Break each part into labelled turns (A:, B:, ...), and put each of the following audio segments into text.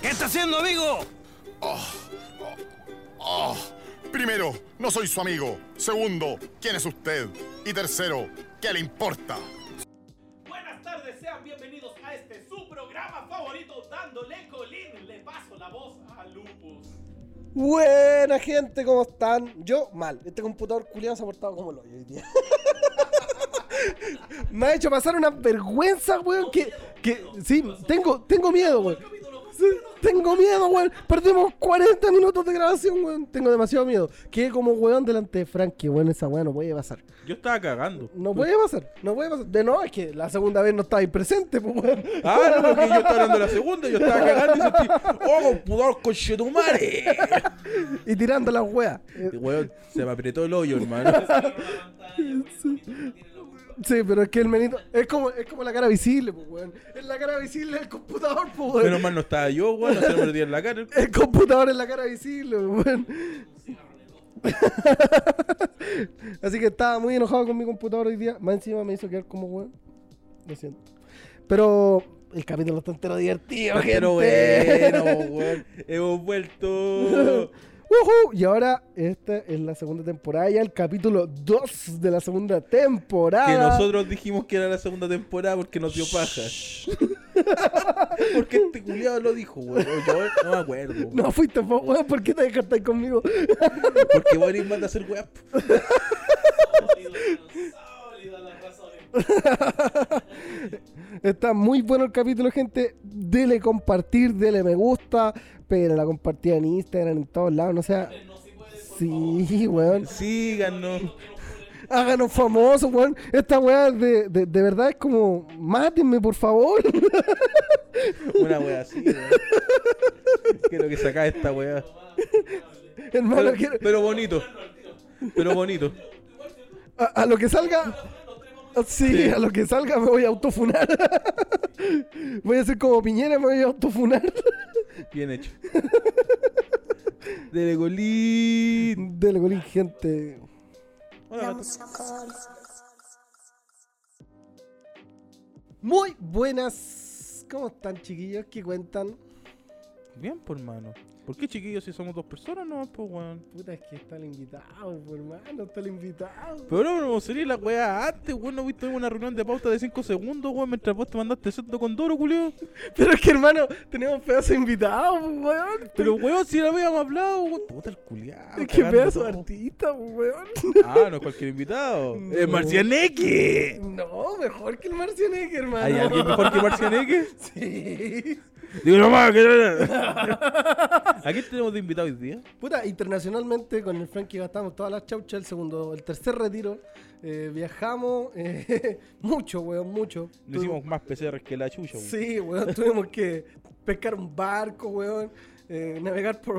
A: ¿Qué está haciendo, amigo?
B: Ah, primero, no soy su amigo. Segundo, ¿quién es usted? Y tercero, ¿qué le importa?
C: Buenas tardes, sean bienvenidos a este su programa favorito, dándole colín. Le paso la voz a Lupus.
D: Buena gente, ¿cómo están? Yo, mal. Este computador culiado se ha portado como el hoyo hoy día. Me ha hecho pasar una vergüenza, weón. Que, que, sí, tengo, tengo miedo, weón. Sí, tengo miedo, weón. Perdimos 40 minutos de grabación, weón. Tengo demasiado miedo. Quedé como weón delante de Frankie, weón. Esa weón no puede pasar.
E: Yo estaba cagando.
D: No puede pasar, no puede pasar. De no, es que la segunda vez no estaba ahí presente, pues, weón.
E: Ah, no, porque yo estaba hablando de la segunda, yo estaba cagando y sentí, oh, computador conchetumare.
D: Y tirando las weas.
E: Y, Weón, se me apretó el hoyo, hermano.
D: Sí, pero es que el menito. Es como, es como la cara visible, pues, weón. Es la cara visible del computador, pues, weón.
E: Menos mal no estaba yo, weón, no se me lo tiré en la cara.
D: El computador es la cara visible, pues, weón. Así que estaba muy enojado con mi computador hoy día. Más encima me hizo quedar como weón. Lo siento. Pero el capítulo está entero divertido, gente.
E: Pero bueno, pues, weón, hemos vuelto.
D: Ujú, Y ahora esta es la segunda temporada, ya el capítulo 2 de la segunda temporada.
E: Que nosotros dijimos que era la segunda temporada porque nos dio paja. porque este culiado lo dijo, weón. Yo no me acuerdo. weón.
D: No fuiste vos, weón, ¿por qué te dejaste conmigo?
E: Porque voy a ir a hacer weón.
C: Sólida la razón.
D: Está muy bueno el capítulo, gente. Dele compartir, dele me gusta, pero la compartida en Instagram, en todos lados, no sea.
C: No se puede.
D: Sí, weón.
E: Síganos.
D: Háganos famosos, weón. Esta weá de, de, de verdad es como, mátenme, por favor.
E: Una wea así, weón. Quiero que saca esta wea.
D: Hermano,
E: Pero,
D: quiero-
E: pero bonito. Pero bonito.
D: a, a lo que salga. Ah, Sí, a lo que salga me voy a autofunar. voy a ser como Piñera, me voy a autofunar.
E: Bien hecho. Dele golín.
D: Dele colín, gente.
E: Hola,
D: Muy buenas. ¿Cómo están, chiquillos? ¿Qué cuentan?
E: Bien, por mano. ¿Por qué chiquillos si somos dos personas no, pues weón?
D: Puta, es que está el invitado, po, hermano, está el invitado.
E: Pero no sería la weá antes, weón. No tuvimos una reunión de pauta de 5 segundos, weón, mientras vos te mandaste sendo con Doro, culio.
D: Pero es que, hermano, tenemos un pedazo de invitado, po, weón.
E: Pero weón, si no habíamos hablado, weón. Puta el culiado.
D: Es que pedazo de artista, po, weón.
E: Ah, no es cualquier invitado.
D: No.
E: ¡Es Marcianeque!
D: No, mejor que el Marcianeque, hermano.
E: ¿Hay alguien mejor que Marcianeque?
D: Sí.
E: Digo, no más, que ¿A quién tenemos de invitado hoy día?
D: Puta, internacionalmente con el Frankie gastamos todas las chauchas, el segundo, el tercer retiro. eh, viajamos eh, mucho, weón, mucho.
E: No hicimos más PCR que la chucha, weón.
D: Sí, weón, tuvimos que pescar un barco, weón. eh, navegar por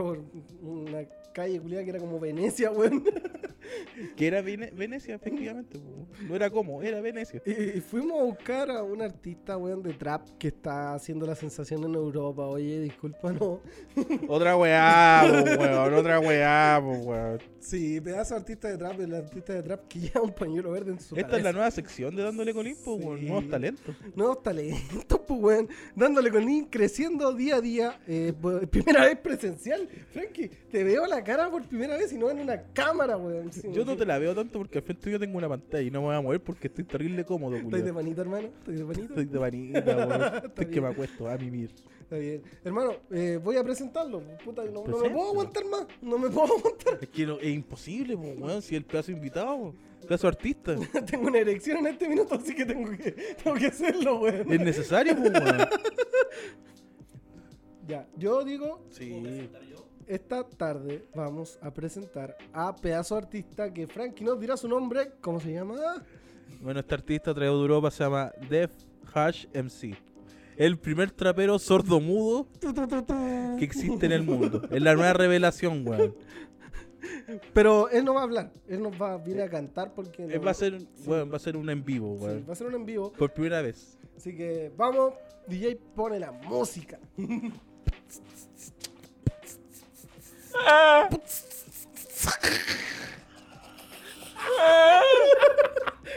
D: una calle culiada que era como Venecia, weón.
E: Que era Vene- Venecia, efectivamente. po. No era como, era Venecia.
D: Y, y fuimos a buscar a un artista, weón, de trap que está haciendo la sensación en Europa. Oye, disculpa, no.
E: Otra weá, po, weón. Otra weá, po, weón.
D: Sí, pedazo de artista de trap, el artista de trap que lleva un pañuelo verde en su
E: Esta es
D: cabeza.
E: la nueva sección de Dándole Colín, po,
D: Sí.
E: weón. Nuevos talentos.
D: Nuevos talentos, pues, weón. Dándole con link, creciendo día a día. Eh, por primera vez presencial. Frankie, te veo la cara por primera vez y no en una cámara, weón. Sí,
E: Yo no
D: weón.
E: te la veo tanto porque al frente yo tengo una pantalla y no me voy a mover porque estoy terrible cómodo,
D: Estoy de
E: culiao.
D: manito, hermano. Estoy de manito.
E: Estoy de panita, weón. Estoy que
D: bien.
E: me acuesto a mimir.
D: Está bien. Hermano, eh, voy a presentarlo. Puta, no, no me
E: Preséntalo.
D: puedo aguantar más. No me puedo aguantar.
E: Es que no- es imposible, po, weón. Si el pedazo invitado, po. pedazo artista.
D: tengo una erección en este minuto, así que tengo que, tengo que hacerlo, weón.
E: Es necesario, po, weón.
D: Ya, yo digo,
E: Sí.
D: esta tarde vamos a presentar a pedazo artista que Frankie nos dirá su nombre. ¿Cómo se llama?
E: Bueno, este artista traído de Europa se llama Def Hash MC. El primer trapero sordomudo que existe en el mundo. Es la nueva revelación, weón.
D: Pero él no va a hablar, él nos va viene a cantar porque
E: Eh,
D: no-
E: Va a ser, weón, va a ser un en vivo,
D: sí,
E: weón.
D: va a ser un en vivo.
E: Por primera vez.
D: Así que vamos, DJ pone la música.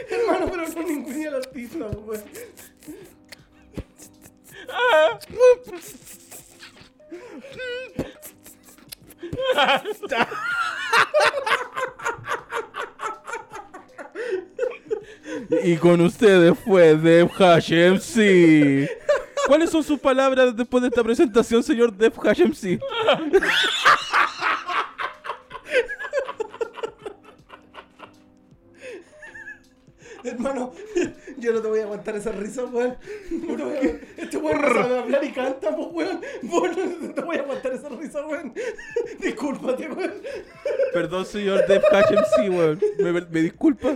D: Hermano, pero no ningún artista, weón.
E: Y con ustedes fue Dev Hash MC. ¿Cuáles son sus palabras después de esta presentación, señor Dev Hash MC?
D: Hermano, yo no te voy a aguantar esa risa, weón. No te voy a- Este weón no sabe hablar y canta, pues, weón. Weón, no te voy a aguantar esa risa, weón. Discúlpate, weón.
E: Perdón, señor Dev Hash MC, weón. ¿Me, me disculpa?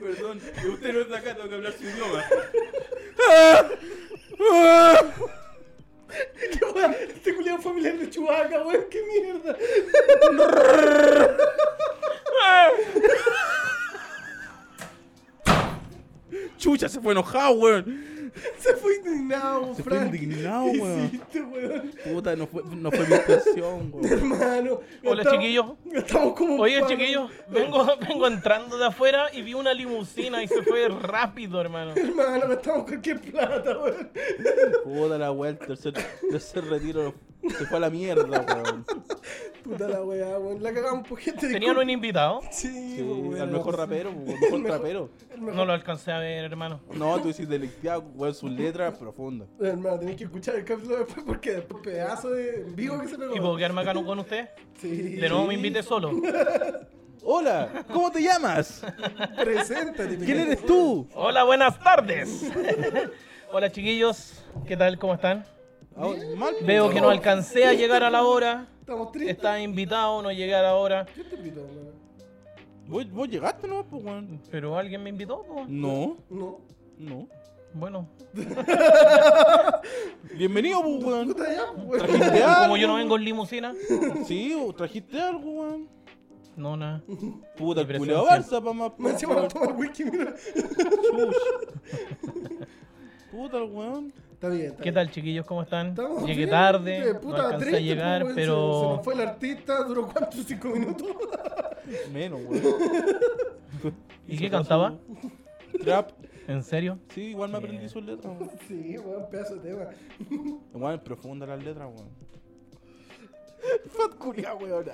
E: Perdón, usted no está acá, tengo que hablar su idioma.
D: Qué weón. Este culiado familiar de Chubaca, weón. Qué mierda.
E: Chucha, se fue enojado, weón.
D: Se fue indignado,
E: Se fue
D: Frank.
E: indignado,
D: ¿Qué
E: weón.
D: hiciste, weón?
E: Puta, no fue, no fue mi intención, weón.
D: Hermano.
F: Hola,
D: estamos-
F: chiquillo.
D: Estamos como.
F: Oye,
D: palos.
F: chiquillos, vengo, vengo entrando de afuera y vi una limusina y se fue rápido, hermano.
D: Hermano, gastamos cualquier plata, weón.
E: Puta la weá, el tercer, tercer retiro se fue a la mierda, weón.
D: Puta la weá, weón. La cagamos por gente de.
F: Tenían un invitado,
D: Sí,
E: Sí,
D: weón.
E: al mejor rapero, weón,
D: El
E: mejor
D: mejor-
E: trapero.
D: El mejor
F: no lo alcancé a ver, hermano.
E: No, tú dices delictiado, weón, sus letras profundas.
D: Hermano, tenés que escuchar el capítulo después porque después pedazo de en vivo que se pegó.
F: ¿Y puedo quedarme acá con usted?
D: Sí.
F: De nuevo me invité solo.
E: Hola, ¿cómo te llamas?
D: Preséntate.
E: ¿Quién eres tú?
F: Hola, buenas tardes. Hola, chiquillos. ¿Qué tal? ¿Cómo están?
E: Ah, mal,
F: Veo que no alcancé a llegar a la hora.
D: Estamos tristes.
F: Estaba invitado, no llegué a la hora.
D: ¿Quién te invitó, hermano?
E: ¿Vos, vos llegaste, ¿no? Pues, weón.
F: Pero alguien me invitó, po.
E: No,
D: No.
E: no.
F: Bueno,
E: Bienvenido, pues, weón.
D: Puta ya, weón.
E: Trajiste
F: como
E: algo.
F: yo no vengo en limusina,
E: Sí, vos trajiste algo, weón.
F: no, nada.
E: Puta,
F: Mi
E: el culiao
F: presencia.
E: Barça, pa' más.
D: Me encima no toma el whisky, mira.
E: Puta, el weón.
D: Está bien, está
F: ¿Qué
D: bien.
F: tal, chiquillos? ¿Cómo están?
D: Estamos
F: Llegué
D: bien,
F: tarde,
D: eh,
F: no alcancé a
D: triste,
F: llegar,
D: pues, weón. Se, se
F: pero
D: nos fue el artista, duró cuánto, cinco minutos.
E: Menos, weón.
F: ¿Y qué cantaba?
E: Trap.
F: ¿En serio?
E: Sí, igual me aprendí
F: Bien.
E: sus letras, weón.
D: sí, weón, pedazo de tema.
E: Igual es profunda las letras, weón. Fat culia, weón.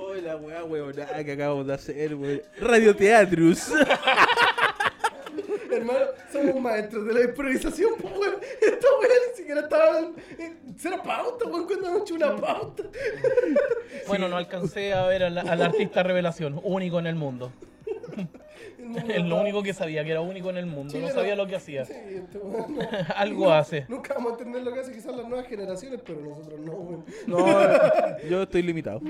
E: Hola, weá, weonada que acabamos de hacer, weón. Radioteatrus.
D: Hermano, somos maestros de la improvisación, pues, weón. Esta weá ni siquiera estaba. en- en- Será pauta, weón, cuando han hecho una pauta.
F: Bueno, no alcancé a ver al, al artista revelación, único en el mundo. Es lo único que sabía, que era único en el mundo, no
D: Chile
F: sabía
D: no-
F: lo que hacía.
D: Sí, este weón no-
F: Algo hace.
D: Nunca vamos a entender lo que hacen quizás las nuevas generaciones, pero nosotros no, weón.
E: No, yo estoy limitado.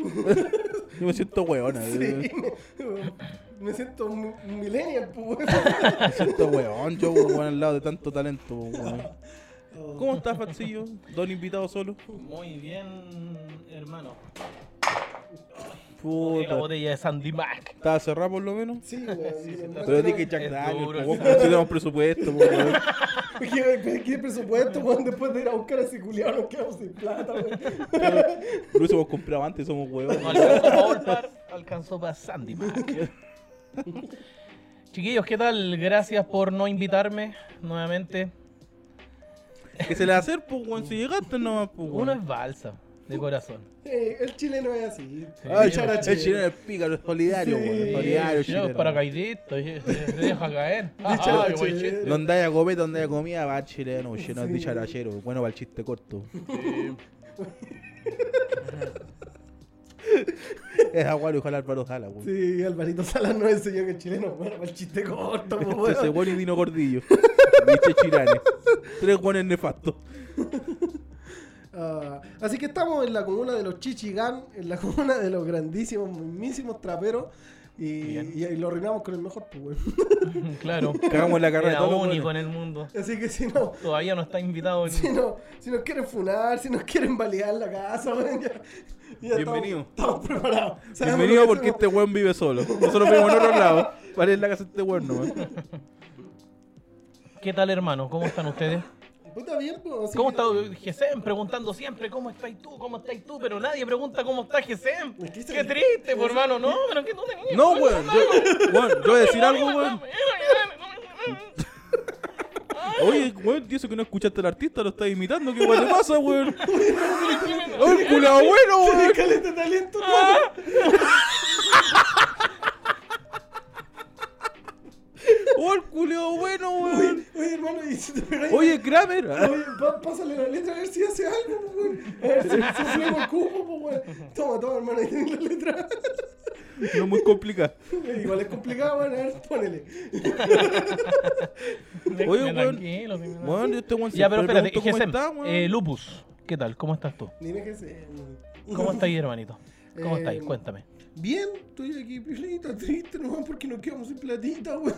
E: Yo me siento weona.
D: Sí,
E: weón.
D: me, me siento un un millennial, pues, weón.
E: Me siento weón, yo weón al lado de tanto talento, weón. ¿Cómo estás, Facillo? Don invitado solo.
F: Muy bien, hermano. La
E: Puta.
F: botella de Sandy Mac.
E: Estaba cerrado por lo menos.
D: Sí, weón. sí, hermano.
E: Pero dije que Jack
F: Es
E: Daniel,
F: duro,
E: po,
F: es
E: weón,
F: duro.
E: no tenemos presupuesto, po, weón.
D: ¿Qué, qué- qué presupuesto, weón? Después de ir a buscar a ese culiado, nos quedamos sin plata, weón.
E: Lo hubiésemos comprado antes, somos weón.
F: No alcanzó para Olpar, alcanzó para Sandy Mac. Chiquillos, ¿qué tal? Gracias por no invitarme nuevamente.
E: ¿Qué se le va a hacer, po, weón? Si llegaste nomás, po,
F: Uno
E: weón.
F: es balsa, de corazón.
D: Eh, el chileno es así.
E: Ay, el
D: Echar a
E: chileno, el chileno es pícaro, es solidario,
D: Sí.
E: weón. es
F: Yo
E: Solidario,
F: es
E: chileno.
F: paracaidista, oye, se se deja caer. Ah,
D: Dicha
F: Ay,
D: la
F: güey,
D: chilena.
F: chiste.
E: Donde haya copete, donde haya comida, va chileno, lleno
D: Sí.
E: de charachero. Bueno, va el chiste corto. es aguario, ojalá Álvaro Jala, weón.
D: Sí, Alvarito Salas no enseñó que el chileno fuera para el chiste corto, po,
E: Este ese
D: weón.
E: weón y Dino Gordillo. Biche Chirane. Tres weones nefastos.
D: Ah, así que estamos en la comuna de los Chichigán, en la comuna de los grandísimos, mismísimos traperos. Y,
F: Bien.
D: y, y lo reinamos con el mejor, pues, weón.
F: Claro.
E: Cagamos en la carrera de
F: Era
E: todos los
F: único en
E: buenos.
F: el mundo.
D: Así que si no,
F: Todavía no está invitado. en-
D: si no, si nos quieren funar, si nos quieren balear la casa, weón, ya, ya
E: Bienvenido.
D: Estamos, estamos preparados. Sabemos
E: Bienvenido
D: lo que
E: porque este
D: hacemos.
E: weón vive solo. Nosotros vivimos en otro lado. Vale, es la casa de este weón, no, eh. este-
F: ¿Qué tal, hermano? ¿Cómo están ustedes?
D: Pues está bien, pues. así
F: ¿Cómo
D: que-
F: está Gesem? Preguntando siempre, ¿cómo estáis tú? ¿Cómo estáis tú? Pero nadie pregunta cómo está Gesem.
D: Es que
F: Qué
D: esa-
F: triste, por hermano. No, pero que tú tenías.
E: No, weón. Yo, weón, yo voy a decir algo, weón. Oye, weón, y eso que no escuchaste al artista, lo estás imitando. ¿Qué weón te pasa, weón? ¡Ay, culo bueno, weón!
D: Tenés caleta de talento,
E: Ah.
D: hermano.
E: ¡Ay, culo bueno, weón!
D: Oye, hermano, y si te pegáis.
E: Oye, Kramer.
D: Oye, pa- pásale la letra a ver si hace algo, pues, weón. A ver si se sube el cubo, pues, weón. Toma, toma, hermano, ahí tenés la letra.
E: No es muy complicado.
D: Igual es complicado, weón. A ver, ponele.
E: Oye,
F: Déjame
E: weón.
F: tranquilo, sí, mira.
E: Weón, este weón
F: Ya, pero
E: siempre le
F: espérate,
E: pregunto cómo
F: Gesem,
E: está, weón.
F: eh, Lupus, ¿qué tal? ¿Cómo estás tú?
D: Dime que se.
F: ¿Cómo estáis, hermanito? ¿Cómo
D: Eh,
F: estáis? Cuéntame.
D: Bien, estoy aquí planita triste nomás porque nos quedamos sin platita, weón.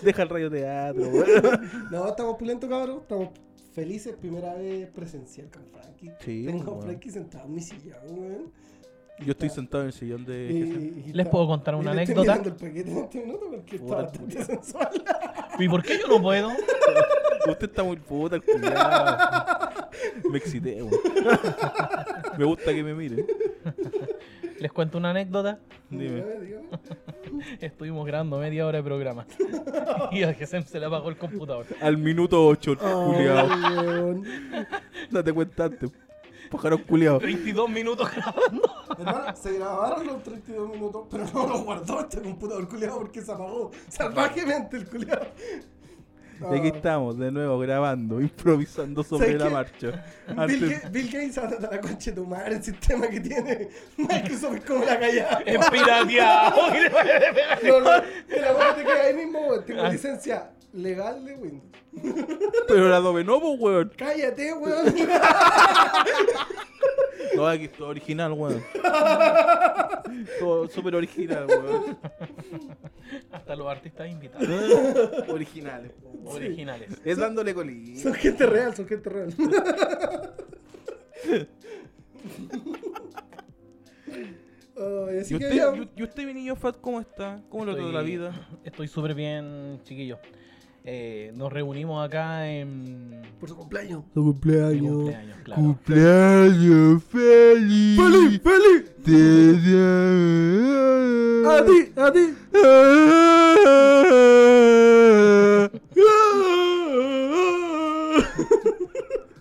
E: Deja el rayo teatro, weón.
D: No, estamos pulentos, cabrón. Estamos felices. Primera vez presencial con Frankie.
E: Sí, pues,
D: Tengo a
E: weón.
D: Frankie sentado en mi sillón, weón.
E: Yo estoy sentado en el sillón de Gesem.
F: ¿Les puedo contar una anécdota?
D: Estoy mirando el paquete en este minuto porque está
E: Puta,
D: bastante sensual.
F: ¿Y por qué yo no puedo?
E: Usted está muy puta, el culiao. Me excité, weón. Me gusta que me miren.
F: ¿Les cuento una anécdota?
E: Dime.
D: Dígame, dígame.
F: Estuvimos grabando media hora de programa. Y a Gesem se le apagó el computador.
E: Al minuto 8, el culiao.
D: Ay, weón.
E: Date cuenta antes. Pájaro culiao.
F: 22 minutos grabando.
D: Hermano, se grabaron los 32 minutos, pero no los guardó este computador culiado porque se apagó salvajemente el culiado.
E: Y aquí estamos, de nuevo, grabando, improvisando sobre
D: ¿Sabes
E: la
D: qué?
E: marcha.
D: Bill,
E: Antes-
D: Ga- Bill Gates anda a la concha de tu madre, el sistema que tiene Microsoft es como la callada.
F: Es pirateado.
D: No, no, te la voy a te queda ahí mismo, weón.
E: Ah.
D: Tengo licencia legal de Windows.
E: Pero la dominó, pues, weón.
D: Cállate, weón.
E: No, aquí todo original, weón. Todo súper original, weón.
F: Hasta los artistas invitados.
E: Originales.
F: Originales.
E: Es dándole colilla.
D: Son gente real, son gente real. Ay, así
E: ¿Y
D: que
E: usted,
D: ya-
E: y- y usted, mi niño Fat, cómo está? ¿Cómo lo
F: Estoy-
E: trata la vida?
F: Estoy súper bien, chiquillos. Eh, nos reunimos acá en
D: Por su cumpleaños.
F: mi cumpleaños, claro.
E: ¡Cumpleaños feliz!
G: ¡Feliz, feliz! ¡A ti, a ti!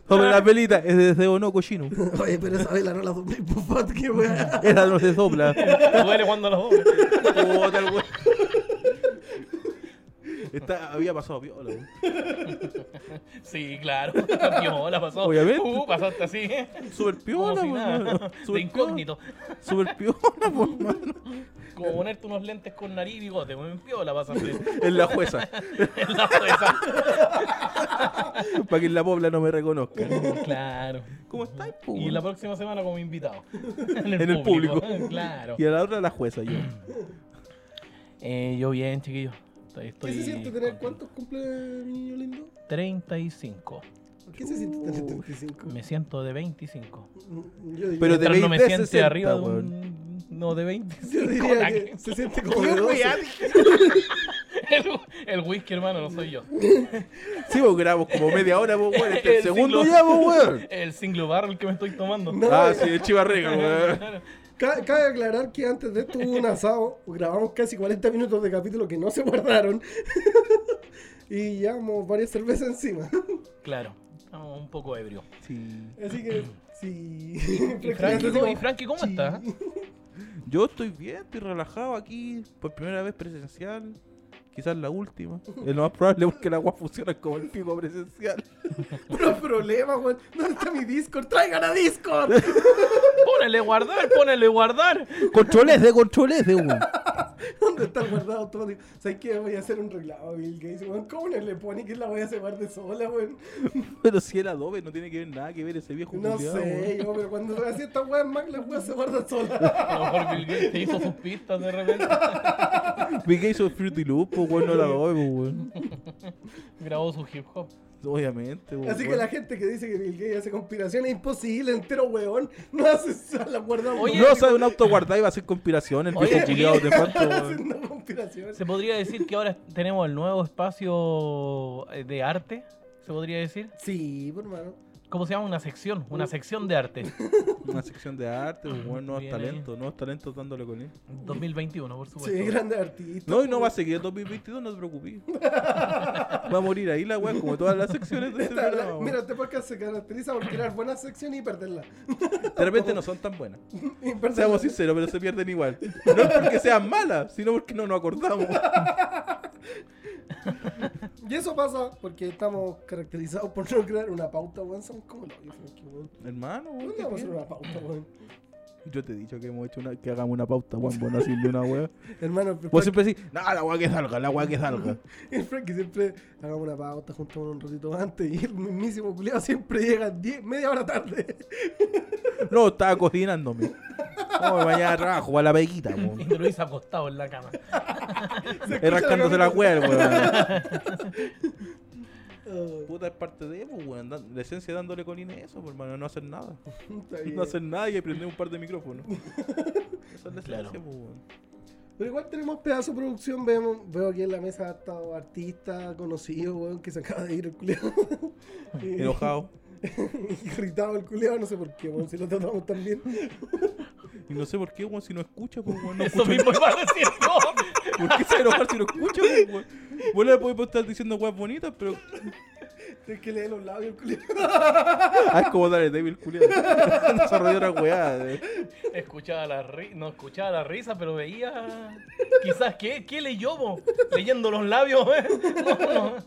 E: Sobre la pelita, es desde Ono Cochino.
D: Oye, pero esa vela no la doblé, papá, qué weá.
E: Esa no se sopla.
F: Duele cuando los dobles.
E: Puta, el weón. Está, había pasado piola, weón.
F: Sí, claro. Piola pasó.
E: Obviamente. pues,
F: Uh, pasaste así. ¿eh?
E: Super
F: Como
E: piola,
F: si
E: weón.
F: nada.
E: Super
F: De incógnito.
E: piola, Super piola, weón, mano.
F: Como ponerte unos lentes con nariz y bigote. Muy piola pasaste.
E: Es la jueza.
F: En la cabeza.
E: Para que en la pobla no me reconozca.
F: Claro.
E: ¿Cómo estáis, po,
F: Y
E: weón?
F: la próxima semana como invitado.
E: En el público.
F: Claro.
E: Y a la otra la jueza, yo.
F: Eh, yo bien, chiquillos. Estoy,
D: ¿Qué
F: estoy
D: se siente tener
F: contento.
D: cuántos cumple mi niño lindo?
F: 35.
D: ¿Qué se siente tener 35?
F: Me siento de 25.
D: Mm, Yo diría,
E: Pero de
F: Mientras
E: 20
F: no me
E: a
F: siente
E: 60,
F: arriba de
E: weón.
F: un... No, de 25.
D: yo diría
F: la
D: que
F: que-
D: se siente como de 12.
F: el, el whisky, hermano, no soy yo.
E: Sí, vos grabamos como media hora, vos, weón. Este el
F: El
E: segundo
F: ciclo-
E: ya, vos, weón.
F: El single barrel que me estoy tomando.
D: No,
E: Ah, sí, el chivarrega, weón.
D: ca- cabe aclarar que antes de esto hubo un asado, grabamos casi 40 minutos de capítulo que no se guardaron y llevamos varias cervezas encima.
F: Claro, estamos un poco ebrio.
E: Sí.
D: Así que, sí.
F: ¿Y Frankie, cómo, y
D: Prácticamente
F: Frankie, ¿cómo está?
E: Yo estoy bien, estoy relajado aquí, por primera vez presencial, quizás la última. Es lo más probable porque la agua funciona como el pico presencial.
D: Puro problema, weón. ¿Dónde está mi Discord? ¡Traigan a Discord!
F: Pónele guardar, ponele guardar.
E: Controles de controles de weón.
D: ¿Dónde está el guardado automático? ¿Sabes qué? Voy a hacer un reglado a Bill Gates, weón. ¿Cómo no le pone que la voy a cebar de sola, weón?
E: Pero si el adobe no tiene que ver nada que ver ese viejo
D: No
E: culiao,
D: sé,
E: weón.
D: yo, pero cuando se hacía esta weá Mac, la weá se guarda sola.
F: A lo mejor Bill Gates te hizo sus pistas de repente.
E: Vi que hizo Fruity Loop, pues weón, no el adobe, pues, weón.
F: Grabó su hip hop.
E: Obviamente, weón.
D: Así que la gente que dice que Bill Gates hace conspiraciones es imposible, entero weón. No hace esa la guardamos.
F: Oye,
E: No sabe un auto guardado y va a hacer conspiración el
F: Oye,
E: viejo culiado de cuánto. weón.
D: haciendo conspiraciones.
F: Se podría decir que ahora tenemos el nuevo espacio eh, de arte. Se podría decir.
D: Sí, por hermano.
F: ¿Cómo se llama? Una sección. Una sección de arte.
E: Una sección de arte, pues, weón, nuevos
F: Bien ahí.
E: talentos, nuevos talentos dándole con él.
F: 2021, por
D: Sí,
F: supuesto.
D: grande artista.
E: No, y no va a seguir en 2022, no te preocupes. Va a morir ahí la weá, como todas las secciones de este
D: Esta- la-
E: programa, weón.
D: mira, este podcast se caracteriza por crear buenas secciones y perderlas.
E: De repente no son tan buenas.
D: Y perderlas.
E: Seamos sinceros, pero se pierden igual. No es porque sean malas, sino porque no nos acordamos.
D: Y eso pasa porque estamos caracterizados por no crear una pauta, weón. Somos como los Frankie, weón.
E: Hermano, weón,
D: ¿Dónde
E: ¿qué
D: vamos a hacer
E: tiene?
D: una pauta, weón?
E: Yo te he dicho que hemos hecho una, que hagamos una pauta, weón, vos no haces ni una weá.
D: Hermano, el
E: Vos
D: Frankie-
E: Pues siempre decís, no, la weá que salga, la weá que salga.
D: el Frankie siempre hagamos una pauta, juntamos un ratito antes y el mismísimo culiado siempre llega 10, media hora tarde.
E: No, estaba cocinándome. No, me mañana trabajo, a la peguita,
F: Y
E: weón.
F: te lo hice acostado en la cama.
E: Es rascándose la weá, weón.
D: Oh,
E: Puta, es parte de pues, weón. da- La esencia dándole con Inés, eso, pues, hermano, no hacer nada.
D: está bien.
E: No hacer nada y prender un par de micrófonos. Esa es la esencia, pues, weón.
D: Pero igual tenemos pedazo de producción, vemos, veo aquí en la mesa ha estado artista conocido, weón, que se acaba de ir el culiado.
E: Enojado.
D: Irritado el culiado, no sé por qué, weón, si lo tratamos tan bien.
E: Y no sé por qué, weón, si no escucha, pues, weón. No
F: Eso
E: escucha.
F: mismo iba a decir yo.
E: ¿Por qué se va a enojar si no escucha, pues, weón? Vos le podés estar diciendo weas bonitas, pero.
D: Tienes que leer los labios el culiado.
E: Ah, es como Dale Devil, culiado. Desarrolló otra weá. eh. de-
F: Escuchaba la ri- no escuchaba la risa, pero veía. Quizás, ¿qué, qué leyó, po? Leyendo los labios, ¿eh? No, no.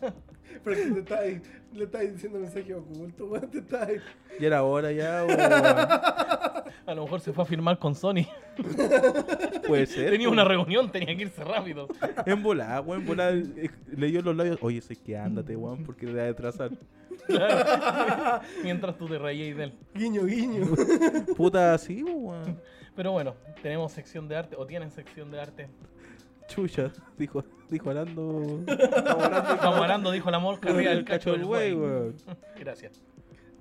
D: Pero es que te está ahí, le está ahí diciendo mensajes ocultos, weón, te está ahí.
E: Y era hora ya, weón.
F: A lo mejor se fue a firmar con Sony.
E: Puede ser.
F: Tenía
E: pues,
F: una reunión, tenía que irse rápido.
E: En volada, weón, en volada. eh, Le dio los labios. Oye, sé que ándate, weón, porque te va a atrasar.
F: Claro. Mientras tú te reías de él.
D: Guiño, guiño.
E: Puta, así, weón.
F: Pero bueno, tenemos sección de arte, o tienen sección de arte.
E: Chucha, dijo, dijo Arando.
F: Estamos hablando, dijo la morca arriba del cacho del güey.
E: weón.
F: Gracias.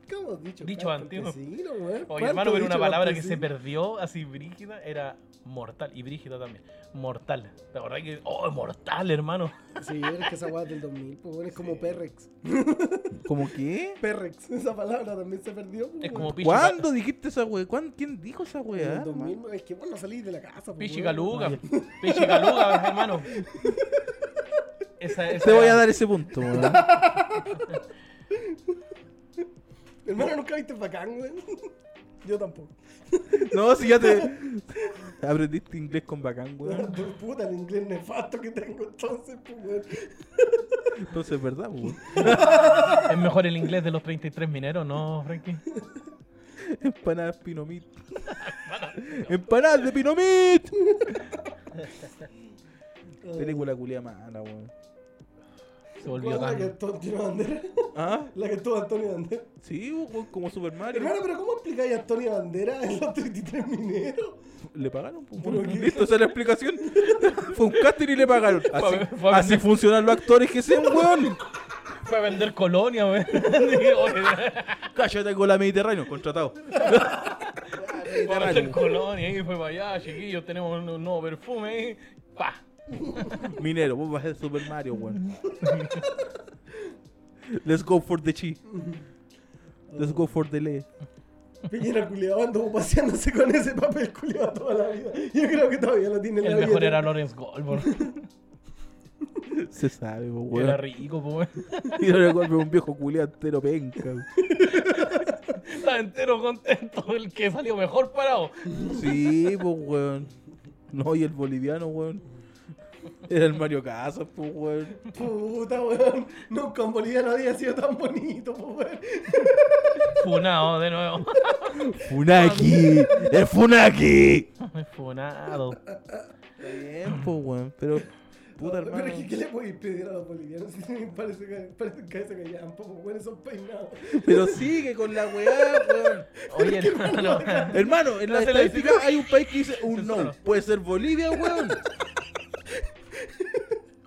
D: ¿Qué hemos dicho?
F: Dicho
D: Claro,
F: antiguo.
D: campesino, weón.
F: Oye,
D: ¿Cuánto
F: hermano, pero una
D: dicho
F: palabra que se
D: campesino?
F: perdió así brígida era mortal. Y brígida también. Mortal. ¿Te acordás que.? ¡Oh, mortal, hermano!
D: Sí, es que esa weá es del 2000, pues, weón, es como Perrex.
E: ¿Cómo qué?
D: Perrex, E esa palabra también se perdió, pues,
F: Es
D: weón.
F: como Pichi-
E: ¿Cuándo dijiste esa weá? ¿Cuán- ¿Quién dijo esa
D: En
E: weá?
D: el 2000, es que vos no salís de la casa, pues,
F: ¿eh? Pichi
D: weón.
F: Galuga. Pichi Galuga, hermano. Esa, esa
E: Te voy
F: era-
E: a dar ese punto, weón.
D: Hermano, nunca viste bacán, weón. Yo tampoco.
E: No, si ya te. Aprendiste inglés con bacán, weón.
D: Por puta, el inglés nefasto que tengo entonces, pues, weón.
E: Entonces es verdad, weón.
F: Es mejor el inglés de los 33 mineros, ¿no, Frankie?
E: Empanadas pinomit. Empanadas de pinomit. Película culia mala, weón.
F: Se volvió
D: ¿Cuál es la que
F: tan.
D: actuó Antonio Banderas?
E: ¿Ah?
D: La que estuvo Antonio Banderas.
E: Sí, weón, como Super Mario.
D: Hermano, pero ¿cómo explicáis a Antonio Banderas en los 33 mineros?
E: Le pagaron, po,
D: Pero
E: weón.
D: qué-
E: Listo, esa es la explicación. Fue un casting y le pagaron. Así,
F: ver- fue a
E: así
F: vender-
E: funcionan los actores que sean, weón.
F: Fue a vender colonia, güey. Oye,
E: Cállate con la Mediterráneo, contratado.
F: Fue a vender colonia y fue para allá, chiquillos. Tenemos un un nuevo perfume ahí. ¡Pah!
E: Minero, vos vas a ser Super Mario, weón. Let's go for the chi. Let's go for the le.
D: Piñera culiado anduvo paseándose con ese papel culiado toda la vida. Yo creo que todavía lo tiene en
F: El
D: la
F: mejor
D: vida.
F: era Lawrence Goldberg.
E: Se sabe, po,
F: Era
E: weón.
F: rico, pues.
E: Y ahora golpe un viejo culiado entero penca.
F: Estaba entero contento. El que salió mejor parado.
E: Sí, pues, weón. No, y el boliviano, weón. Era el Mario Casas, pues, weón.
D: Puta, weón. Nunca un boliviano había sido tan bonito, po, weón.
F: Funado de nuevo.
E: Funaki. ¡Es Funaki!
F: Funado.
E: Está bien, pues, weón. Pero, puta,
D: Pero es que,
E: hermano.
D: ¿qué le podéis pedir a los bolivianos? Si parece que parece que se callan, po, weón, esos peinados.
E: Pero sigue con la weá, weón.
F: Oye, hermano.
E: Hermano, en la
F: Hace la
E: estadística hay un país que dice un no. Puede ser Bolivia, weón.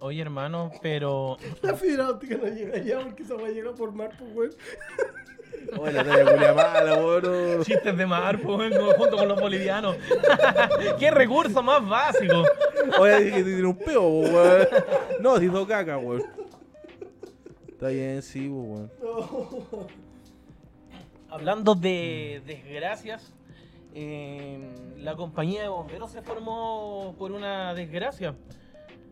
F: Oye, hermano, pero.
D: La fibra óptica no llega allá porque esa weá llega por mar, pues, weón.
E: Oye, la tele culia mala, weón.
F: Chistes de mar, pues, en conjunto con los bolivianos. ¡Qué recurso más básico!
E: Oye, dije que tiene un peo, po, weón. No, se hizo caca, weón. Está bien, sí, po, weón.
F: Hablando de desgracias, eh, la compañía de bomberos se formó por una desgracia,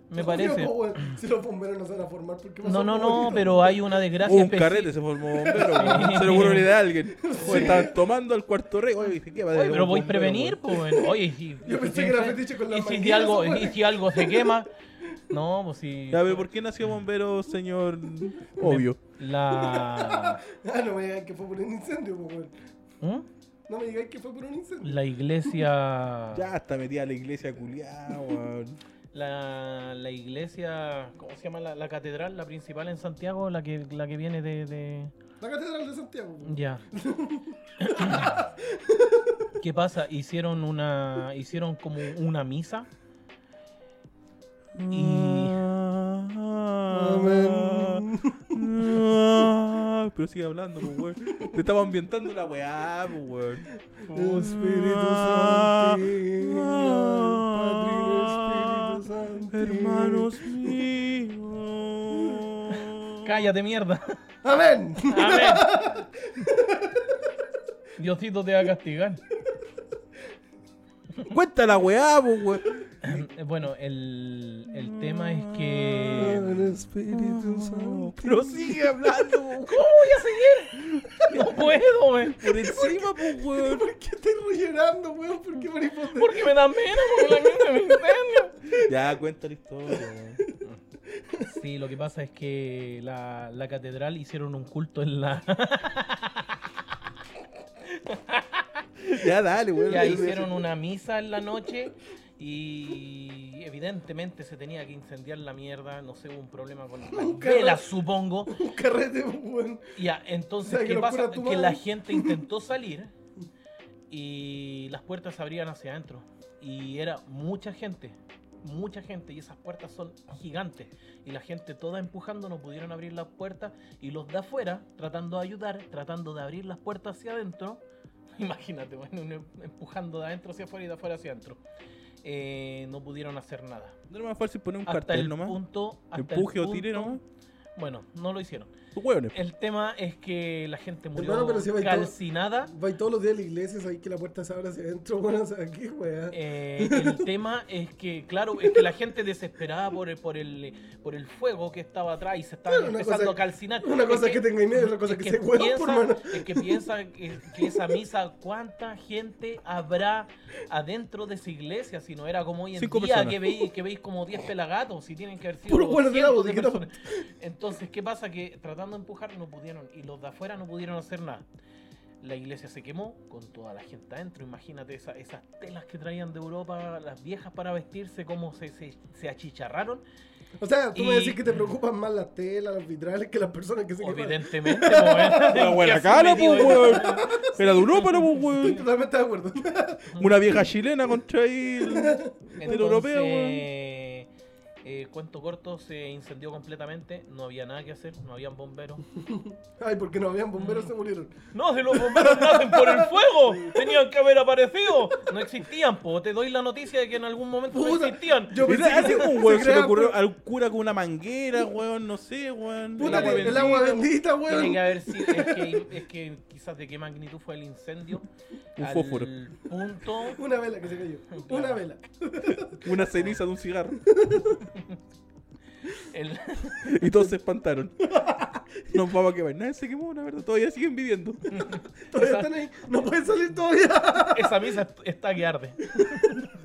F: me parece.
D: Obvio, pues, weón. Si los bomberos no se van a formar, ¿por qué
F: No, no, no,
D: Bonito.
F: pero hay una desgracia
E: Un
F: especi-
E: carrete se formó bombero, weón. Se lo juro de alguien. Oye, estaban tomando al cuarto rey. Oye, dije, ¿qué va a
F: Oye, pero voy a prevenir, pues. bueno. Oye, y,
D: Yo pensé
F: y-
D: que era fetiche con las
F: y si,
D: mangueras,
F: algo,
D: weón.
F: y si algo se quema. No, pues si.
E: Ya, pero ¿por qué nació bombero, señor? Obvio.
F: La.
D: Ah, no me digas que fue por un incendio, pues, weón.
F: ¿Mm?
D: No me digas que fue por un incendio.
F: La iglesia.
E: Ya hasta metía a la iglesia culiada, weón.
F: La, la iglesia. ¿Cómo se llama la, la catedral? La principal en Santiago, la que, la que viene de- de...
D: La catedral de Santiago, weón.
F: Ya. ¿Qué pasa? Hicieron una. Hicieron como una misa. Y.
D: Amén.
E: Ah, Pero sigue hablando, pues, weón. Te estaba ambientando la weá, pues, weón.
D: Oh, Espíritu
E: Ah,
D: Santo,
E: ah,
D: Padre, Espíritu Santo.
E: Hermanos míos.
F: ¡Cállate, mierda!
D: ¡Amén!
F: A ver. Diosito te va a castigar.
E: Cuenta la weá, pues, weón.
F: Eh, Bueno, el, el tema es que.
E: Mm.
D: Padre, Ah, Espíritu Santo.
E: Ah, Pero sigue hablando, pues, weón.
F: ¿Cómo ¡Oh, voy a seguir? No puedo, wey.
E: Por encima, pues, weón.
D: ¿Por qué te ríes llorando, weón? ¿Por qué mariposa?
F: Porque me da pena, porque la gente me incendia.
E: Ya, cuenta la historia, weón.
F: Sí, lo que pasa es que la, la catedral hicieron un culto en la.
E: Ya, dale, weón.
F: Ya hicieron una misa en la noche y evidentemente se tenía que incendiar la mierda, no sé, hubo un problema con las
D: Nunca
F: velas,
D: más.
F: supongo.
D: Un carrete, pues, weón.
F: Ya, entonces,
D: O sea, que
F: ¿qué
D: lo
F: pasa?
D: cura tu
F: Que la
D: madre.
F: gente intentó salir y las puertas se abrían hacia adentro y era mucha gente. Mucha gente y esas puertas son gigantes y la gente toda empujando no pudieron abrir las puertas y los de afuera tratando de ayudar, tratando de abrir las puertas hacia adentro Imagínate, bueno, uno empujando de adentro hacia afuera y de afuera hacia adentro. Eh, no pudieron hacer nada.
E: No era más fácil poner un
F: Hasta
E: cartel
F: el
E: nomás.
F: punto. Hasta el
E: Empuje o tire
F: punto-
E: nomás.
F: Bueno, no lo hicieron.
E: Tú, Weones.
F: El tema es que la gente murió
D: Hermano, pero si va y todo-
F: calcinada.
D: Va y todos los días a la iglesia, sabéis que la puerta se abre hacia adentro, weón. O sea, qué weá.
F: Eh, el tema es que, claro, es que la gente desesperada por el, por el, por el fuego que estaba atrás y se estaba
D: Claro, una
F: empezando
D: cosa-
F: a calcinar.
D: Una cosa es que tenga miedo, otra cosa
F: Es
D: es que,
F: que,
D: se hueva por mano.
F: piensa, es que piensa que, que esa misa, ¿cuánta gente habrá adentro de esa iglesia? Si no era como hoy en
E: Cinco
F: día
E: personas.
F: que veis, que veis como 10 pelagatos, si tienen que haber sido
D: Puros buenos de la
F: cientos de
D: botica,
F: personas. Entonces, ¿qué pasa? Que tratando de empujar no pudieron y los de afuera no pudieron hacer nada. La iglesia se quemó con toda la gente adentro. Imagínate esa- esas telas que traían de Europa, las viejas para vestirse, cómo se, se, se achicharraron.
D: O sea, tú me
F: Y-
D: decís que te preocupan más las telas, los vitrales que las personas que se queman.
F: Evidentemente, pues,
E: Una buena
F: ¿qué ¿eh?
E: cara,
F: hace metido
E: pues,
F: en-
E: weón. Era de Europa, no, pues,
D: Estoy
E: weón.
D: totalmente de acuerdo.
E: Una vieja chilena contra ahí. el-
F: Entonces,
E: europeo, weón.
F: eh, cuento corto, se incendió completamente, no había nada que hacer, no habían bomberos.
D: Ay, porque no habían bomberos, se murieron.
F: No, si los bomberos nacen por el fuego, tenían que haber aparecido. No existían, po. te doy la noticia de que en algún momento no
D: Puta,
F: existían.
D: Yo
E: Mira,
D: pensé que
E: así un weón se le
D: creaba-
E: ocurrió al cura con una manguera, weón, no sé, weón.
D: Puta,
E: El agua
D: el,
E: bendita.
D: agua bendita, weón.
F: Tiene que haber sido, es que, es que quizás de qué magnitud fue el incendio.
E: Un
F: al
E: fósforo.
F: punto
D: Una vela que se cayó. Una vela.
E: Una ceniza de un cigarro.
F: el-
E: Y todos se espantaron. Nos vamos a quemar. Nadie se quemó, la verdad. Todavía siguen viviendo.
D: Todavía están ahí. No pueden salir todavía.
F: esa misa est- está que arde.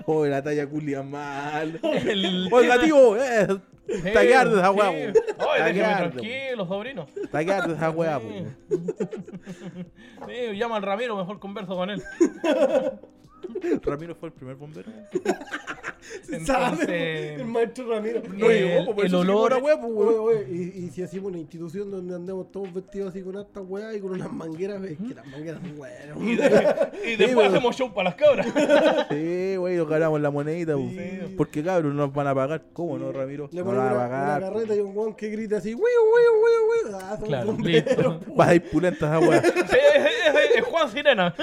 E: Oh, la talla culia mal.
F: El
E: Oiga,
F: tema-
E: tío, eh, está que arde esa
F: Sí.
E: weá,
F: Ay,
E: weón. Está que
F: déjeme
E: arde, weón.
F: tranquilo, sobrino.
E: Está que arde esa weá,
F: Sí.
E: weón.
F: Sí, llama al Ramiro, mejor converso con él.
E: Ramiro fue el primer bombero.
F: Entonces, eh,
D: El maestro Ramiro.
F: No el- llegó, po, por el eso se olor- quemó la
D: huevo,
E: pues,
D: Y, y si hacíamos una institución donde andamos todos vestidos así con estas weas y con unas mangueras, es que las mangueras son buenas. weón.
F: Y, de- y después hacemos show para las cabras.
E: Sí, güey, nos ganamos la monedita. bu. Porque cabrón, nos van a pagar. ¿Cómo no, Ramiro?
D: Le
E: No
D: ponen
E: van a
D: una, una
E: pagar.
D: carreta y un weón que grita así, wiu, wiu, wiu, wiu. Ah, son
F: Claro,
D: bomberos.
F: listo.
E: Vas a ir pulenta esa weá.
F: Sí, es, es- es Juan Sirena.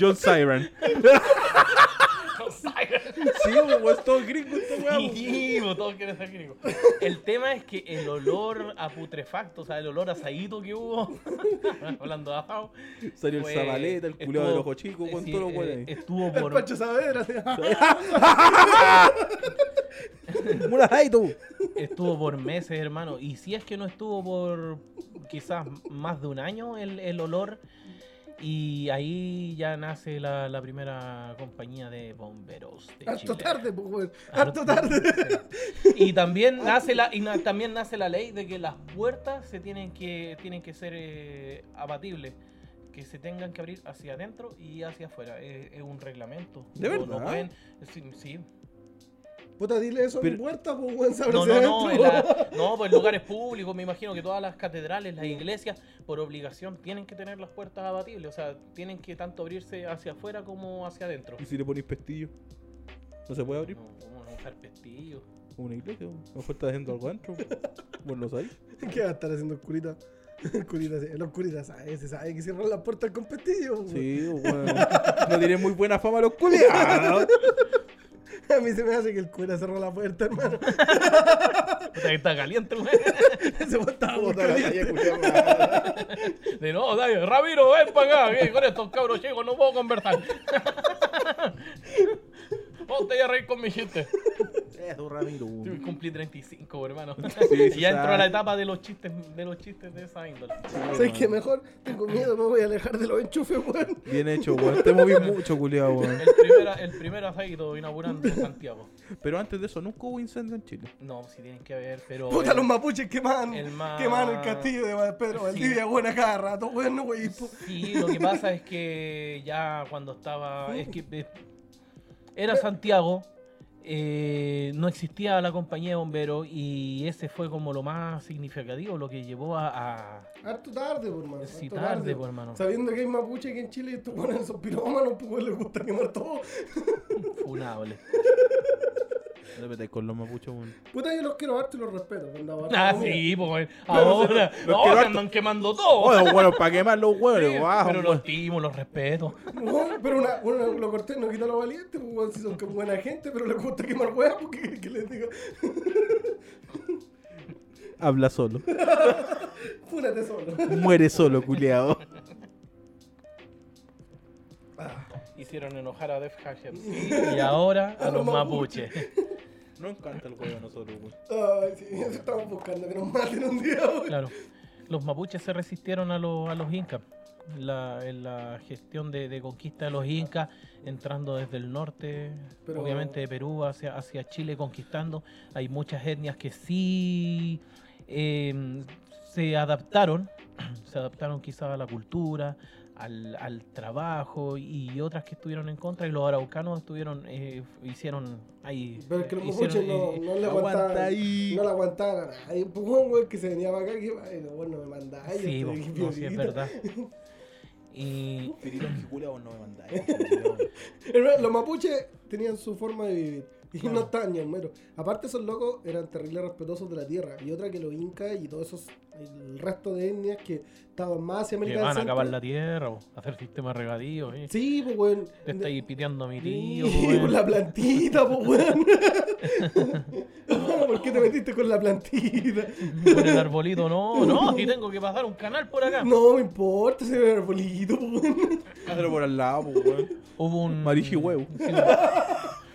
E: John Siren. Sí, bu, weón, es todo gringo esta weá. bu.
F: Sí, bo, todos quieren ser gringos. El tema es que el olor a putrefacto, o sea, el olor a asadito que hubo, hablando de asado,
E: Salió el
F: fue-
E: Zabaleta, el culiado del
F: estuvo-
E: ojo chico, con
F: sí,
E: todo lo
F: eh,
E: weón. ahí.
F: Estuvo
D: El
F: por,
D: Pancho Saavedra. así, "Ah,
E: Una Jaito.
F: estuvo por meses, hermano. Y si es que no estuvo por quizás más de un año el, el olor. Y ahí ya nace la, la primera compañía de bomberos. De
D: Harto
F: Chile.
D: tarde, pues, weón. Harto tarde.
F: Y también nace la y na- también nace la ley de que las puertas se tienen que tienen que ser eh, abatibles, que se tengan que abrir hacia adentro y hacia afuera. Eh, Es, es un reglamento.
E: ¿De
F: No- no
E: verdad?
F: pueden- sí, sí.
D: Puta, dile eso a mi
E: Pero-
D: puerta, pues, weón. sabrá
F: No,
D: si
F: no, no, en
D: adentro.
F: la- no, pues en lugares públicos, me imagino que todas las catedrales, las iglesias, por obligación tienen que tener las puertas abatibles, o sea, tienen que tanto abrirse hacia afuera como hacia adentro.
E: ¿Y si le ponéis pestillo? ¿No se puede abrir?
F: No, ¿cómo no usar pestillo?
E: Una iglesia, bu. a lo mejor está haciendo algo adentro. bu. Vos lo sabéis.
D: ¿Qué va a estar haciendo oscurita? Oscurita, sí. La oscurita sabe, se sabe que cierran las puertas con pestillo. weón.
E: Sí, bu, weón. No tiene muy buena fama los culiados.
D: A mí se me hace que el cura cerró la puerta, hermano.
F: Puta, que está caliente, güey.
D: Ese weón estaba muy
E: Puta, la
D: caliente.
E: talla, culiao.
F: De no, dale, Ramiro, ven para acá, que con estos cabros chicos no puedo conversar. Ponte ya a reír con mi chiste.
E: Eso, Ramiro. bu.
F: Yo Cumplí 35, hermano.
E: Sí, sí,
F: ya entro a
E: sabe.
F: la etapa de los chistes, de los chistes de esa índole.
D: ¿Sabes qué? Mejor tengo miedo, me voy a alejar de los enchufes, weón.
E: Bien hecho, weón. Te moví mucho, culiado, weón.
F: El primer, el primer asadito inaugurando en Santiago.
E: Pero antes de eso, nunca hubo incendio en Chile.
F: No, si tienen que haber, pero. eh,
D: Puta,
F: el-
D: los mapuches quemaban,
F: el ma-
D: quemaban el castillo de Pedro Valdivia, buena cada rato, bueno, güey. po.
F: Sí, lo que pasa es que ya cuando estaba. Es que eh, era Santiago, eh, no existía la compañía de bomberos y ese fue como lo más significativo, lo que llevó a. a-
D: Harto tarde, por hermano.
F: Sí,
D: harto
F: tarde, po, hermano.
D: Sabiendo que hay mapuche que en Chile, estos ponen esos pirómanos, pues güey, les gusta quemar todo.
F: funable.
E: No metáis con los mapuches, weón.
D: Puta, yo los quiero harto y los respeto. pero la verdad,
F: Ah,
D: mira,
F: sí, pues ahora.
E: se- los quiero
F: No, se
E: harto.
F: andan quemando todo.
E: Oh, Bueno, bueno, para quemar los huevos, ah,
F: Sí,
E: guau, pues.
F: pero
E: weón.
F: los timos, los respetos.
D: güey, pero una, una, lo corté, no quita lo valiente, pues güey, si son con buena gente, pero les gusta quemar huevas, porque ¿qué- qué les digo,
E: Habla solo.
D: fúnate solo.
E: Muere solo, culiado.
F: Hicieron enojar a Def Hacker. Y ahora a
D: A los
F: los mapuches.
E: No encanta el huevo a nosotros, weón.
D: Ay, sí, eso estamos buscando, que nos maten un día, güey.
F: Claro. Los mapuches se resistieron a, los a los incas. La, en la gestión de, de conquista de los incas, entrando desde el norte,
D: Pero-
F: obviamente de Perú hacia, hacia Chile, conquistando. Hay muchas etnias que sí eh, se adaptaron, se adaptaron quizás a la cultura, al, al trabajo y otras que estuvieron en contra. Y los araucanos estuvieron, eh, hicieron ahí.
D: Pero es que los
F: hicieron,
D: mapuches no,
F: eh,
D: no le
E: aguanta
D: aguantaban.
E: ahí.
D: No le aguantaban. Hay un pujón, güey, que se venía para acá. Que, ay, no, bueno, me mandaba. Ay,
F: Sí,
D: yo
F: bo,
D: estoy aquí,
F: no, sí, es
D: piolita.
F: verdad. Y,
E: Pirilón que culiao no me mandáis.
D: Hermano, Los mapuches tenían su forma de vivir. Y no estaban ni en mero. Aparte, esos locos eran terribles respetuosos de la tierra. Y otra que los incas y todos esos. El resto de etnias que estaban más hacia
F: Que
D: América
F: van a
D: Centro.
F: acabar la tierra, bo, hacer sistema de regadío. ¿eh?
D: Sí, pues, weón.
F: Te estáis piteando a mi tío.
D: Sí,
F: weón.
D: con la plantita, pues, weón. ¿Por qué te metiste con la plantita?
F: Por el arbolito, no, no. Si tengo que pasar un canal por acá.
D: No me importa, se ve arbolito, pues, weón.
E: Hazlo por al lado, pues, po, weón.
F: Hubo un.
E: Marichi huevo.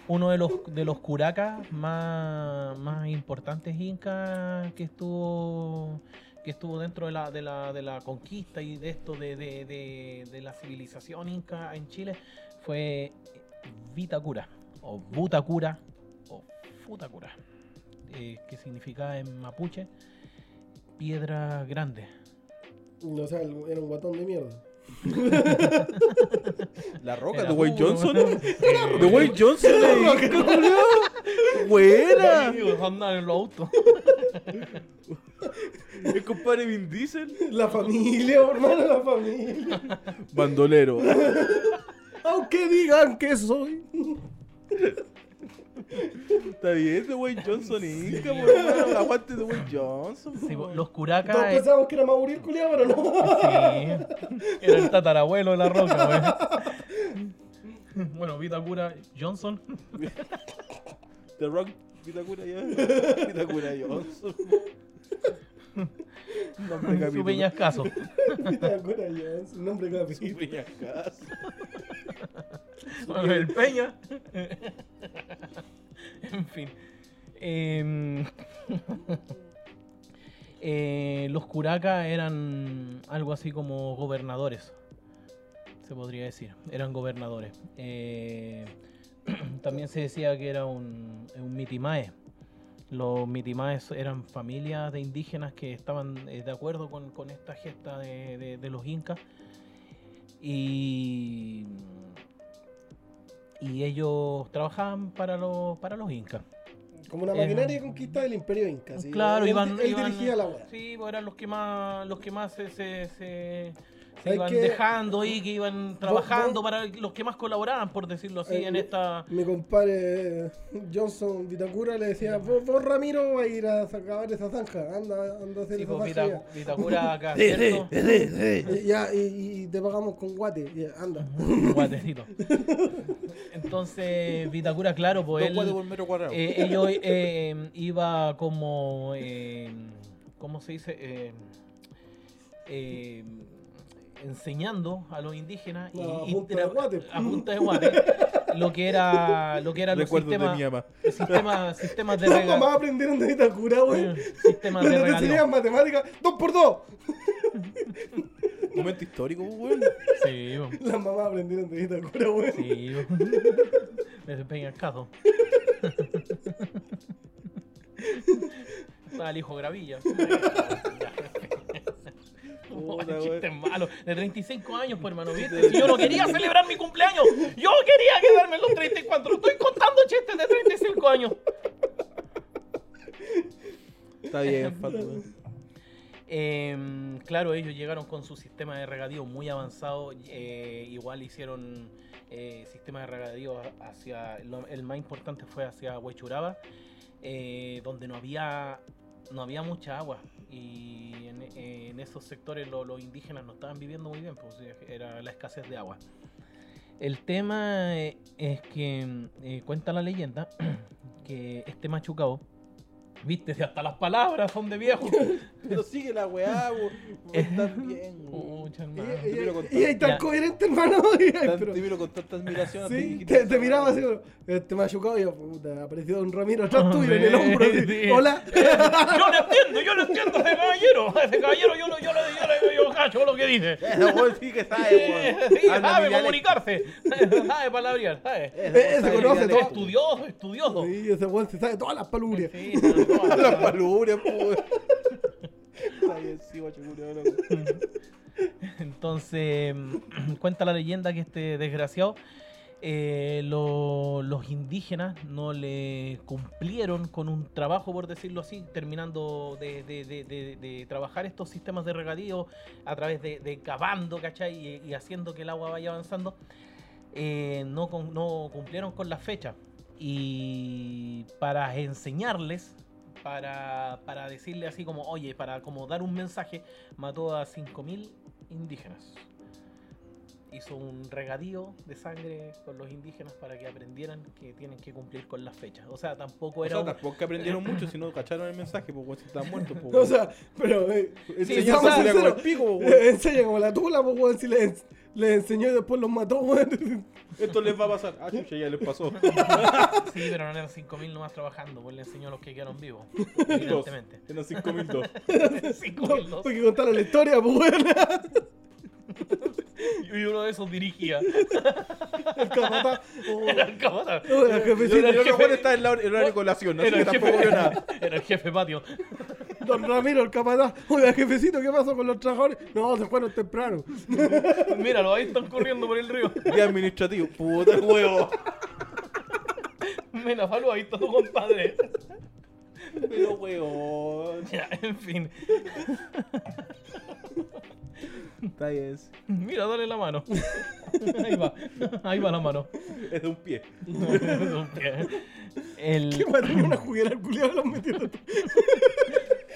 F: Uno de los, de los curacas más, más importantes incas que estuvo que estuvo dentro de la, de la, de la conquista y de esto de, de, de- de la civilización inca en Chile fue Vitacura o Butacura o Futacura eh, que significa en mapuche piedra grande
D: No, o sea, el- era un guatón de mierda.
E: La roca
F: Era
E: de Wayne
F: puro,
E: Johnson.
F: weón.
E: De Wayne Johnson. eh. Buena.
F: Amigos, andan en los autos.
E: El compadre Vin Diesel.
D: La familia, hermano, la familia.
E: Bandolero.
D: Aunque digan que soy.
E: Está bien, de Wayne Johnson. Inca, po, hermano. Aguante de Wayne Johnson. pues, po,
F: Sí, po,
E: weón.
F: los curacas.
D: Todos pensábamos que era Mauricio Culiado, pero no.
F: Sí. Era el tatarabuelo de la roca, güey. Bueno, Vita Cura Johnson.
E: The Rock. Vitacura ya. Vitacura Johnson. Nombre de
F: Su
E: capítulo.
F: peñascaso.
D: Mira, cura, ya, es un nombre
E: Su
D: capítulo.
E: peñascaso.
F: el peña. en fin. Em, eh, los curacas eran algo así como gobernadores. Se podría decir. Eran gobernadores. Eh, también se decía que era un, eh, un mitimae. Los mitimaes eran familias de indígenas que estaban eh, de acuerdo con, con esta gesta de, de- de los incas. Y, y ellos trabajaban para los, para los incas.
D: Como una maquinaria de conquista del imperio inca. ¿sí?
F: Claro,
D: él,
F: iban,
D: él
F: iban-
D: dirigía la weá.
F: Sí, pues eran los que más, los que más se, se, se- se
D: ¿Sabes
F: iban
D: qué?
F: dejando y que iban trabajando
D: vos-
F: para los que más colaboraban, por decirlo así,
D: Eh,
F: en esta.
D: Mi compadre eh, Johnson Vitacura le decía, vos, vos, Ramiro vas a ir a acabar esa zanja, anda, anda a hacer
F: Sí,
D: esa
F: pues,
D: zanja.
F: Vita- Vitacura acá,
E: Eh, eh,
F: ¿cierto?
E: eh, eh.
D: ya. Y, ya, y, y te pagamos con guate, ya, anda.
F: Guatecito. Entonces, Vitacura, claro, pues
E: Dos
F: él-
E: cuadros por metro cuadrado.
F: Eh, ello eh, iba como. eh, ¿Cómo se dice? Eh, eh, enseñando a los indígenas
D: No, a punta de guate.
F: a punta de guate, lo que era lo que eran los
E: Recuerdos de
F: sistemas
E: mi ama.
F: sistemas sistemas de
D: Los
F: rega,
D: mamás aprendieron de Vitacura, güey.
F: sistemas de
D: Cuando te enseñaban
F: regadío.
D: matemáticas, dos por dos.
E: Momento histórico, pues, weón.
F: Sí, bo,
D: Las mamás aprendieron de Vitacura, güey.
F: sí. bo. Me desempeña el caso. Estaba el hijo Gravilla. Ay,
E: Puta,
F: chiste
E: weón.
F: malo. De 35 años, pues, hermano. ¿viste? Si yo no quería celebrar mi cumpleaños. Yo quería quedarme en los 34. Estoy contando chistes de 35 años.
E: Está bien, Fato, weón.
F: Eh, claro, ellos llegaron con su sistema de regadío muy avanzado. eh, igual hicieron eh, sistema de regadío hacia. lo- el más importante fue hacia Huechuraba, eh, donde no había, no había mucha agua. Y en, en esos sectores lo- los indígenas no estaban viviendo muy bien, pues eh, era la escasez de agua. El tema eh, es que eh, cuenta la leyenda que este machucao. Viste, si hasta las palabras son de viejo.
E: Pero sigue la weá, weón.
D: Eh,
E: Está bien, weón.
F: Pucha,
D: Y,
F: hermano.
E: te quiero
D: y,
E: contar.
D: y, ahí tan
F: Ya.
D: coherente, hermano. Y-
E: Tan-
D: pero-
E: Te miro con tanta admiración. hasta
D: Sí,
E: que-
D: te, te miraba así, como, este machucado y yo, puta, apareció Don Ramiro atrás tuyo en el hombro. así,
F: Sí.
D: Hola.
F: Eh, Yo lo entiendo, yo lo entiendo a ese caballero. A ese caballero yo lo, yo lo, yo lo- yo cacho lo que dice.
E: Esa weón Eh, sí que sabe,
F: Eh,
E: weón.
F: Sí,
E: Habla mi
F: sabe
E: dialecto.
F: comunicarse. Sabe palabrear, sabe.
E: Esa weón
D: Eh, se
E: sabe mi
D: conoce
E: dialecto.
D: todo.
F: Estudioso, estudioso.
D: Sí, ese weón se sabe todas las palurias.
F: Sí, sabe todo.
E: Las palurias, po, weón. Está bien, sí, guacho, culiao, loco.
F: Entonces, cuenta la leyenda que este desgraciado, eh, lo- los indígenas no le cumplieron con un trabajo, por decirlo así, terminando de, de- de- de- de trabajar estos sistemas de regadío a través de, de cavando, ¿cachai? Y, y haciendo que el agua vaya avanzando. eh, no, con- no cumplieron con la fecha. Y para enseñarles, para, para decirle así como, oye, para como dar un mensaje, mató a 5.000 indígenas. Hizo un regadío de sangre con los indígenas para que aprendieran que tienen que cumplir con las fechas. O sea, tampoco
E: O
F: era
E: sea,
F: un-
E: tampoco que aprendieron mucho, si no cacharon el mensaje, pues weón, si estaban muertos, po,
D: O
E: weón.
D: sea, pero. Eh,
E: Sí,
D: si
E: yo
D: estamos
E: sabía como
D: sinceros,
E: el pico, po, weón.
D: eh, enseña como la tula, pues, weón. Si le, le enseñó y después los mató, weón.
E: Esto les va a pasar. Ah, chucha, ya les pasó.
F: Sí, pero no eran 5.000 nomás trabajando, pues le enseñó a los que quedaron vivos,
E: Dos.
F: evidentemente.
E: Eran 5002.
D: No,
F: 5.000
D: Porque contaron la historia, pues, weón.
F: y uno de esos dirigía.
D: El capataz. oh,
F: Era el camarada.
D: oh, el
E: Yo
D: jefecito.
E: yo
F: jefe.
E: recuerdo estar en la hora en la hora de colación, así
F: Era
E: que
F: el
E: tampoco veo
F: jefe,
E: nada.
F: era el jefe patio.
D: Don Ramiro, el capataz. Oiga, jefecito, ¿qué pasó con los trabajadores? No, se fueron temprano.
F: Míralo, ahí están corriendo por el río.
E: Día administrativo. Puta el huevo.
F: Mira, Falu, ahí está tu compadre.
E: Pero huevo.
F: Ya, en fin.
E: Está bien. Es
F: Mira, dale la mano. Ahí va. Ahí va la mano.
E: es de un pie.
D: Qué
F: El...
D: bueno, tenía una juguera al culiado, los metieron.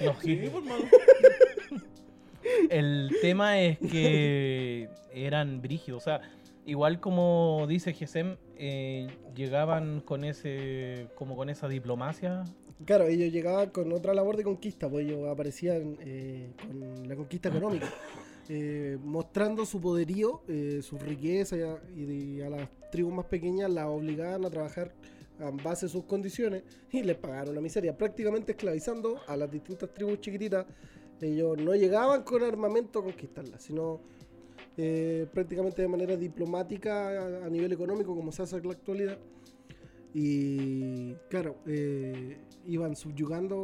F: los
E: Sí,
F: hit-
E: por mano.
F: El tema es que eran brígidos. O sea, igual como dice Gesem, eh, llegaban con ese como con esa diplomacia.
D: Claro, ellos llegaban con otra labor de conquista, pues ellos aparecían eh, con la conquista económica, eh, mostrando su poderío, eh, su riqueza y a, y de- a las tribus más pequeñas las obligaban a trabajar a base de sus condiciones y les pagaron la miseria, prácticamente esclavizando a las distintas tribus chiquititas. Ellos no llegaban con armamento a conquistarlas, sino eh, prácticamente de manera diplomática a, a nivel económico, como se hace en la actualidad. Y claro, eh, iban subyugando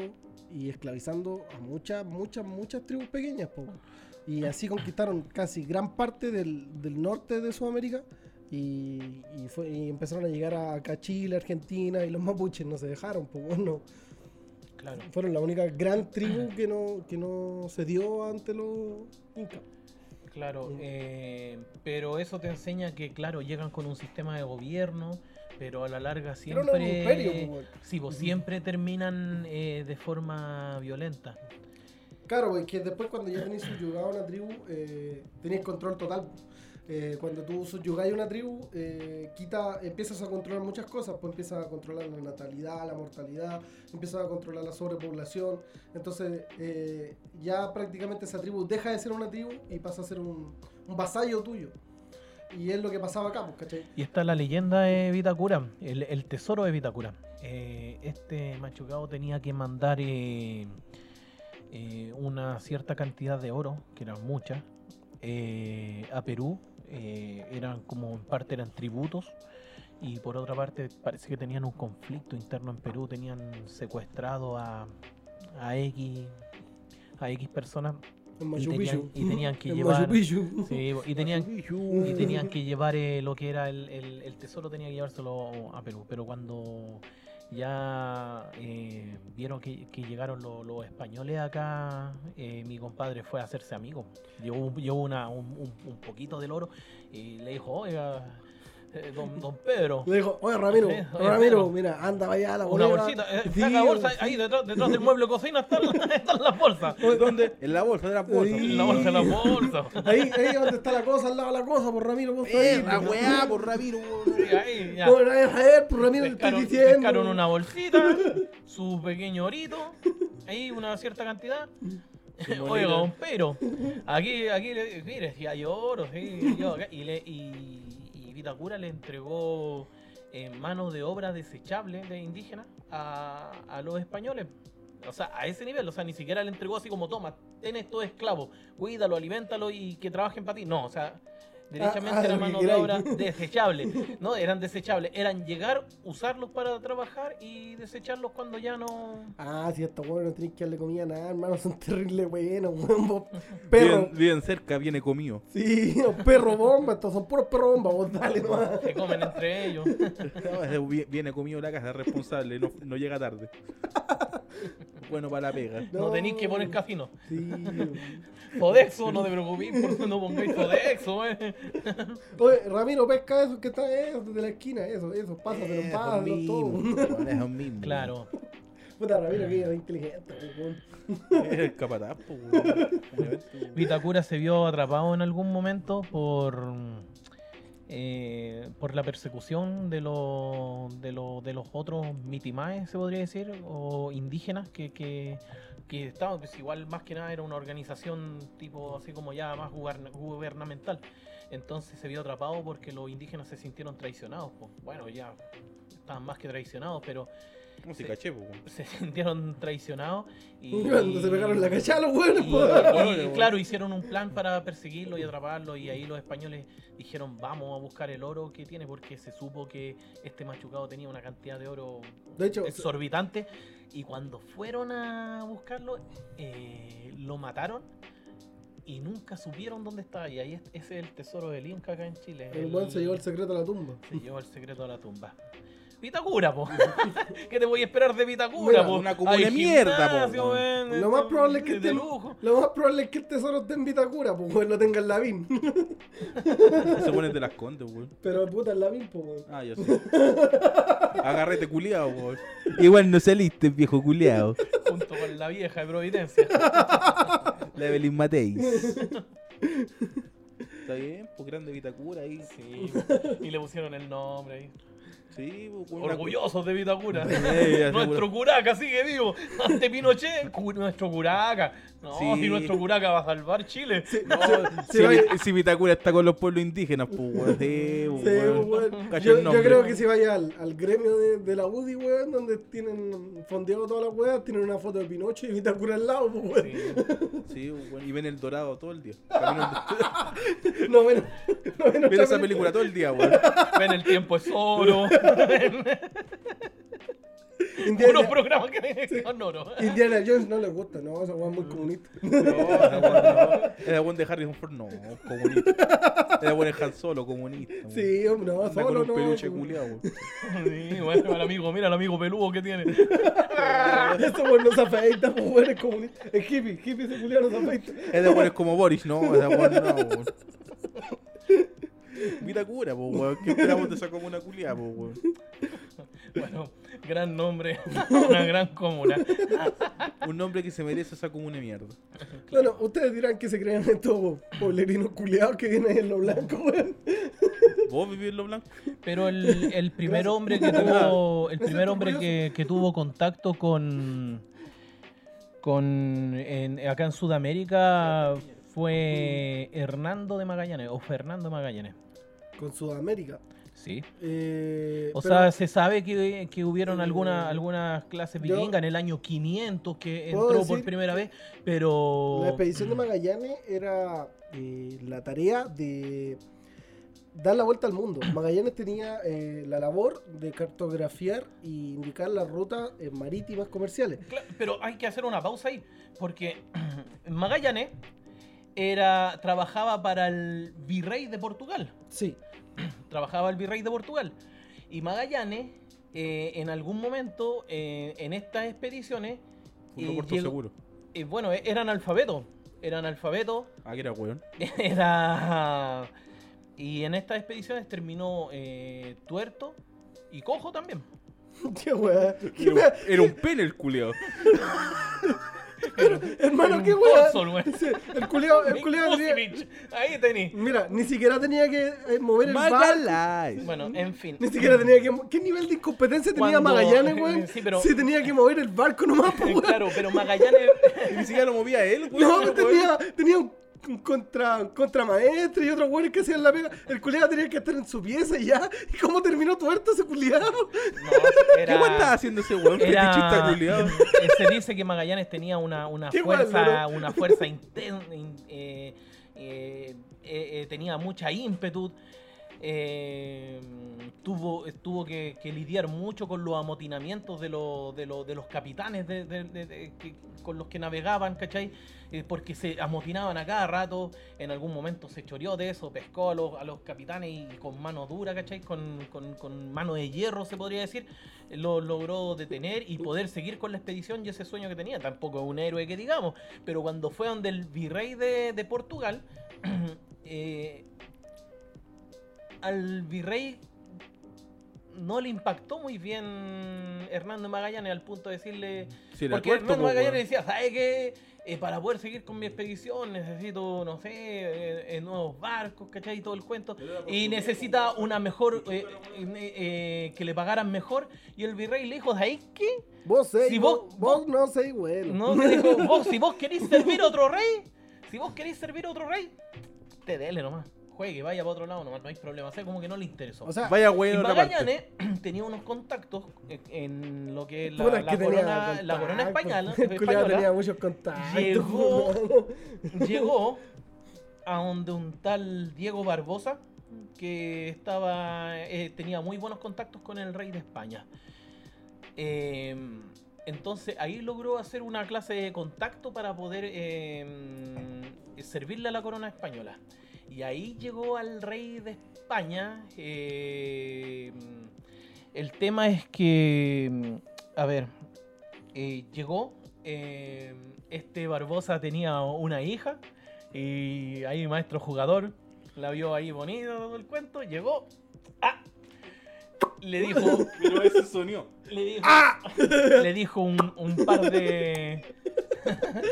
D: y esclavizando a muchas, muchas, muchas tribus pequeñas. po. Y así conquistaron casi gran parte del, del norte de Sudamérica. Y, y fue, y empezaron a llegar a, acá a Chile, Argentina y los mapuches no se dejaron. po, no.
F: Claro.
D: Fueron la única gran tribu que no, que no se dio ante los incas.
F: Claro,
D: Mm.
F: eh, pero eso te enseña que, claro, llegan con un sistema de gobierno, pero a la larga
D: Era
F: siempre.
D: un imperio. po, weón.
F: Sí, vos, siempre terminan eh, de forma violenta.
D: Claro, güey, que después cuando ya tenéis subyugado a una tribu, eh, tenéis control total. Eh, cuando tú subyugáis una tribu, eh, quita, empiezas a controlar muchas cosas, pues empiezas a controlar la natalidad, la mortalidad, empiezas a controlar la sobrepoblación. Entonces, eh, ya prácticamente esa tribu deja de ser una tribu y pasa a ser un, un vasallo tuyo. Y es lo que pasaba acá, pues, ¿cachai?
F: Y está la leyenda de Vitacura, el, el tesoro de Vitacura. Eh, este machucado tenía que mandar eh, eh, una cierta cantidad de oro, que eran muchas, eh, a Perú. Eh, eran como en parte eran tributos y por otra parte parece que tenían un conflicto interno en Perú, tenían secuestrado a, a X a X personas
D: En
F: y
D: Machu Picchu.
F: tenían, y tenían que
D: En
F: llevar
D: Machu Picchu.
F: sí, y tenían y tenían que llevar eh, lo que era el, el- el tesoro, tenía que llevárselo a Perú. Pero cuando ya eh, vieron que, que llegaron lo- los españoles acá, eh, mi compadre fue a hacerse amigo. Llevó, un- llevó una- un, un- un poquito del oro y le dijo, oiga, eh, don, don Pedro.
D: Le dijo, oye Ramiro,
F: Eh, oye,
D: Ramiro,
F: Pedro.
D: mira, anda vaya a la
F: Una
D: bolera".
F: bolsita, eh,
D: Sí,
F: saca la bolsa,
D: sí.
F: ahí detrás, detrás del mueble de cocina están, están las bolsas.
E: ¿Dónde? En la bolsa, de la bolsa.
D: Sí.
F: En La bolsa, en la bolsa.
D: Ahí, ahí donde está la cosa, al lado de la cosa, por Ramiro, vos
F: Eh,
D: sabés.
E: la
F: pues,
E: weá, por Ramiro.
F: Sí, ahí, ya.
D: Por ahí, a ver, por Ramiro, te estoy
F: pescaron,
D: diciendo. pues.
F: pescaron una bolsita, su pequeño orito, ahí una cierta cantidad. Oiga, don Pedro, aquí, aquí, le- mire, si hay oro, sí, yo acá. Y, le, y, y Vitacura le entregó eh, manos de obra desechable de indígenas a, a los españoles. O sea, a ese nivel, o sea, ni siquiera le entregó así como, toma, ten estos esclavos, cuídalo, aliméntalo y que trabajen para ti. No, o sea, derechamente
D: ah, lo
F: era
D: que
F: mano de
D: queráis.
F: obra desechable. No, eran desechables, eran llegar, usarlos para trabajar y desecharlos cuando ya no...
D: Ah, si estos huevos no tenéis que darle comida a nada, hermano, son terribles buenos, weón. vos. Perro.
E: Viven, viven cerca, viene comido.
D: Sí, los perros bomba, estos son puros perros bomba, vos dale nomás.
F: Se comen entre ellos.
E: No, ese vi- Viene comido la casa, es responsable, no, no llega tarde. Bueno, para la pega.
F: No, tenéis que poner casino.
D: Sí.
F: Sodexo, no te preocupéis, por eso no pongáis Sodexo, eh.
D: Oye, Ramiro, pesca esos que están esos de la esquina, esos, esos, pásatelo,
E: Eh,
D: pásatelo,
E: es lo
D: todo.
E: mismo, weón, es lo mismo.
F: Claro.
D: Puta, Ramiro, que era inteligente, pues, weón.
E: Es el capataz, po, weón. Obviamente.
F: Vitacura se vio atrapado en algún momento por eh, por la persecución de los de, los de los otros mitimaes se podría decir o indígenas que, que, que estaban pues igual más que nada era una organización tipo así como ya más guberna- gubernamental entonces se vio atrapado pues. porque los indígenas se sintieron traicionados po. bueno ya estaban más que traicionados pero
E: ¿Cómo se
F: Sí.
E: caché, po, weón?
F: se sintieron traicionados y,
D: Cuando se pegaron la cachada los pues. buenos,
F: y-
D: po.
F: y, claro, hicieron un plan para perseguirlo y atraparlo y ahí los españoles dijeron vamos a buscar el oro que tiene porque se supo que este machucado tenía una cantidad de oro
D: De hecho,
F: exorbitante y cuando fueron a buscarlo eh, lo mataron y nunca supieron dónde estaba y ahí es- ese es el tesoro del Inca acá en Chile.
D: el buen se llevó el secreto a la tumba.
F: se llevó el secreto a la tumba. Pitacura, po. ¿Qué te voy a esperar de Pitacura,
D: Mira,
F: po?
E: una comuna
F: Hay
E: de mierda, po,
F: gimnasio,
E: weón.
F: weón,
D: Lo más
F: de-
D: probable es que
F: de
D: esté-
F: lujo.
D: Lo más probable es que el tesoro esté en Vitacura, pues weón, lo tenga en Lavín.
E: Se ponen de las condes, weón.
D: Pero puta, en Lavín, pues weón.
E: Ah, yo sé. Agarrete culiado, weón. Igual no saliste, viejo culiado.
F: Junto con la vieja de Providencia.
E: Levelin Mateis. Está bien, pues grande Vitacura ahí.
F: Sí, y le pusieron el nombre ahí.
E: Sí, pues, weón, una-
F: Orgullosos de Vitacura.
E: Eh, así,
F: nuestro
E: weón.
F: curaca sigue vivo. Ante Pinochet, cu- nuestro curaca. No,
E: Sí.
F: y nuestro curaca va a salvar Chile.
E: Oh, No,
D: Sí,
E: si,
D: vaya-
E: si Vitacura está con los pueblos indígenas, pues, weón. Sí,
D: Sí,
E: weón.
D: weón.
E: Cacho el
D: Yo, yo
E: nombre.
D: creo que si vaya al, al gremio de, de la UDI, weón, donde tienen fondeado todas las weas, tienen una foto de Pinocho y Vitacura al lado, pues weón.
F: Sí.
E: Sí, weón. Y ven el dorado todo el día. Camino-
D: No ven, no ven
E: Ven
D: otra
E: esa película todo el día, weón.
F: Ven, el tiempo es oro.
D: Indiana,
F: Unos programas que tienen con oro.
D: Indiana Jones no le gusta, no, esa wea es muy comunista.
E: Era buen de Harrison Ford, no, comunista. Era buen Han Solo, comunista. weón.
D: Sí, hombre, no,
E: Anda con
D: solo
E: un
D: no.
E: peluche
D: pues,
E: culiao, weón.
F: Sí, bueno, el amigo, mira el amigo peludo que tiene.
D: Eso weón no se afeita, pues weón, es comunista. Es hippie, hippie ese culiao no se afeita.
E: Ese weón es como Boris, no, ese weón no, weón. Mira cura, po, weón. ¿Qué esperamos de esa comuna culiada, po, weón?
F: Bueno, gran nombre, una gran comuna.
E: Un nombre que se merece esa comuna de mierda.
D: Bueno, ustedes dirán que se creen estos poblerinos culiados que vienen en lo blanco, weón.
E: ¿Vos vivís en lo blanco?
F: Pero el, el primer hombre que tuvo, el primer hombre que, que tuvo contacto con, con en- acá en Sudamérica fue Hernando de Magallanes o Fernando de Magallanes.
D: Con Sudamérica.
F: Sí.
D: Eh,
F: O
D: pero
F: sea, se sabe que, que hubieron
D: Eh,
F: alguna, algunas clases
D: yo-
F: vikingas en el año 500 que
D: ¿Puedo
F: entró por
D: decir?
F: primera vez, pero...
D: la expedición de Magallanes era eh, la tarea de dar la vuelta al mundo. Magallanes tenía eh, la labor de cartografiar y indicar las rutas eh, marítimas comerciales.
F: Cla- Pero hay que hacer una pausa ahí, porque Magallanes era, trabajaba para el virrey de Portugal.
D: Sí.
F: Trabajaba el virrey de Portugal. Y Magallanes, eh, en algún momento, eh, en estas expediciones,
E: Un
F: eh,
E: Puerto
F: llegó-
E: seguro.
F: eh, bueno, e- era analfabeto. Era analfabeto,
E: Ah, que era weón.
F: era... Y en estas expediciones terminó eh, tuerto y cojo también.
D: qué weá. Qué
E: Era,
D: weá.
E: un- era un pene el culiao.
D: Hermano, qué
F: Un
D: weá.
F: cónsul, weón.
D: Sí, el culiao, el culiao tenía-
F: Vucevic, Ahí tení.
D: Mira, ni siquiera tenía que eh, mover el bar.
E: Magallanes.
F: Bueno, en fin.
D: Ni siquiera tenía que. mo- ¿Qué nivel de incompetencia tenía
F: Cuando-
D: Magallanes, weón?
F: Sí, pero-
D: Si tenía que mover el barco nomás, po,
F: Eh,
D: weón.
F: Claro, pero Magallanes.
E: Y Ni siquiera lo movía él, weón.
D: No, pues,
E: weón.
D: tenía, tenía un, un contra, un contramaestre y otros weones que hacían la pega. El culiado tenía que estar en su pieza y ya. ¿Y cómo terminó tuerto ese culiado?
F: No,
E: ¿Qué
F: era.
E: weón estaba haciendo ese weón? Fetichista
F: era
E: culiao.
F: eh, se dice que Magallanes tenía una, una
D: Qué guay,
F: fuerza,
D: ¿no?
F: una fuerza intensa, eh, eh, eh, tenía mucha ímpetu, eh, tuvo, tuvo que, que lidiar mucho con los amotinamientos de, los de, los de los capitanes de- de- de- de- que- con los que navegaban, ¿cachai? Eh, porque se amotinaban a cada rato, en algún momento se choreó de eso, pescó a los, a los capitanes y con mano dura, ¿cachai? Con, con, con mano de hierro, se podría decir, lo logró detener y poder seguir con la expedición y ese sueño que tenía. Tampoco es un héroe que digamos, pero cuando fue donde el virrey de, de Portugal, eh, al virrey no le impactó muy bien Hernando Magallanes al punto de decirle...
E: Sí, era
F: Porque
E: tuerto,
F: Hernando
E: po, weón.
F: Magallanes decía, ¿sabes qué? Eh, para poder seguir con mi expedición necesito, no sé, eh, eh, nuevos barcos, ¿cachai? Y todo el cuento. Y necesita una mejor, eh, eh, eh, que le pagaran mejor. Y el virrey le dijo, ¿sabes qué?
D: Vos sé,
F: Si
D: vos,
F: vos-
D: vos no sé, bueno.
F: No, le dijo, vos, si vos querés servir a otro rey, si vos querés servir a otro rey, te dele nomás. juegue, vaya para otro lado, nomás no hay problema. O sea, como que no le interesó.
D: O sea,
E: Vaya güey
F: y
E: en otra parte.
F: Magallanes tenía unos contactos eh, en lo que es la,
D: puta, es
F: la
D: que tenía
F: corona, la corona
D: contacto.
F: española.
D: El culiao
F: española.
D: tenía muchos contactos.
F: Llegó-
D: weón.
F: llegó a donde un tal Diego Barbosa que estaba eh, tenía muy buenos contactos con el rey de España. Eh, entonces ahí logró hacer una clase de contacto para poder eh, servirle a la corona española. Y ahí llegó al rey de España. eh, el tema es que, a ver, eh, llegó. eh, este Barbosa tenía una hija. Y ahí maestro jugador la vio ahí bonita todo el cuento. Llegó. ¡Ah! Le dijo.
E: Pero ese sonido.
F: Le dijo,
E: Ah.
F: le dijo un, un par de.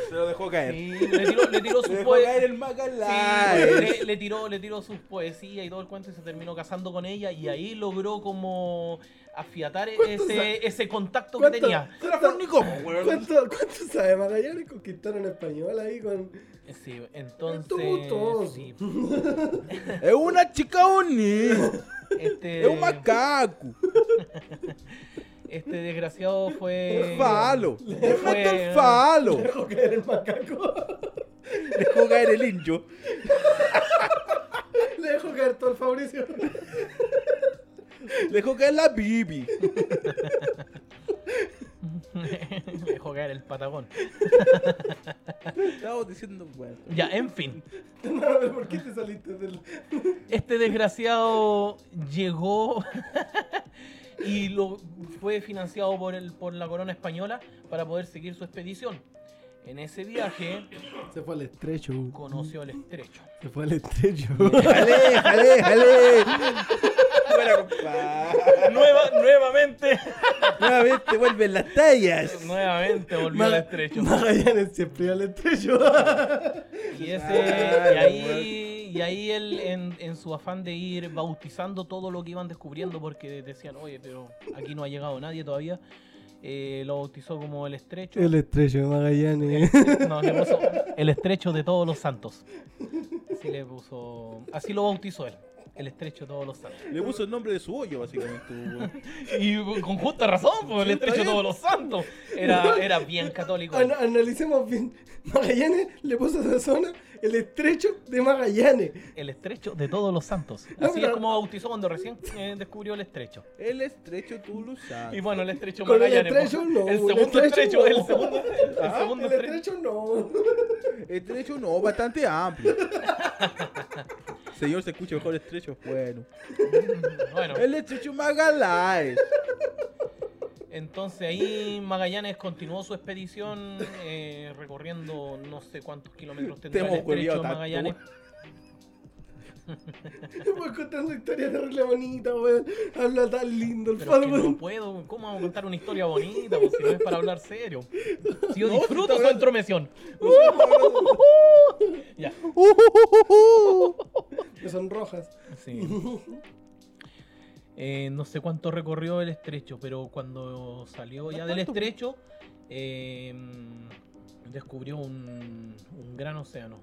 E: Se lo dejó caer.
F: Sí, pues. le tiró, le tiró
E: Se
F: sus
E: dejó caer
F: poe-
E: el
F: sí,
E: Magallanes.
F: le, le tiró, le tiró sus poesías y todo el cuento y se terminó casando con ella y ahí logró como afiatar ese, ese contacto que
D: ¿Cuánto-
F: tenía.
D: cuánto-
E: weón.
D: ¿Cuánto, ¿Cuánto sabe Magallanes conquistaron español ahí con.
F: Sí, entonces.
D: Tuto.
F: sí,
E: Es una chica bonita.
F: este,
E: Es un macaco.
F: este desgraciado fue.
E: Es falo.
F: fue-
E: Es mata el falo.
D: Dejó caer el macaco.
E: Dejó caer el indio.
D: Le dejó caer todo el Fabricio.
E: Dejó caer la bibi.
F: Dejó caer el patagón.
E: Estamos diciendo, weón.
F: Ya, en fin.
D: No, pero ¿por qué te saliste del.?
F: Este desgraciado llegó y lo, fue financiado por, el, por la corona española para poder seguir su expedición. En ese viaje
D: Se fue al estrecho.
F: conoció el estrecho.
D: Se fue al estrecho.
E: Jale, jale, jale. Buena, compadre.
F: Nueva, nuevamente.
E: Nuevamente vuelven las tallas.
F: Nuevamente volvió al
D: Maga-
F: estrecho.
D: Magallanes siempre iba al estrecho.
F: Y, ese,
E: Claro,
F: y ahí, y ahí él, en, en su afán de ir bautizando todo lo que iban descubriendo, porque decían, oye, pero aquí no ha llegado nadie todavía, eh, lo bautizó como el estrecho.
D: El estrecho de Magallanes.
F: No, le puso el estrecho de todos los santos. Así le puso. Así lo bautizó él. El estrecho de todos los santos.
E: Le puso el nombre de su hoyo, básicamente. weón.
F: Y con justa razón, pues el estrecho de todos los santos. Era, era bien católico.
D: Ana- analicemos bien. Magallanes le puso esa zona el estrecho de Magallanes.
F: El estrecho de todos los santos.
D: No,
F: Así es
D: pero-
F: como bautizó cuando recién eh, descubrió el estrecho.
E: El estrecho Tulusa.
F: Y bueno, el estrecho
D: Con el
F: Magallanes. pues,
D: estrecho, no,
F: el
D: el
F: segundo
D: estrecho,
F: estrecho,
D: no.
F: el segundo, el
D: Ah,
F: segundo
D: el
F: estrecho.
D: estrecho no.
E: Estrecho no, bastante amplio. Señor, se escucha mejor estrecho. Bueno.
F: Bueno,
E: El estrecho Magallanes.
F: entonces ahí Magallanes continuó su expedición eh, recorriendo no sé cuántos kilómetros tendrá el
E: hemos
F: estrecho
E: hueviado
F: de
E: tanto,
F: Magallanes.
D: Voy contando historias terrible bonita, weón. Habla tan lindo el
F: Pero es
D: Fado,
F: que no
D: weón.
F: puedo, ¿cómo vamos a contar una historia bonita? pues, si no es para hablar serio. Si yo
E: No, si está
F: disfruto su
E: hablando-
F: entromisión. Ya.
D: Que son rojas.
F: Sí. Eh, no sé cuánto recorrió el estrecho, pero cuando salió ya del estrecho, eh, descubrió un, un gran océano.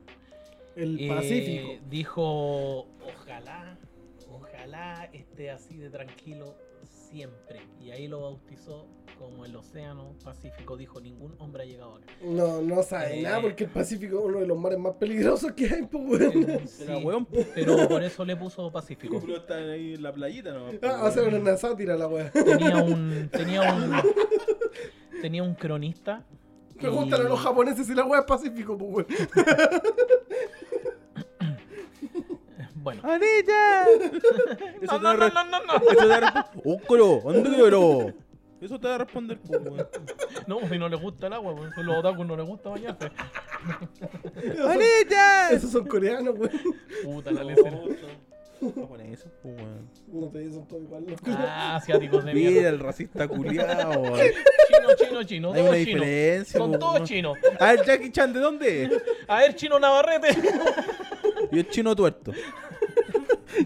D: El
F: Eh,
D: Pacífico.
F: Dijo, ojalá, ojalá esté así de tranquilo siempre. Y ahí lo bautizó como el océano Pacífico. Dijo, ningún hombre ha llegado acá.
D: No, no sabe
F: eh,
D: nada porque el Pacífico es uno de los mares más peligrosos que hay, pues,
F: Eh,
D: weón.
F: sí,
E: Era weón.
F: pero por eso le puso Pacífico.
E: Pero están ahí en la playita nomás.
D: Ah, hacer una sátira la weá.
F: Tenía un, tenía un, tenía un cronista.
D: Pregúntale a los japoneses si la weá es Pacífico, pues, weón.
F: Bueno.
E: ¡Anita! Eso te va
F: No, no,
E: a
F: no,
E: re-
F: no, no, no.
E: Eso te va a ¡Oh, responder. ¡Ócolo! ¡Andrero! Eso te va a responder, po, weón.
F: No, pues si no le gusta el agua, porque son los otakus no les gusta bañarse.
E: ¡Anita!
D: Esos son coreanos, weón.
F: Puta la lecera.
E: eso, po, weón.
D: No te dicen todo igual, los culiados.
F: Ah, asiáticos de
E: Mira
F: mierda.
E: el racista culiado.
F: Chino, chino, chino.
E: Hay una
F: Todos chinos.
E: diferencia. pues,
F: Son
E: po,
F: todos
E: weón.
F: chinos.
E: A ver, Jackie Chan, ¿de dónde es?
F: A ver, chino Navarrete.
E: Yo el chino tuerto.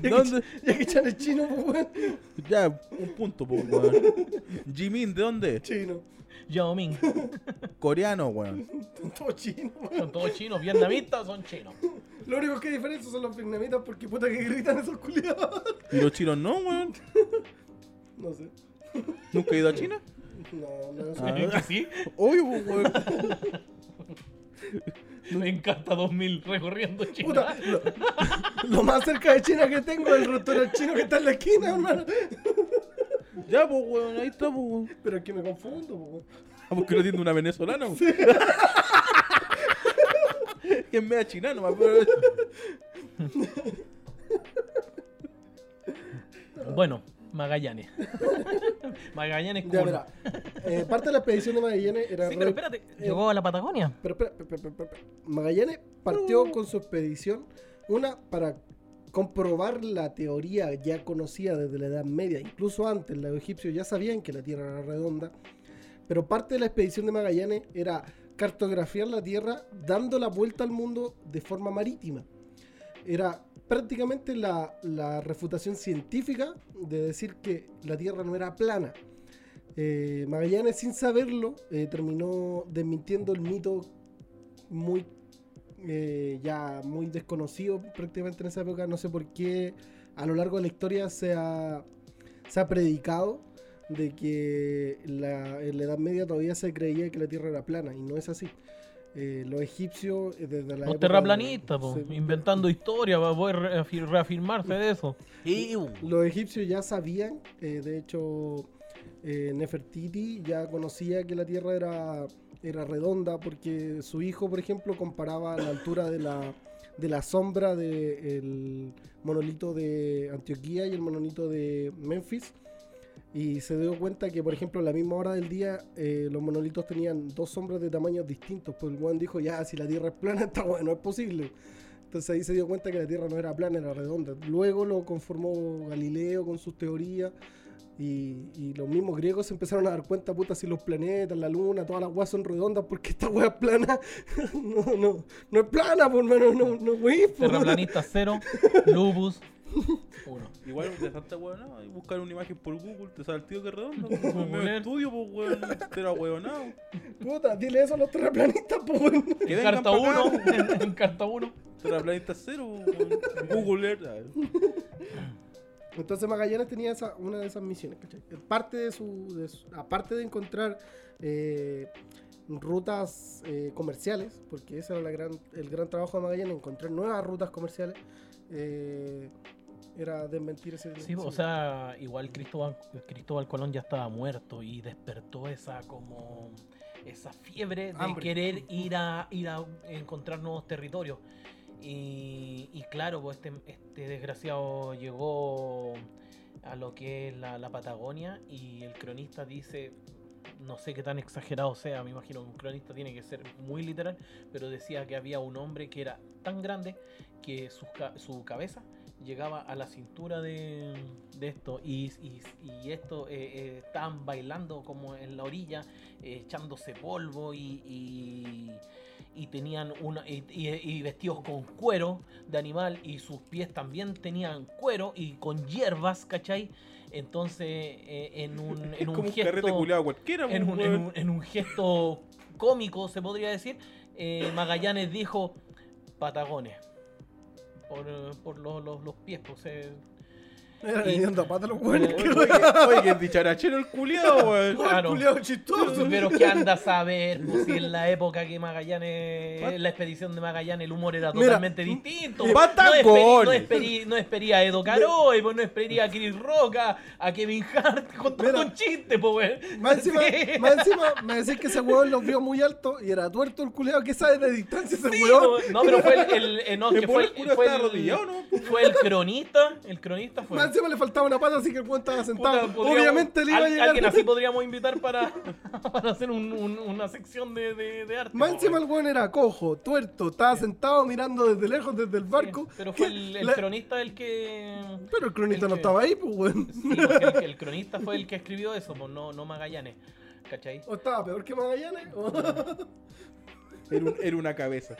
E: ¿Dónde?
D: Ya que Chan es chino, pues, weón.
E: Ya, un punto, po, weón. Jimin, ¿de dónde es?
D: Chino.
F: Yao Ming.
E: Coreano, weón.
D: Todo chino, weón.
F: Son todos chinos. Vietnamitas son chinos.
D: Lo único que diferencia son los vietnamitas porque puta que gritan esos culiados.
E: Y los chinos no, weón.
D: No sé.
E: Nunca he ido a China.
D: No, no sé.
E: Ah.
F: Que sí,
E: Obvio, pues, weón.
F: me encanta 2000 recorriendo China.
D: Puta, lo, lo más cerca de China que tengo es el restaurante chino que está en la esquina, hermano.
E: Ya, pues, weón, ahí está, pues, weón.
D: Pero es que me confundo, po, weón.
E: Ah, porque lo tiene una venezolana, weón. que es media china nomás, pero.
F: Bueno, Magallanes. Magallanes
D: Ya,
F: culo.
D: verá. Eh, parte de la expedición de Magallanes era.
F: Sí, pero
D: re-
F: espérate, llegó a la Patagonia.
D: Pero espera, espera, espera, espera, espera. Magallanes partió con su expedición, una para comprobar la teoría ya conocida desde la Edad Media, incluso antes los egipcios ya sabían que la Tierra era redonda, pero parte de la expedición de Magallanes era cartografiar la Tierra dando la vuelta al mundo de forma marítima. Era prácticamente la, la refutación científica de decir que la Tierra no era plana. Eh, Magallanes, sin saberlo, eh, terminó desmintiendo el mito muy eh, ya muy desconocido prácticamente en esa época. No sé por qué a lo largo de la historia se ha, se ha predicado de que la- en la Edad Media todavía se creía que la Tierra era plana y no es así. Eh, los egipcios eh, desde la
F: Los
D: época de-
F: terraplanistas, po,
D: sí.
F: inventando historia para poder reafir- reafirmarse de eso.
D: Los egipcios ya sabían, eh, de hecho, eh, Nefertiti ya conocía que la Tierra era, era redonda porque su hijo, por ejemplo, comparaba la altura de la, de la sombra del monolito de Antioquía y el monolito de Memphis. Y se dio cuenta que, por ejemplo, a la misma hora del día eh, los monolitos tenían dos sombras de tamaños distintos. Pues el weón dijo, ya, si la Tierra es plana, esta weá no es posible. Entonces ahí se dio cuenta que la Tierra no era plana, era redonda. Luego lo conformó Galileo con sus teorías. Y, y los mismos griegos se empezaron a dar cuenta, puta, si los planetas, la luna, todas las weas son redondas, porque esta wea es plana. no, no, no es plana, por menos, no, no, wey, po.
F: Terraplanista cero, Lupus uno.
E: Igual de tanta weón, hay buscar una imagen por Google, te sale el tío que es redondo. pues,
F: Como
E: weón. medio
F: Google.
E: estudio, pues, weón. Te era weonado.
D: Puta, dile eso a los terraplanistas, po. weón.
E: Que
F: En
E: vengan
F: carta
E: pa' acá,
F: 1,
E: pues,
F: en carta 1.
E: Terraplanista cero, weón. Google Earth. ah.
D: Entonces Magallanes tenía esa, una de esas misiones, ¿cachai? Parte de su, de su- aparte de encontrar eh, rutas eh, comerciales, porque ese era la gran, el gran trabajo de Magallanes, encontrar nuevas rutas comerciales, eh, era desmentir ese...
F: Sí, o
D: ese-
F: sea, igual Cristóbal, Cristóbal Colón ya estaba muerto y despertó esa como esa fiebre de
D: Hambre.
F: querer ir a ir a encontrar nuevos territorios. Y, y claro, pues este, este desgraciado llegó a lo que es la, la Patagonia y el cronista dice, no sé qué tan exagerado sea, me imagino que un cronista tiene que ser muy literal, pero decía que había un hombre que era tan grande que su, ca- su cabeza llegaba a la cintura de, de esto y, y, y esto eh, eh, estaban bailando como en la orilla, eh, echándose polvo y, y, y tenían una y, y- y vestidos con cuero de animal y sus pies también tenían cuero y con hierbas, ¿cachai? Entonces eh, en un,
E: Es
F: en un
E: como un
F: gesto
E: carrete culiado cualquiera, pues,
F: en un, en
E: weón.
F: un- en un gesto cómico, se podría decir, eh, Magallanes dijo Patagones. Por, eh, por lo- los, los pies, pues, eh,
D: Era
F: y-
D: viniendo a pata los weones,
E: Oye,
D: que-
E: oye, oye, que el dicharachero el culiado, weón.
F: claro.
D: culiao chistoso.
F: Pero que anda a saber pues, si en la época que Magallanes, en la expedición de Magallanes, el humor era
D: Mira,
F: totalmente distinto.
E: eh,
F: No esperí- No
E: Patagones.
F: esperí, no esperí a Edo Caroy, pues, no esperí a Chris Roca, a Kevin Hart, con,
D: Mira.
F: con chistes, pues. weón.
D: Más encima,
F: Sí.
D: más encima me decís que ese weón los vio muy alto y era tuerto el culeado que sabe de distancia ese
F: Sí,
D: weón.
F: pues, no, pero fue el, el, eh, no,
E: El
F: que fue,
E: pobre culo
F: el- fue
E: está
F: el-
E: arrodillado, ¿no?
F: fue el cronista, el cronista fue.
D: Más encima le faltaba una pata, así que el weón estaba
F: Puta,
D: sentado.
F: podríamos-
D: Obviamente le iba a
F: al-
D: llegar.
F: Alguien así podríamos invitar para, para hacer un- un- una sección de, de, de arte.
D: Más
F: po,
D: encima el
F: weón.
D: weón era cojo, tuerto, estaba sentado mirando desde lejos, desde el barco.
F: Pero fue
D: que
F: el, el
D: la-
F: cronista el que.
D: Pero el cronista
F: el
D: no
F: que-
D: estaba ahí, pues weón.
F: Sí, porque el, el cronista fue el que escribió eso, po, no, no Magallanes. ¿Cachai?
D: O estaba peor que Magallanes, o la
E: Era, un- era una cabeza.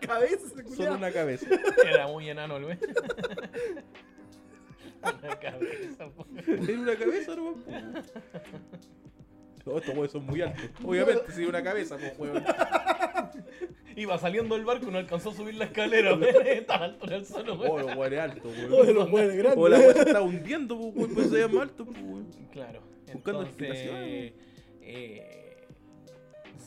D: cabeza ese
E: Solo
D: culiao.
E: una cabeza.
F: Era muy enano el güey. Una cabeza, po.
E: Era una cabeza, no No, estos huevos son muy altos. Obviamente, si era una cabeza, pues, weón.
F: Iba saliendo del barco y no alcanzó a subir la escalera. weón. Estaba alto en el suelo,
E: Oh,
F: weón.
E: los weones altos,
D: Oh, de
E: weón.
D: los buenos grandes.
E: O la weá se está hundiendo, pues, weón, pues se llama alto, pues, weón.
F: Claro.
E: Buscando
F: Entonces,
E: explicaciones.
F: eh,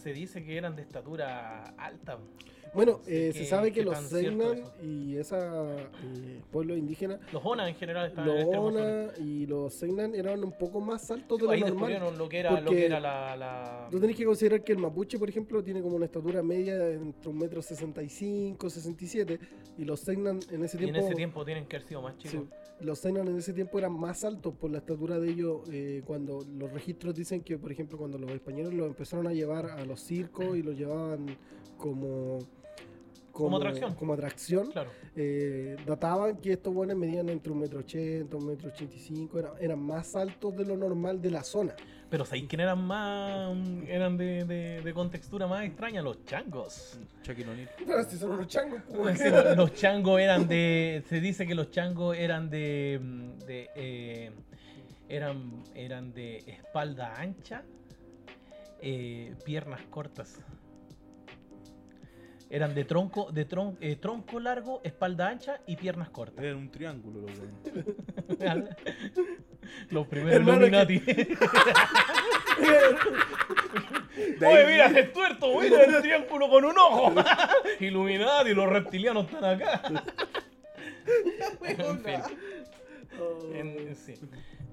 F: se dice que eran de estatura alta. weón.
D: Bueno,
F: Sí,
D: eh,
F: que-
D: se sabe que
F: que
D: los
F: tan cierto
D: Selknam
F: eso.
D: y esa eh, pueblo indígena,
F: Los Onas en general estaban en el
D: los
F: extremo sur.
D: Ona y los Selknam eran un poco más altos de lo
F: Ahí
D: normal.
F: descubrieron lo que era, lo
D: porque
F: que era la, la-
D: Tú tenés que considerar que el mapuche, por ejemplo, tiene como una estatura media de entre un metro sesenta y cinco, sesenta y siete, y los Selknam en ese
F: Y en
D: tiempo...
F: ese tiempo tienen que haber sido más chicos.
D: sí, los Selknam en ese tiempo eran más altos por la estatura de ellos eh, cuando los registros dicen que, por ejemplo, cuando los españoles los empezaron a llevar a los circos y los llevaban como...
F: Como atracción.
D: Como atracción.
F: Claro.
D: eh, databan que estos buenos medían entre 1,80m, 1,85m, eran, eran más altos de lo normal de la zona.
F: Pero ¿sabéis quién eran más. mm, eran de, de, de contextura más extraña? Los changos.
E: Shaquille O'Neal.
D: Pero si son unos changos, pues.
F: Sí, los changos eran de. Se dice que los changos eran de. mm, de eh, eran, eran de espalda ancha, eh, piernas cortas. Eran de tronco, de tron- eh, tronco largo, espalda ancha y piernas cortas.
E: Era un triángulo, los weones.
F: Los primeros
D: Hermano,
F: Illuminati. Oye, mira, ese es tuerto, mira el triángulo con un ojo. Illuminati, los reptilianos están acá. En fin.
D: Eh,
F: En- sí.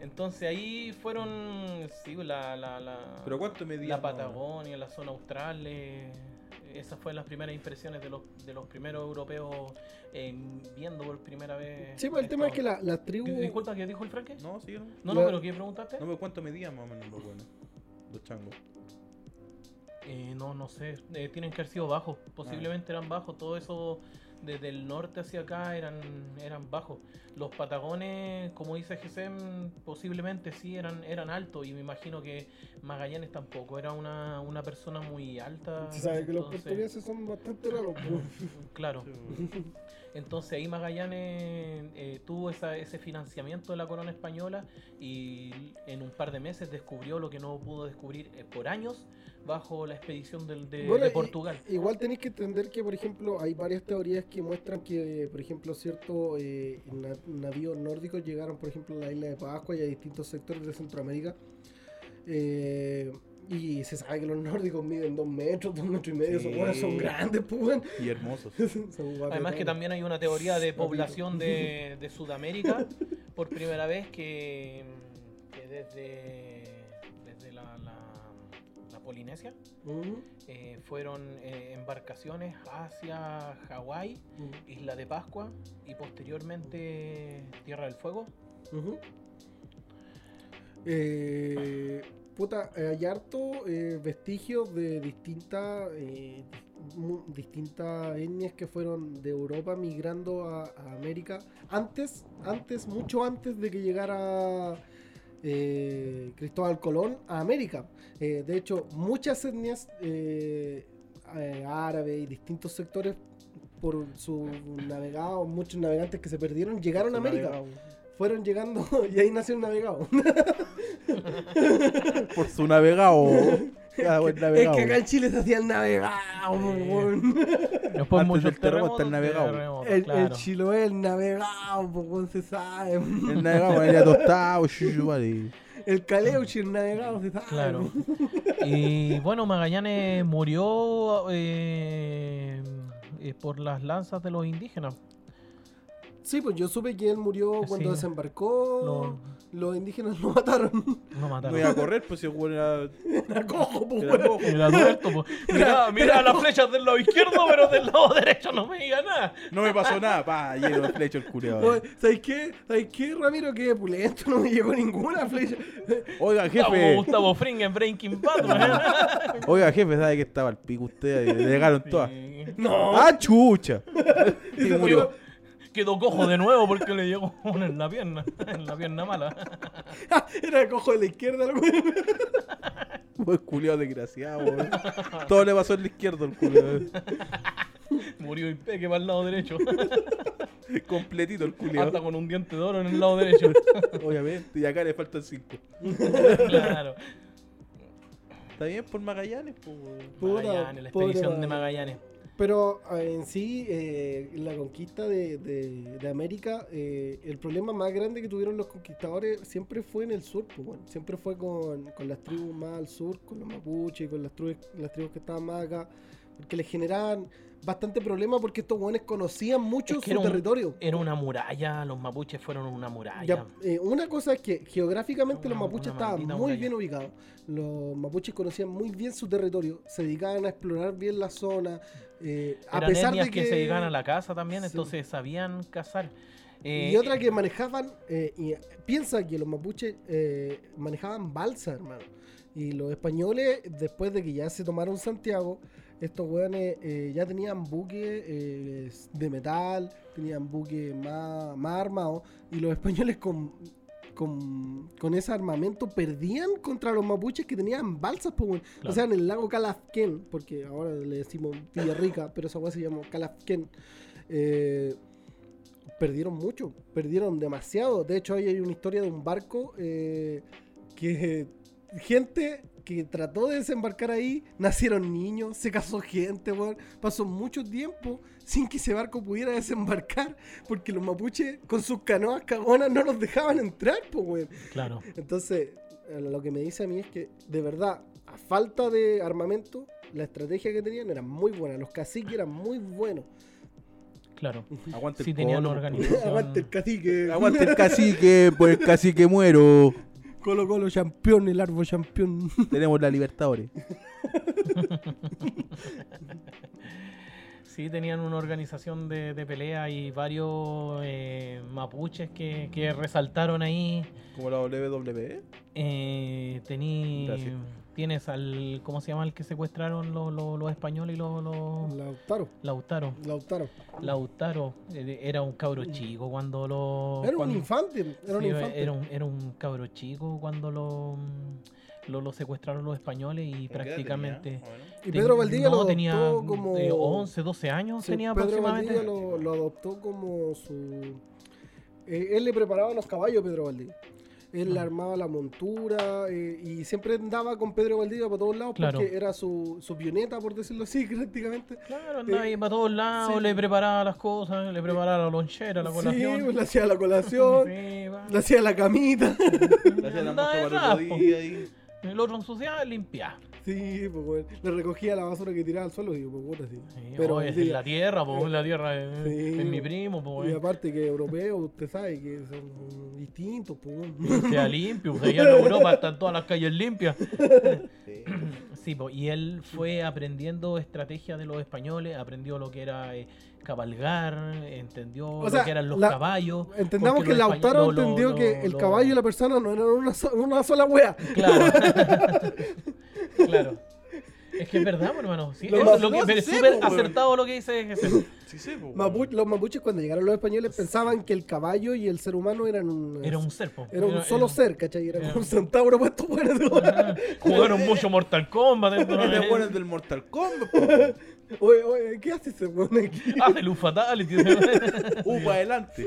F: Entonces ahí fueron. Sí, la. la, la
E: Pero ¿cuánto medía?
F: La
E: más o menos?
F: Patagonia, la zona austral. eh, esas fueron las primeras impresiones de los, de los primeros europeos eh, viendo por primera vez.
D: Sí, pues el tema es que
F: Estados-
D: la- las tribus...
F: Dis- Disculpa, ¿qué dijo el Frankie?
E: No, sí, no.
F: No, no,
D: La-
F: pero ¿qué preguntaste?
E: No, pero ¿cuánto medían más o menos los weones? Los changos.
F: Eh, no, no sé. eh, tienen que haber sido bajos. Posiblemente eran bajos. Todo eso desde el norte hacia acá eran, eran bajos. Los patagones, como dice GSM, posiblemente sí eran, eran altos. Y me imagino que Magallanes tampoco era una, una persona muy alta.
D: Se sabe que los
F: entonces-
D: portugueses son bastante raros. pues.
F: Claro.
E: Sí, weón.
F: Entonces ahí Magallanes eh, tuvo esa- ese financiamiento de la corona española y en un par de meses descubrió lo que no pudo descubrir eh, por años bajo la expedición del- de,
D: Bueno,
F: de
D: y-
F: Portugal.
D: Igual tenéis que entender que, por ejemplo, hay varias teorías que muestran que, por ejemplo, ciertos eh, na- navíos nórdicos llegaron, por ejemplo, a la isla de Pascua y a distintos sectores de Centroamérica. Eh, y se sabe que los nórdicos miden dos metros, dos metros y medio,
E: Sí.
D: son, buenos, son grandes, pues, weón.
E: Y hermosos.
D: Son guapetones.
F: Además que también hay una teoría de
D: Papito.
F: población de, de Sudamérica por primera vez que, que desde, desde la, la- la Polinesia
D: Ujú,
F: eh, fueron eh, embarcaciones hacia Hawái, Isla de Pascua y posteriormente Tierra del Fuego.
D: ujú. Eh, puta, eh, hay harto eh, vestigios de distintas eh, mu- distintas etnias que fueron de Europa migrando a, a América antes, antes, mucho antes de que llegara eh, Cristóbal Colón a América. Eh, de hecho, muchas etnias eh, eh, árabes y distintos sectores por sus navegados, muchos navegantes que se perdieron, llegaron a América. Fueron llegando y ahí nació el navegado.
E: Por su navegado. Ah, buen navegado.
D: en Chile se hacía el navegado,
F: Sí.
D: weón.
F: Después
E: Antes del terremoto está el navegado.
F: terremoto,
D: El, el
F: claro.
D: Chiloé, el navegado, po, weón, se sabe.
E: El navegado era tostado, chuchuari.
D: El Caleuchi, el navegado, se sabe.
F: Claro. Y bueno, Magallanes murió eh, eh, por las lanzas de los indígenas.
D: Sí, pues yo supe que él murió cuando
F: Ah, Sí.
D: desembarcó. Los indígenas lo mataron.
F: No
E: No
F: mataron.
E: iba a correr, pues si el weón era.
D: Era cojo, po,
E: era
D: weón.
E: cojo.
F: Era tuerto, po. Mirá, mirá las flechas del lado izquierdo, pero del lado derecho no me diga nada.
E: No me pasó nada, pa, lleno de flecha el eh.
D: Oye,
E: culiado.
D: ¿Sabes qué? ¿Sabes qué, Ramiro? Qué pulento, no me llegó ninguna flecha.
E: Oiga,
F: Como
E: jefe,
F: Gustavo Fring en Breaking Bad. ¿verdad?
E: oiga, jefe, sabe que estaba al pico usted, le llegaron todas.
F: Sí.
D: No.
E: ¡Ah, chucha! Y murió.
F: Quedó cojo de nuevo porque le llegó una en la pierna, en la pierna mala.
D: Era el cojo de la izquierda, el weón.
E: Pues culiado desgraciado, weón. Todo le pasó en la izquierda eh. el culiado.
F: Murió impeque para el lado derecho.
E: Completito el
F: Hasta
E: culiado.
F: con un diente de oro en el lado derecho.
E: Obviamente, y acá le faltan cinco.
F: Claro.
E: Está bien por Magallanes, pues. weón.
D: Puta,
F: Magallanes, la
D: pobre
F: expedición de
D: Magallanes.
F: Magallanes.
D: Pero eh, en sí, eh, la conquista de, de- de América, eh, el problema más grande que tuvieron los conquistadores siempre fue en el sur, pues, bueno, siempre fue con, con las tribus más al sur, con los mapuches, con las tribus, las tribus que estaban más acá, porque les generaban bastante problema porque estos hueones conocían mucho
F: Es
D: su
F: que era un-
D: territorio.
F: Era una muralla, los mapuches fueron una
D: Ya,
F: muralla.
D: eh, una cosa es que geográficamente
F: Una-
D: los mapuches
F: una
D: estaban
F: maldita
D: muy
F: muralla.
D: bien ubicados. Los mapuches conocían muy bien su territorio, se dedicaban a explorar bien la zona. eh, a
F: Eran
D: pesar
F: etnias
D: de
F: que...
D: que,
F: se llegaban a la casa también,
D: Sí.
F: entonces sabían cazar. Eh,
D: Y otra que manejaban, eh, y piensa que los mapuches eh, manejaban balsa, hermano. Y los españoles, después de que ya se tomaron Santiago, estos weones eh, ya tenían buques eh, de metal, tenían buques más, más armados. Y los españoles con, con, con ese armamento perdían contra los mapuches que tenían balsas, pues, weón. O
F: Claro.
D: sea, en el lago Calafquén, porque ahora le decimos Villarrica, pero esa weá se llama Calafquén. Eh, perdieron mucho, perdieron demasiado. De hecho, ahí hay una historia de un barco eh, que gente que trató de desembarcar ahí, nacieron niños, se casó gente, weón. Pasó mucho tiempo sin que ese barco pudiera desembarcar, porque los mapuches con sus canoas cagonas no los dejaban entrar, pues, weón.
F: Claro.
D: Entonces, eh, lo que me dice a mí es que, de verdad, a falta de armamento, la estrategia que tenían era muy buena. Los caciques eran muy buenos.
F: Claro.
E: Aguante
F: Sí tenían
E: colo,
F: organización.
D: Aguante el cacique.
E: po. Aguante el cacique, por el cacique muero.
D: Colo Colo campeón, el árbol campeón.
E: Tenemos la Libertadores.
F: Sí, tenían una organización de, de pelea y varios eh, mapuches que, que resaltaron ahí.
E: Como la WWE.
F: Eh, tení-
E: Gracias.
F: tienes al. ¿Cómo se llama el que secuestraron los, los- los españoles y los. los-
D: Lautaro,
F: Lautaro.
D: Lautaro.
F: Lautaro eh, era un cabro chico cuando lo.
D: Era un
F: cuando-
D: infante, era un
F: Sí,
D: infante.
F: era un- era un cabro chico cuando lo, lo, lo secuestraron los españoles y prácticamente.
D: y
F: ten-
D: Pedro Valdivia
F: no,
D: lo adoptó
F: tenía
D: como...
F: eh, 11, 12 años
D: Sí,
F: tenía
D: Pedro
F: aproximadamente.
D: Valdivia lo, lo adoptó como su... eh, él le preparaba los caballos a Pedro Valdivia. Él le
F: Ah.
D: armaba la montura eh, y siempre andaba con Pedro Valdivia por todos lados
F: Claro.
D: porque era su, su pioneta, por decirlo así, prácticamente.
F: Claro, andaba ahí para todos lados,
D: Eh, sí.
F: le preparaba las cosas, le preparaba la lonchera, la
D: Sí,
F: colación.
D: pues, le hacía la colación,
F: Sí, va.
D: le hacía la camita.
E: Gracias a
F: Andaba de
E: para otro
F: rapo.
E: día ahí.
F: El otro ensuciaba, limpiaba.
D: Sí, pues, weón. Le recogía la basura que tiraba al suelo y pues, puta, sí.
F: Sí,
D: Pero
F: oh, es
D: sí.
F: en la tierra, po, en la tierra es,
D: Sí.
F: es mi primo, po,
D: Y
F: eh.
D: aparte que europeos, usted sabe que son distintos, pues. weón.
F: sea limpio, o sea, ya en Europa están todas las calles limpias. Sí, po, y él fue aprendiendo estrategias de los españoles, aprendió lo que era eh, cabalgar, entendió
D: O
F: lo
D: sea,
F: que eran los
D: la-
F: caballos.
D: Entendamos
F: porque
D: que
F: los españ-
D: Lautaro
F: lo- lo-
D: entendió
F: lo-
D: que el
F: lo-
D: caballo y la persona no eran una, so- una sola wea.
F: Claro. claro. Es que es verdad, po, hermano. Sí,
D: Lo
F: eso
D: más- pues,
F: es lo que-
D: no,
F: pero es
E: sí,
F: súper
E: po, weón.
F: acertado lo que dice Jesús.
E: Sí, sí, po.
D: Mapu- los mapuches cuando llegaron los españoles pensaban que el caballo y el ser humano eran un,
F: Era un ser, po.
D: era un solo
F: era-
D: ser, ¿cachai? Era
F: era- Ah.
D: como un centauro puesto por eso.
F: Jugaron mucho Mortal Kombat.
E: Era
F: entonces-
E: bueno el del Mortal Kombat, po.
D: Oye, oye, ¿qué hace ese weón aquí?
F: Ah, de luz fatality.
E: Upa Uh, adelante.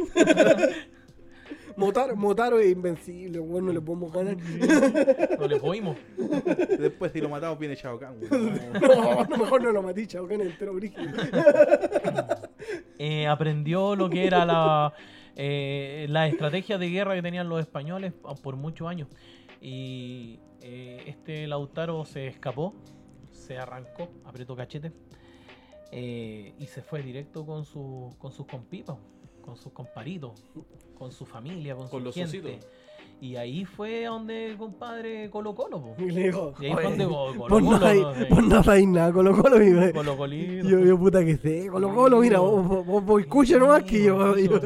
D: Motaro, Motaro es invencible, weón, no le podemos ganar.
F: No le podimos.
E: Después si lo matamos viene Shao Kahn, weón.
D: No, no, mejor no lo matí, chavo, que entero brígido.
F: Eh, aprendió lo que era la, eh, la estrategia de guerra que tenían los españoles por muchos años. Y eh, este Lautaro se escapó, se arrancó, apretó cachete eh, y se fue directo con, su, con sus compipas, con sus comparitos, con su familia, con,
E: Con
F: su
E: los
F: gente.
E: ositos.
F: Y ahí fue a donde el compadre Colo Colo. po.
D: Y le dijo,
F: Y ahí fue donde Colo
D: Vos no
F: Colo,
D: hay,
F: no sé,
D: vos no hay nada, Colo Colo, mira.
F: Colo Colino.
D: Yo, yo puta que sé, Colo Colo, mira, vos, vos, vos, vos escucha nomás que yo, yo-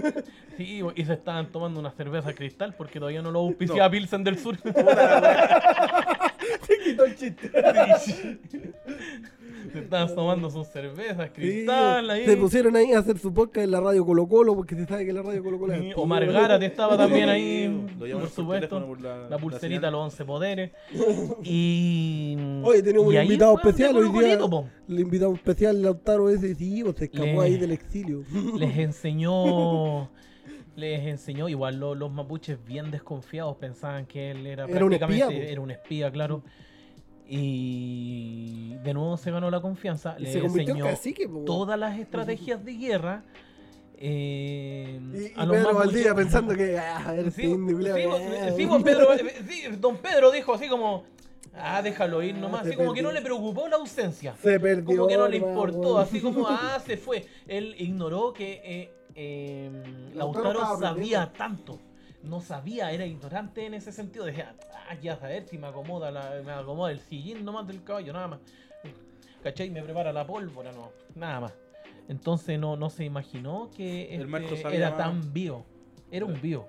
F: Sí, y se estaban tomando una cerveza cristal porque todavía no lo auspiciaba Pilsen del Sur.
D: Te quitó el chiste.
F: se estaban tomando sus cervezas
D: Sí,
F: cristal ahí.
D: Se pusieron ahí a hacer su podcast en la radio Colo Colo porque se sabe que la radio Colo Colo
F: Y
D: es
F: Omar Gárate estaba también ahí,
E: Lo
F: por
E: llamamos por
F: supuesto.
E: teléfono por la-
F: la pulserita,
E: la señal.
F: los 11 poderes. Y.
D: Oye, tenemos un
F: y ahí
D: invitado
F: fue donde
D: especial hoy
F: Colo
D: día.
F: Colito, po.
D: El invitado especial, Lautaro, ese sí, vos se escapó
F: Le-
D: ahí del exilio.
F: les enseñó les enseñó igual lo- los mapuches bien desconfiados pensaban que él era,
D: Era un espía,
F: prácticamente
D: po.
F: era un espía claro Y de nuevo se ganó la confianza.
D: Y
F: Le
D: se convirtió en
F: enseñó
D: cacique, po, weón.
F: todas las estrategias de guerra. eh,
D: Y, y
F: a los
D: Pedro
F: mapuches.
D: Valdivia pensando que. Ah,
F: Sí,
D: eres
F: sí,
D: indio, culiao,
F: vos-
D: ah,
F: sí, vos, Pedro, eh, sí, don Pedro dijo así como, ah, déjalo ir nomás,
D: Ah,
F: así
D: te
F: como que no
D: perdí.
F: le preocupó la ausencia.
D: Se perdió.
F: Como que no le
D: hermano,
F: importó,
D: weón.
F: así como, ah, se fue. Él ignoró que eh, eh,
D: Lautaro
F: Lautaro
D: estaba
F: sabía
D: aprendiendo.
F: tanto. No sabía, era ignorante en ese sentido. Decía, ah, ya saber si me acomoda, la- me acomoda el sillín nomás del caballo, nada más. ¿Cachai? Me prepara la pólvora, no, nada más. Entonces no, no se imaginó que
E: El Marco
F: este
E: sabía
F: era
E: más.
F: tan vivo. Era un vivo.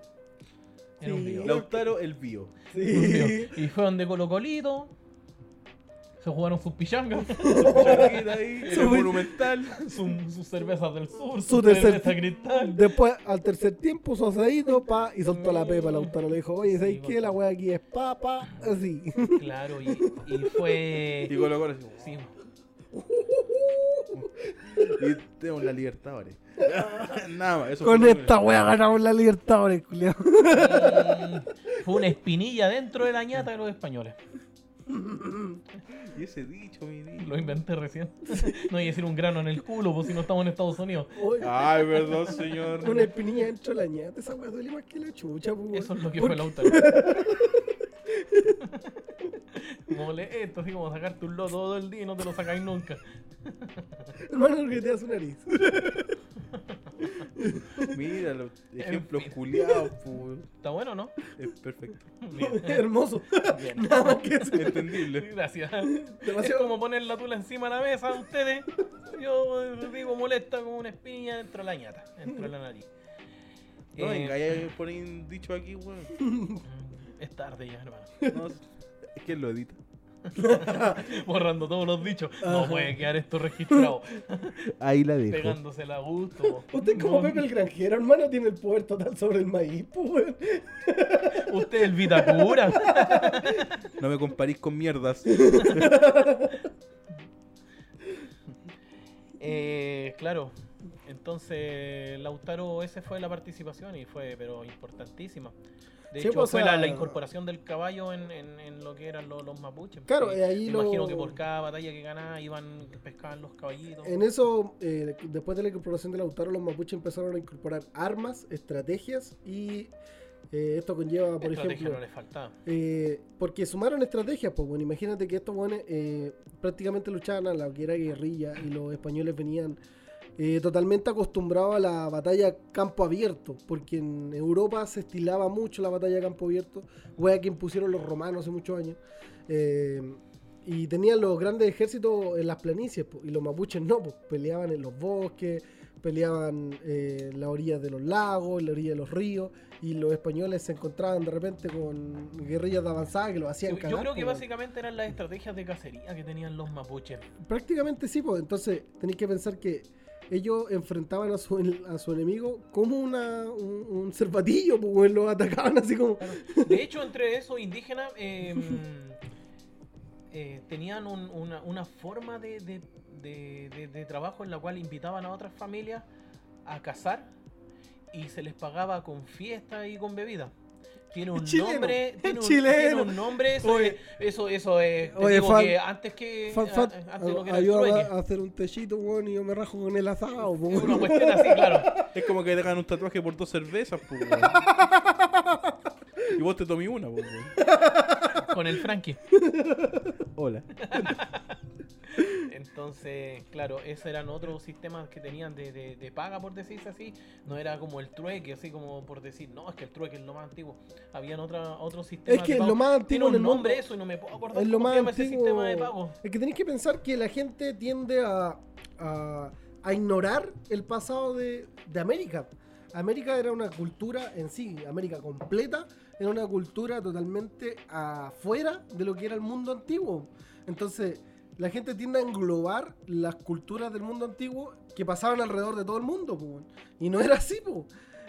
F: Era un
D: Sí.
F: vivo.
E: Lautaro el bio.
F: Un
D: Sí.
F: vivo. Y fueron de Colo Colito. Se jugaron sus pichangas.
E: Chaqueta ahí, en
D: Su-
E: el monumental.
F: sus sus cervezas del sur,
D: Su
F: sus
D: tercer-
F: cervezas cristal.
D: Después, al tercer tiempo, su asadito, pa, y soltó la pepa. Lautaro le dijo, oye, ¿sabes
F: Sí,
D: qué?
F: bueno.
D: La wea aquí es papa, así.
F: Claro, y, y fue.
E: Y Colo Colo así,
F: Sí,
E: Y tenemos la Libertadores. Nada más, eso
D: Con
E: fue-
D: esta wea ganamos la Libertadores, culiao.
F: mm, fue una espinilla dentro de la ñata de los españoles.
E: Y ese dicho, mi niño.
F: Lo inventé recién. No iba a decir un grano en el culo, pues si no estamos en Estados Unidos.
D: Oye,
E: Ay, perdón, señor.
D: Una espinilla dentro de la ñata, esa wea duele más que la chucha, po,
F: Eso
D: weón.
F: es lo que
D: ¿Por
F: fue
D: qué?
F: Lautaro. Como le esto, así como sacarte un loto todo el día y no te lo sacáis nunca.
D: Hermano, que te da su nariz.
E: Mira, los ejemplos culiados, pues.
F: ¿Está bueno, no?
E: Es perfecto.
F: Bien.
D: Hermoso.
F: Bien.
D: Nada más que eso.
E: Entendible.
F: Gracias. Es
D: Demasiado.
F: como poner la tula encima de la mesa a ustedes. Yo eh, digo molesta como una espinilla dentro de la ñata, dentro de la nariz.
E: No,
F: Eh, mm,
E: venga, ya ponen dicho aquí, weón.
F: Es tarde ya, hermano.
E: No, es que lo edita.
F: Borrando todos los dichos. No puede quedar esto registrado.
E: Ahí la dejo.
F: Pegándosela a gusto.
D: Usted es como
F: No,
D: Pepe el Granjero, hermano, tiene el poder total sobre el maíz, po, weón.
F: Usted es el Vitacura.
E: No me comparís con mierdas.
F: Eh, claro. Entonces, Lautaro, esa fue la participación y fue, pero importantísima. De
D: Sí,
F: hecho,
D: pues, o
F: fue
D: sea-
F: la, la incorporación del caballo en, en- en lo que eran los, los mapuches.
D: Claro,
F: Sí,
D: eh, ahí
F: me
D: lo-
F: imagino que por cada batalla que ganaba iban, pescaban los caballitos.
D: En eso, eh, después de la incorporación de Lautaro, los mapuches empezaron a incorporar armas, estrategias y eh, esto conlleva, por
F: Estrategia
D: ejemplo,
F: no les faltaba.
D: eh, porque sumaron estrategias, pues bueno, imagínate que estos buenos eh, prácticamente luchaban a la que era guerrilla y los españoles venían eh, totalmente acostumbrados a la batalla campo abierto, porque en Europa se estilaba mucho la batalla campo abierto, wea que impusieron los romanos hace muchos años. Eh, y tenían los grandes ejércitos en las planicies, po, y los mapuches no, pues peleaban en los bosques, peleaban eh, en las orillas de los lagos, en la orilla de los ríos, y los españoles se encontraban de repente con guerrillas de avanzada que los hacían
F: Yo,
D: cagar.
F: yo creo que
D: po, weón.
F: básicamente eran las estrategias de cacería que tenían los mapuches.
D: Prácticamente sí, pues entonces tenéis que pensar que ellos enfrentaban a su, en- a su enemigo como una, un, un cervatillo, pues weón, los atacaban así como...
F: De hecho, entre esos indígenas eh, eh, tenían un- una, una forma de, de- de- de- de trabajo en la cual invitaban a otras familias a cazar y se les pagaba con fiesta y con bebida. Tiene un
D: Chileno,
F: nombre, tiene un,
D: chileno.
F: tiene un nombre, eso
D: Oye.
F: es, eso, eso es, te
D: Oye,
F: digo
D: Fat-
F: que antes que,
D: Fat,
F: a-
D: fat,
F: antes de lo que era el
D: ayúdame
F: trueque.
D: a hacer un techito, weón, y yo me rajo con el asado, po,
F: Es
D: weón.
F: una cuestión así, claro.
E: Es como que te hagan un tatuaje por dos cervezas, pues. weón. Y vos te tomé una, pues. weón.
F: Con el Frankie.
E: Hola.
F: Entonces, claro, esos eran otros sistemas que tenían de, de- de paga, por decirse así. No era como el trueque, así como por decir, no, es que el trueque es lo más antiguo. Habían otra, otros sistemas
D: Es que
F: de
D: es
F: pago.
D: lo más antiguo
F: Tiene un
D: en el mundo.
F: nombre eso y no me puedo acordar
D: Es lo
F: cómo
D: más
F: se llama
D: antiguo.
F: ese sistema de pago.
D: Es que tenéis que pensar que la gente tiende a, a, a ignorar el pasado de, de América. América era una cultura en sí, América completa, era una cultura totalmente afuera de lo que era el mundo antiguo. Entonces, la gente tiende a englobar las culturas del mundo antiguo que pasaban alrededor de todo el mundo, po, weón. y no era así, po.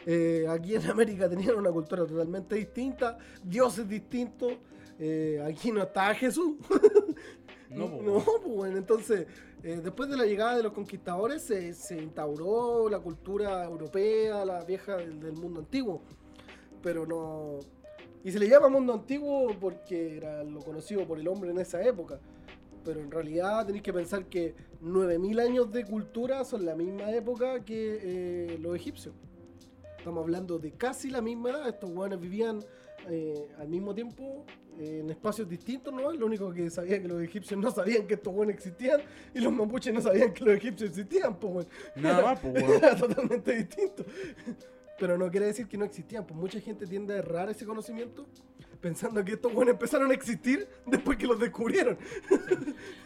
D: Eh, aquí en América tenían una cultura totalmente distinta, dioses distintos, eh, aquí no estaba Jesús,
E: No, po,
D: no, pues bueno, entonces, eh, después de la llegada de los conquistadores se, se instauró la cultura europea, la vieja del, del mundo antiguo. Pero no, Y se le llama mundo antiguo porque era lo conocido por el hombre en esa época. Pero en realidad tenéis que pensar que 9000 años de cultura son la misma época que eh, los egipcios. Estamos hablando de casi la misma edad. Estos hueones vivían eh, al mismo tiempo eh, en espacios distintos, ¿no? Lo único que sabía que los egipcios no sabían que estos hueones existían y los mapuches no sabían que los egipcios existían, pues, weón.
E: Nada más, pues, weón.
D: Era totalmente distinto. Pero no quiere decir que no existían, pues mucha gente tiende a errar ese conocimiento pensando que estos buenos empezaron a existir después que los descubrieron.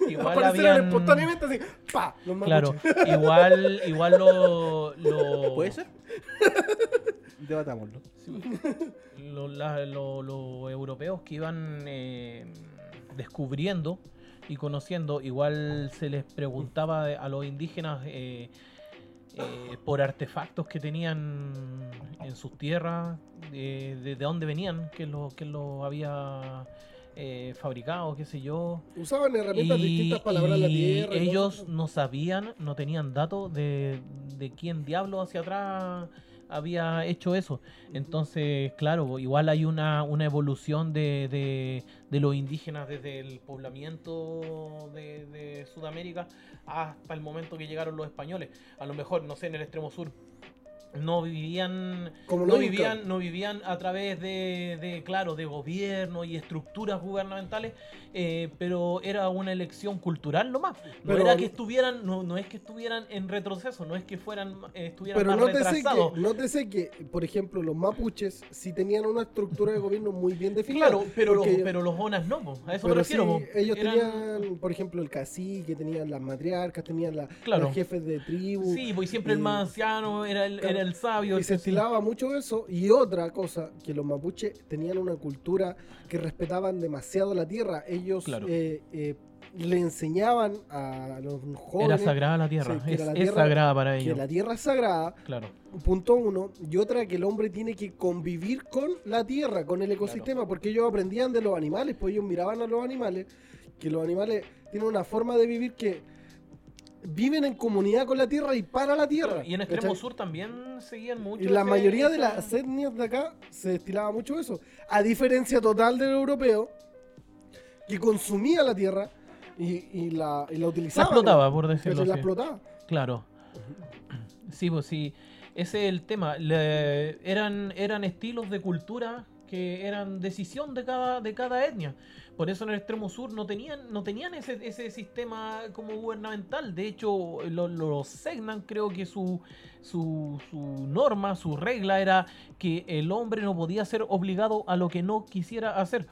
F: Igual
D: Aparecieron
F: habían-
D: espontáneamente así, ¡pa! Los
F: Claro,
D: mapuches.
F: igual, igual lo, lo-
E: ¿Puede ser? Debatámoslo.
F: lo- la- lo- los europeos que iban eh, descubriendo y conociendo, igual se les preguntaba a los indígenas eh, eh, por artefactos que tenían en sus tierras, eh, de, de dónde venían, quién los que lo había eh, fabricado, qué sé yo.
D: Usaban herramientas
F: Y-
D: distintas para labrar la
F: y
D: tierra. y
F: ellos
D: todo.
F: no sabían, no tenían datos de, de quién diablo hacia atrás había hecho eso. Entonces, claro, igual hay una, una evolución de, de- de los indígenas desde el poblamiento de, de Sudamérica hasta el momento que llegaron los españoles. A lo mejor, no sé, en el extremo sur no vivían
D: Como
F: no
D: los incas.
F: vivían, no vivían a través de, de, claro, de gobierno y estructuras gubernamentales, eh, pero era una elección cultural nomás. No
D: Pero-
F: era que estuvieran, no, no es que estuvieran en retroceso, no es que fueran, eh, estuvieran
D: Pero
F: más
D: no te, sé
F: retrasados.
D: que, no te sé que, por ejemplo, los mapuches sí tenían una estructura de gobierno muy bien definida.
F: Claro, pero, los-
D: porque-
F: pero los ONAS no, po. a eso
D: Pero
F: me refiero.
D: sí,
F: po.
D: ellos
F: Eran-
D: tenían, por ejemplo, el cacique, tenían las matriarcas, tenían la-
F: Claro.
D: los jefes de tribu.
F: Sí, pues siempre el
D: y-
F: más anciano era el,
D: Claro.
F: era el sabio.
D: Y
F: el
D: se
F: que sí.
D: estilaba mucho eso. Y otra cosa, que los mapuches tenían una cultura que respetaban demasiado la tierra. Ellos
F: Claro.
D: eh, eh, le enseñaban a los
F: Era
D: jóvenes
F: sagrada la tierra,
D: que
F: es,
D: era la
F: es
D: tierra-
F: sagrada para
D: que
F: ellos.
D: la tierra es sagrada,
F: Claro.
D: punto uno. Y otra, que el hombre tiene que convivir con la tierra, con el ecosistema, porque ellos aprendían de los animales, pues ellos miraban a los animales, que los animales tienen una forma de vivir que viven en comunidad con la tierra y para la tierra.
F: Y en extremo
D: ¿cachai?
F: sur también seguían mucho.
D: Y la
F: ese-
D: mayoría de
F: esa-
D: las etnias de acá se destilaba mucho eso. A diferencia total del europeo, que consumía la tierra y, y la, y la
F: La
D: utilizaba.
F: explotaba, por
D: ¿cachai?
F: decirlo
D: La
F: así.
D: explotaba.
F: Claro. Sí, pues sí. Ese es el tema. Le- eran, eran estilos de cultura que eran decisión de cada, de cada etnia. Por eso en el extremo sur no tenían, no tenían ese, ese sistema como gubernamental. De hecho, lo- los Segnan creo que su, su, su norma, su regla era que el hombre no podía ser obligado a lo que no quisiera hacer.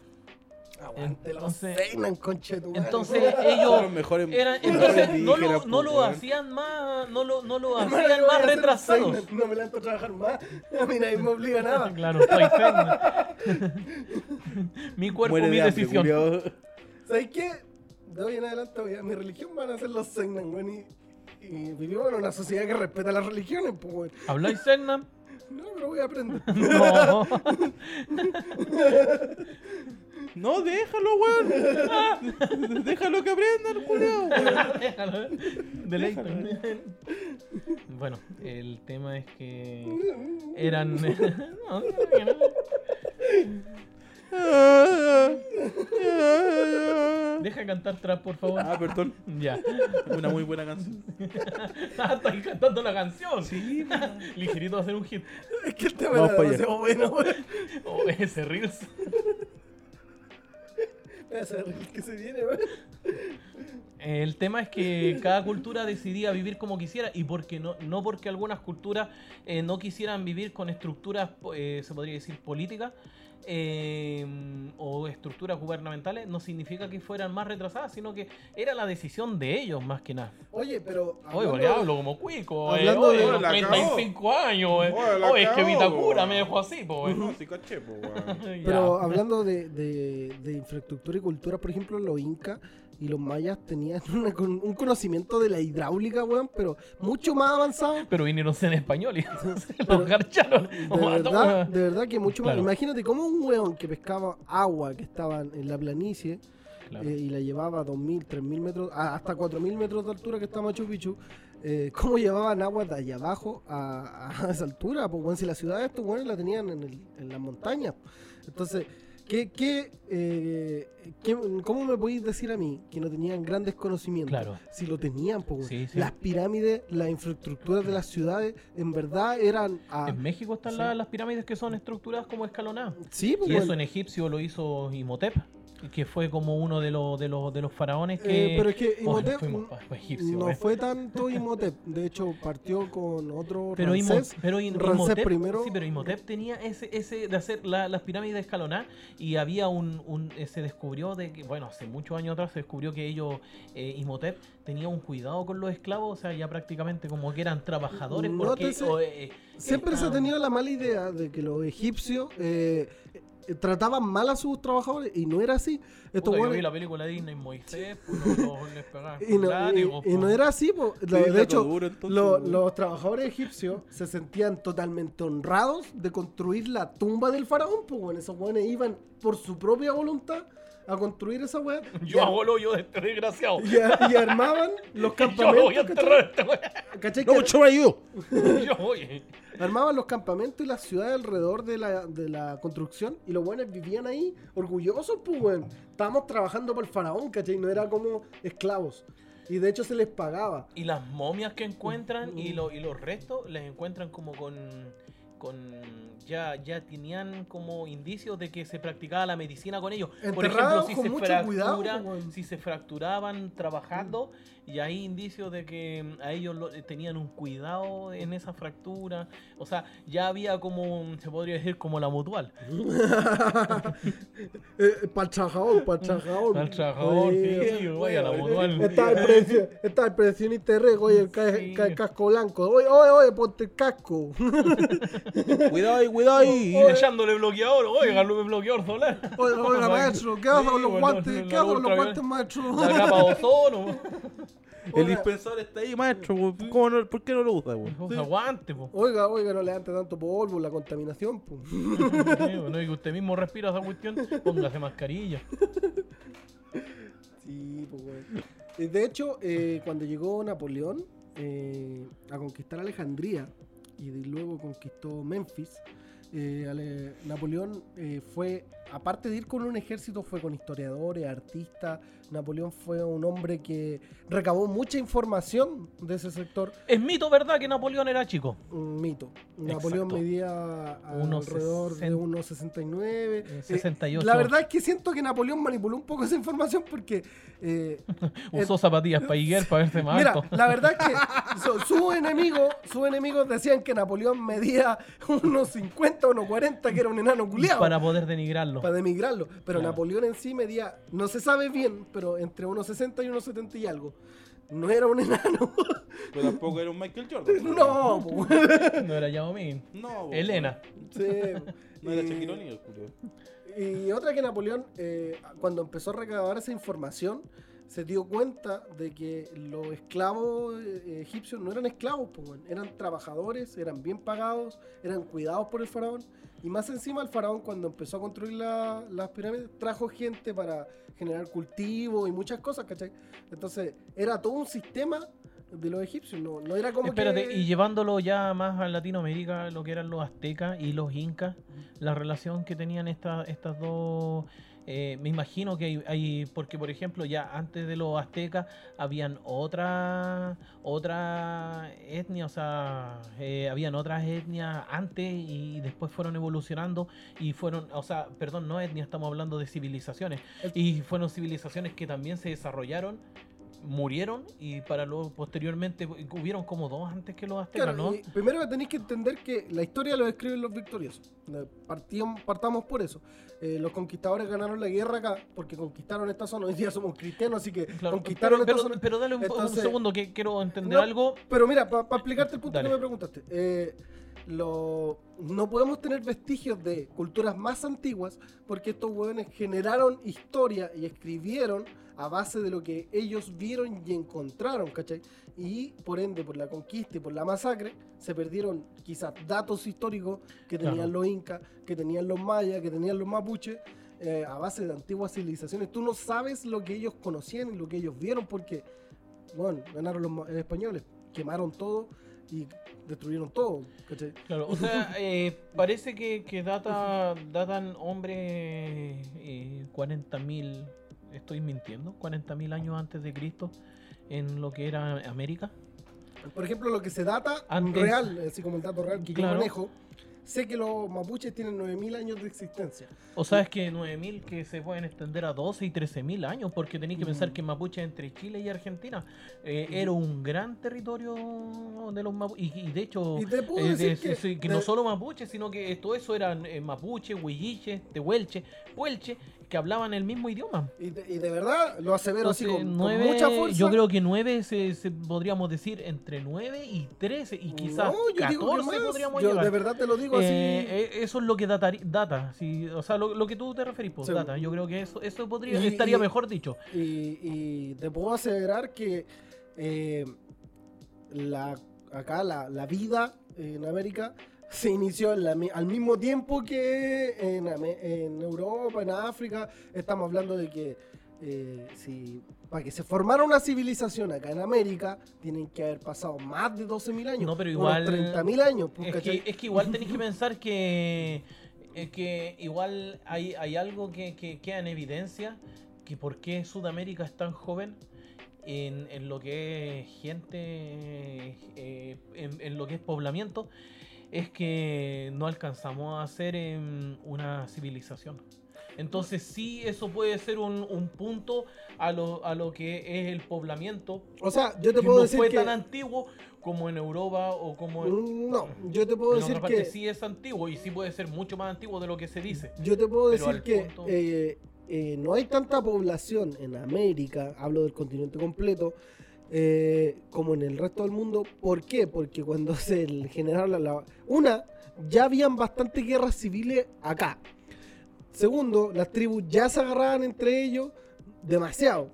D: Aguante los
F: Entonces-
D: Seinan, conche tu madre.
F: Entonces
E: Son
F: ellos
E: los mejores.
F: Era-
E: mejores
F: entonces no
E: indígenas,
F: lo,
E: pues,
F: no lo
E: weón.
F: hacían más, no lo, no lo
D: Hermano, yo
F: hacían
D: voy a
F: más
D: hacer un
F: retrasados.
D: Seinan, No me levanto a trabajar más. A mí nadie me obliga a nada.
F: Claro, soy Seinan. mi cuerpo,
E: Muere
F: mi
E: de hambre,
F: decisión.
E: culiao.
D: ¿Sabes qué? De hoy en adelante, voy a- mi religión van a ser los Seinan, weón. Y, y vivimos en una sociedad que respeta las religiones, pues, weón.
F: ¿Habláis Segnan?
D: No, pero voy a aprender.
F: No.
E: No, déjalo, weón. déjalo que aprendan, culiao.
F: Déjalo, eh. Deleítame. Bueno, el tema es que eran. No, está bien. Deja cantar trap, por favor.
E: Ah, perdón.
F: Ya.
E: Una muy buena canción.
F: Ah, Estás cantando la canción. Sí.
E: pues.
F: Ligerito va a ser un hit.
D: Es que el tema
E: Vamos
D: era
E: pa' allá.
D: demasiado bueno, weón.
F: Oh, ese Reels.
D: Ese reel que se viene, weón.
F: El tema es que cada cultura decidía vivir como quisiera y porque no, no porque algunas culturas eh, no quisieran vivir con estructuras, po- eh, se podría decir, políticas eh, o estructuras gubernamentales, no significa que fueran más retrasadas, sino que era la decisión de ellos más que nada.
D: Oye, pero.
F: Oye,
D: hablando-
F: porque hablo como cuico, eh,
D: hablando
F: oye,
D: de-
F: los
E: la cagó.
F: 35 años, eh.
E: Oye, la
F: Oye, es que
E: cagó,
F: Vitacura
E: weón.
F: me dejó así, pues.
E: No, sí, caché, po, weón.
D: Pero hablando de, de- de infraestructura y cultura, por ejemplo, los incas y los mayas tenían una con- un conocimiento de la hidráulica, weón, pero mucho más avanzado.
F: Pero vinieron en español y se los garcharon.
D: De verdad, de verdad que mucho
F: Claro.
D: más. Imagínate cómo un weón que pescaba agua que estaba en la planicie
F: Claro.
D: eh, y la llevaba a 2.000, 3.000 metros, a- hasta 4.000 metros de altura que está Machu Picchu, eh, cómo llevaban agua de allá abajo a, a esa altura. Pues, bueno, si la ciudad de estos bueno, la tenían en, el- en las montañas. Entonces, ¿qué, qué, eh, qué- ¿cómo me podéis decir a mí que no tenían grandes conocimientos?
F: Claro.
D: Si lo tenían, pues,
F: Sí,
D: bueno.
F: sí.
D: las pirámides, las infraestructuras de las ciudades, en verdad eran... a-
F: En México están
D: Ah, sí.
F: la- las pirámides que son estructuradas como escalonadas.
D: sí, pues,
F: Y
D: bueno.
F: eso en egipcio lo hizo Imhotep, que fue como uno de los de los de los faraones
D: Eh,
F: que
D: pero es que
F: Oh, nos
D: Imhotep
F: fuimos pa- pa' egipcio,
D: no
F: eh.
D: fue tanto Imhotep. De hecho, partió con otro
F: Pero, Imo-
D: Ramsés.
F: pero In-
D: Ramsés
F: Imhotep,
D: primero-
F: sí, pero Imhotep tenía ese, ese de hacer la- las pirámides escalonadas y había un, un- eh, se descubrió de que, bueno, hace muchos años atrás se descubrió que ellos, eh, Imhotep tenía un cuidado con los esclavos, o sea, ya prácticamente como que eran trabajadores
D: No
F: porque
D: te sé.
F: o, eh,
D: Siempre se ha
F: estaban-
D: tenido la mala idea de que los egipcios eh, eh, trataban mal a sus trabajadores y no era así.
F: puta,
D: Estos
F: yo
D: hueones-
F: vi la película de Disney Moisés, pues, los- los- les pegaban
D: y, no,
F: con látigos,
D: y- y no
F: pues.
D: era así. po. Lo-
E: Sí,
D: de
E: dato
D: hecho,
E: duro, entonces,
D: lo-
E: weón.
D: los trabajadores egipcios se sentían totalmente honrados de construir la tumba del faraón. Pues bueno, esos hueones iban por su propia voluntad a construir esa hueá.
F: Yo hago el hoyo de este desgraciado.
D: y, a- y armaban los
F: Yo lo voy a
D: campamentos.
F: enterrar
D: ¿cachai?
F: a este weón.
D: ¿Cachai?
E: No,
D: Que
E: mucho me ayudó.
F: Yo voy.
D: armaban los campamentos y las ciudades alrededor de la, de la construcción y los buenos vivían ahí orgullosos, pues, weón. Estábamos trabajando para el faraón, ¿cachai? No era como esclavos. Y de hecho se les pagaba.
F: Y las momias que encuentran y, lo- y los restos les encuentran como con. con ya, ya tenían como indicios de que se practicaba la medicina con ellos. Por ejemplo,
D: Enterrados
F: si
D: con
F: se,
D: mucho
F: fractura-
D: cuidado, weón.
F: si se fracturaban trabajando, y hay indicios de que a ellos lo- tenían un cuidado en esa fractura. O sea, ya había como, un- se podría decir, como la mutual.
D: para el Eh, trabajador, para el trabajador.
F: Al trabajador, sí,
D: Sí.
F: sí, vaya, la mutual.
D: Está el precio, está el precio en Interreg, oye, el, ca-
F: Sí.
D: ca- el casco blanco. Oye, oye, oye, ponte el casco.
E: Cuidado ahí, cuidado ahí.
F: Echándole bloqueador, oiga, bloqueador solar.
D: Oye, oye, maestro, ¿qué hago
F: Sí,
D: con los
F: bueno,
D: guantes?
F: la
D: ¿Qué hago con los
F: ultravioleta.
D: guantes, maestro?
F: La capa de ozono.
E: El dispensador está ahí, maestro. weón. ¿Cómo no- ¿Por qué no lo usa, weón?
F: Usa guante, po.
D: Oiga, oiga, no levante tanto polvo, la contaminación. po.
F: Sí, bueno, y que usted mismo respira esa cuestión, póngase mascarilla.
D: Sí, pues, güey. Eh, De hecho, eh, cuando llegó Napoleón eh, a conquistar Alejandría y de- luego conquistó Memphis, eh, Ale- Napoleón eh, fue, aparte de ir con un ejército, fue con historiadores, artistas. Napoleón fue un hombre que recabó mucha información de ese sector.
F: Es mito, ¿verdad? Que Napoleón era chico.
D: Un mito. Napoleón
F: Exacto.
D: medía a-
F: Unos
D: alrededor de
F: sesen-
D: 1,69. Eh,
F: 68.
D: la verdad es que siento que Napoleón manipuló un poco esa información porque eh,
F: Usó zapatillas para higuer para verse más
D: Mira,
F: alto.
D: la verdad es que su- sus enemigos sus enemigos decían que Napoleón medía unos 50, unos 40, que era un enano culiado.
F: Para
D: Para,
F: poder denigrarlo.
D: demigrarlo. Pero
F: Claro.
D: Napoleón en sí medía, no se sabe bien, pero entre unos 60 y unos 70 y algo. No era un enano.
E: Pero tampoco era un Michael Jordan.
D: no, po.
F: No era Yaomín.
E: No, weón.
F: Elena.
D: Sí.
E: No era
D: Y-
E: Shaquille O'Neal, culiao.
D: Y otra que Napoleón, eh, cuando empezó a recabar esa información, se dio cuenta de que los esclavos eh, egipcios no eran esclavos, po, weón. eran trabajadores, eran bien pagados, eran cuidados por el faraón. Y más encima el faraón cuando empezó a construir la- las pirámides trajo gente para generar cultivo y muchas cosas, ¿cachai? Entonces era todo un sistema de los egipcios, no, no era como
F: Espérate,
D: que...
F: y llevándolo ya más a Latinoamérica, lo que eran los aztecas y los incas, la relación que tenían esta- estas dos. eh, me imagino que hay, hay- porque por ejemplo ya antes de los aztecas habían otra otra etnia, o sea, eh, habían otras etnias antes y después fueron evolucionando y fueron, o sea, perdón, no etnia, estamos hablando de civilizaciones y fueron civilizaciones que también se desarrollaron murieron y para luego posteriormente hubieron como dos antes que los aztecas,
D: Claro,
F: ¿no?
D: y primero que tenéis que entender que la historia lo escriben los victoriosos. Eh, partían- partamos por eso. Eh, los conquistadores ganaron la guerra acá porque conquistaron esta zona. Hoy día somos cristianos, así que
F: Claro,
D: conquistaron esta
F: pero, pero,
D: zona.
F: pero dale un, un
D: Entonces-
F: segundo que quiero entender
D: No.
F: algo.
D: Pero mira, para explicarte el punto
F: Dale.
D: que me preguntaste, eh, lo- no podemos tener vestigios de culturas más antiguas porque estos hueones generaron historia y escribieron a base de lo que ellos vieron y encontraron, ¿cachai? Y por ende, por la conquista y por la masacre, se perdieron quizás datos históricos que tenían
F: Claro.
D: los incas, que tenían los mayas, que tenían los mapuches, eh, a base de antiguas civilizaciones. Tú no sabes lo que ellos conocían y lo que ellos vieron porque, bueno, ganaron los ma- eh, españoles. quemaron todo y destruyeron todo. ¿cachai?
F: Claro, o sea, eh, parece que, que data, datan hombres eh, 40.000, estoy mintiendo, 40.000 años antes de Cristo en lo que era América.
D: Por ejemplo, lo que se data
F: Antes-
D: real, así como el dato real que
F: Claro.
D: yo manejo, sé que los mapuches tienen 9.000 años de existencia.
F: O sea, es que 9.000 que se pueden extender a 12 y 13.000 años, porque tenéis
D: Mm.
F: que pensar que Mapuche entre Chile y Argentina eh, era un gran territorio de los mapuches. Y, y de hecho,
D: Y te puedo
F: eh,
D: decir
F: de-
D: que-
F: sí, que
D: de-
F: no solo mapuche, sino que todo eso eran eh, mapuche, huilliche, tehuelche, puelche, que hablaban el mismo idioma.
D: Y de, y de verdad lo asevero así con, con
F: Entonces, nueve-
D: mucha fuerza.
F: Yo creo que 9 se, se podríamos decir entre 9 y 13 y quizás
D: No, yo digo que
F: 14
D: más.
F: podríamos
D: Yo
F: llegar.
D: de verdad te lo digo así.
F: Eh, eh, eso es lo que datari- data, sí, o sea, lo, lo que tú te referís, pues,
D: Sí.
F: data. Yo creo que eso, eso podría,
D: Y-
F: estaría
D: y-
F: mejor dicho.
D: Y, y te puedo aseverar que eh, la, acá la, la vida en América se inició en la mi- al mismo tiempo que en, Ame- en Europa, en África. Estamos hablando de que eh, si, para que se formara una civilización acá en América, tienen que haber pasado más de 12.000 años.
F: No, pero
D: unos
F: igual-
D: 30.000 años. pues,
F: Es
D: ¿cachai?
F: que, es que igual tenéis que pensar que, es que igual hay, hay algo que, que queda en evidencia, que por qué Sudamérica es tan joven en, en lo que es gente, eh, en, en lo que es poblamiento, es que no alcanzamos a hacer em, una civilización. Entonces sí, eso puede ser un, un punto a lo, a lo que es el poblamiento,
D: o sea, yo te
F: que
D: puedo
F: no
D: decir
F: fue
D: que...
F: tan antiguo como en Europa o como en,
D: No, yo te puedo
F: en
D: decir
F: otra parte
D: que...
F: sí es antiguo y sí puede ser mucho más antiguo de lo que se dice.
D: Yo te puedo
F: Pero
D: decir
F: al
D: que
F: punto-
D: eh, eh, no hay tanta población en América, hablo del continente completo, eh, como en el resto del mundo. ¿Por qué? Porque cuando se le generaron la, la- Una, ya habían bastantes guerras civiles acá. Segundo, las tribus ya se agarraban entre ellos demasiado.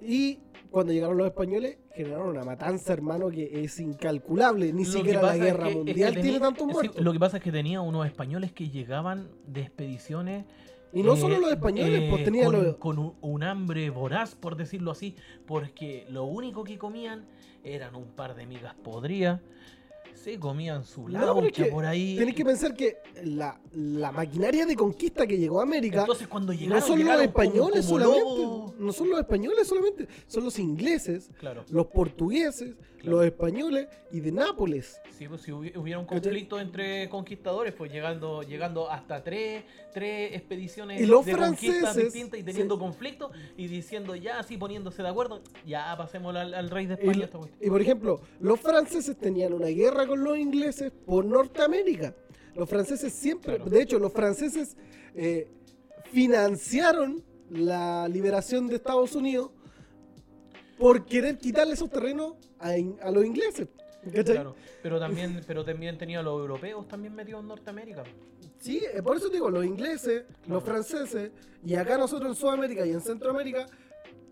D: Y cuando llegaron los españoles, generaron una matanza, hermano, que es incalculable. Ni
F: Lo que
D: siquiera la
F: pasa es
D: guerra
F: que- es que
D: mundial tiene
F: tenía-
D: tantos
F: sí,
D: muertos.
F: lo que pasa es que tenía unos españoles que llegaban de expediciones.
D: y no
F: eh,
D: solo los españoles,
F: eh,
D: pues tenían
F: con,
D: los...
F: con un, un hambre voraz, por decirlo así, porque lo único que comían eran un par de migas podridas. Se comían su
D: No, pero es
F: laucha
D: que
F: por ahí.
D: Tienes que pensar que la, la maquinaria de conquista que llegó a América
F: Entonces cuando llegaron,
D: no son los
F: llegaron como-
D: españoles
F: como
D: solamente,
F: lobos.
D: no son los españoles solamente, son los ingleses,
F: Claro.
D: los portugueses,
F: Claro.
D: los españoles y de Nápoles.
F: Sí, pues si hubi- hubiera un
D: ¿Cachai?
F: conflicto entre conquistadores, pues llegando, llegando hasta tres, tres expediciones
D: Y los
F: de conquista
D: franceses,
F: distintas y teniendo
D: sí.
F: conflictos y diciendo ya así poniéndose de acuerdo, ya pasemos al, al rey de
D: Y,
F: España. esta cuestión.
D: y, por ejemplo, los franceses tenían una guerra con los ingleses por Norteamérica. Los franceses siempre,
F: Claro.
D: de hecho, los franceses eh, financiaron la liberación de Estados Unidos por querer quitarle esos terrenos a, in- a los ingleses. ¿cachai?
F: Claro, pero también, pero también tenía a los europeos también metidos en Norteamérica.
D: Sí, eh, por eso te digo, los ingleses, los franceses, y acá nosotros en Sudamérica y en Centroamérica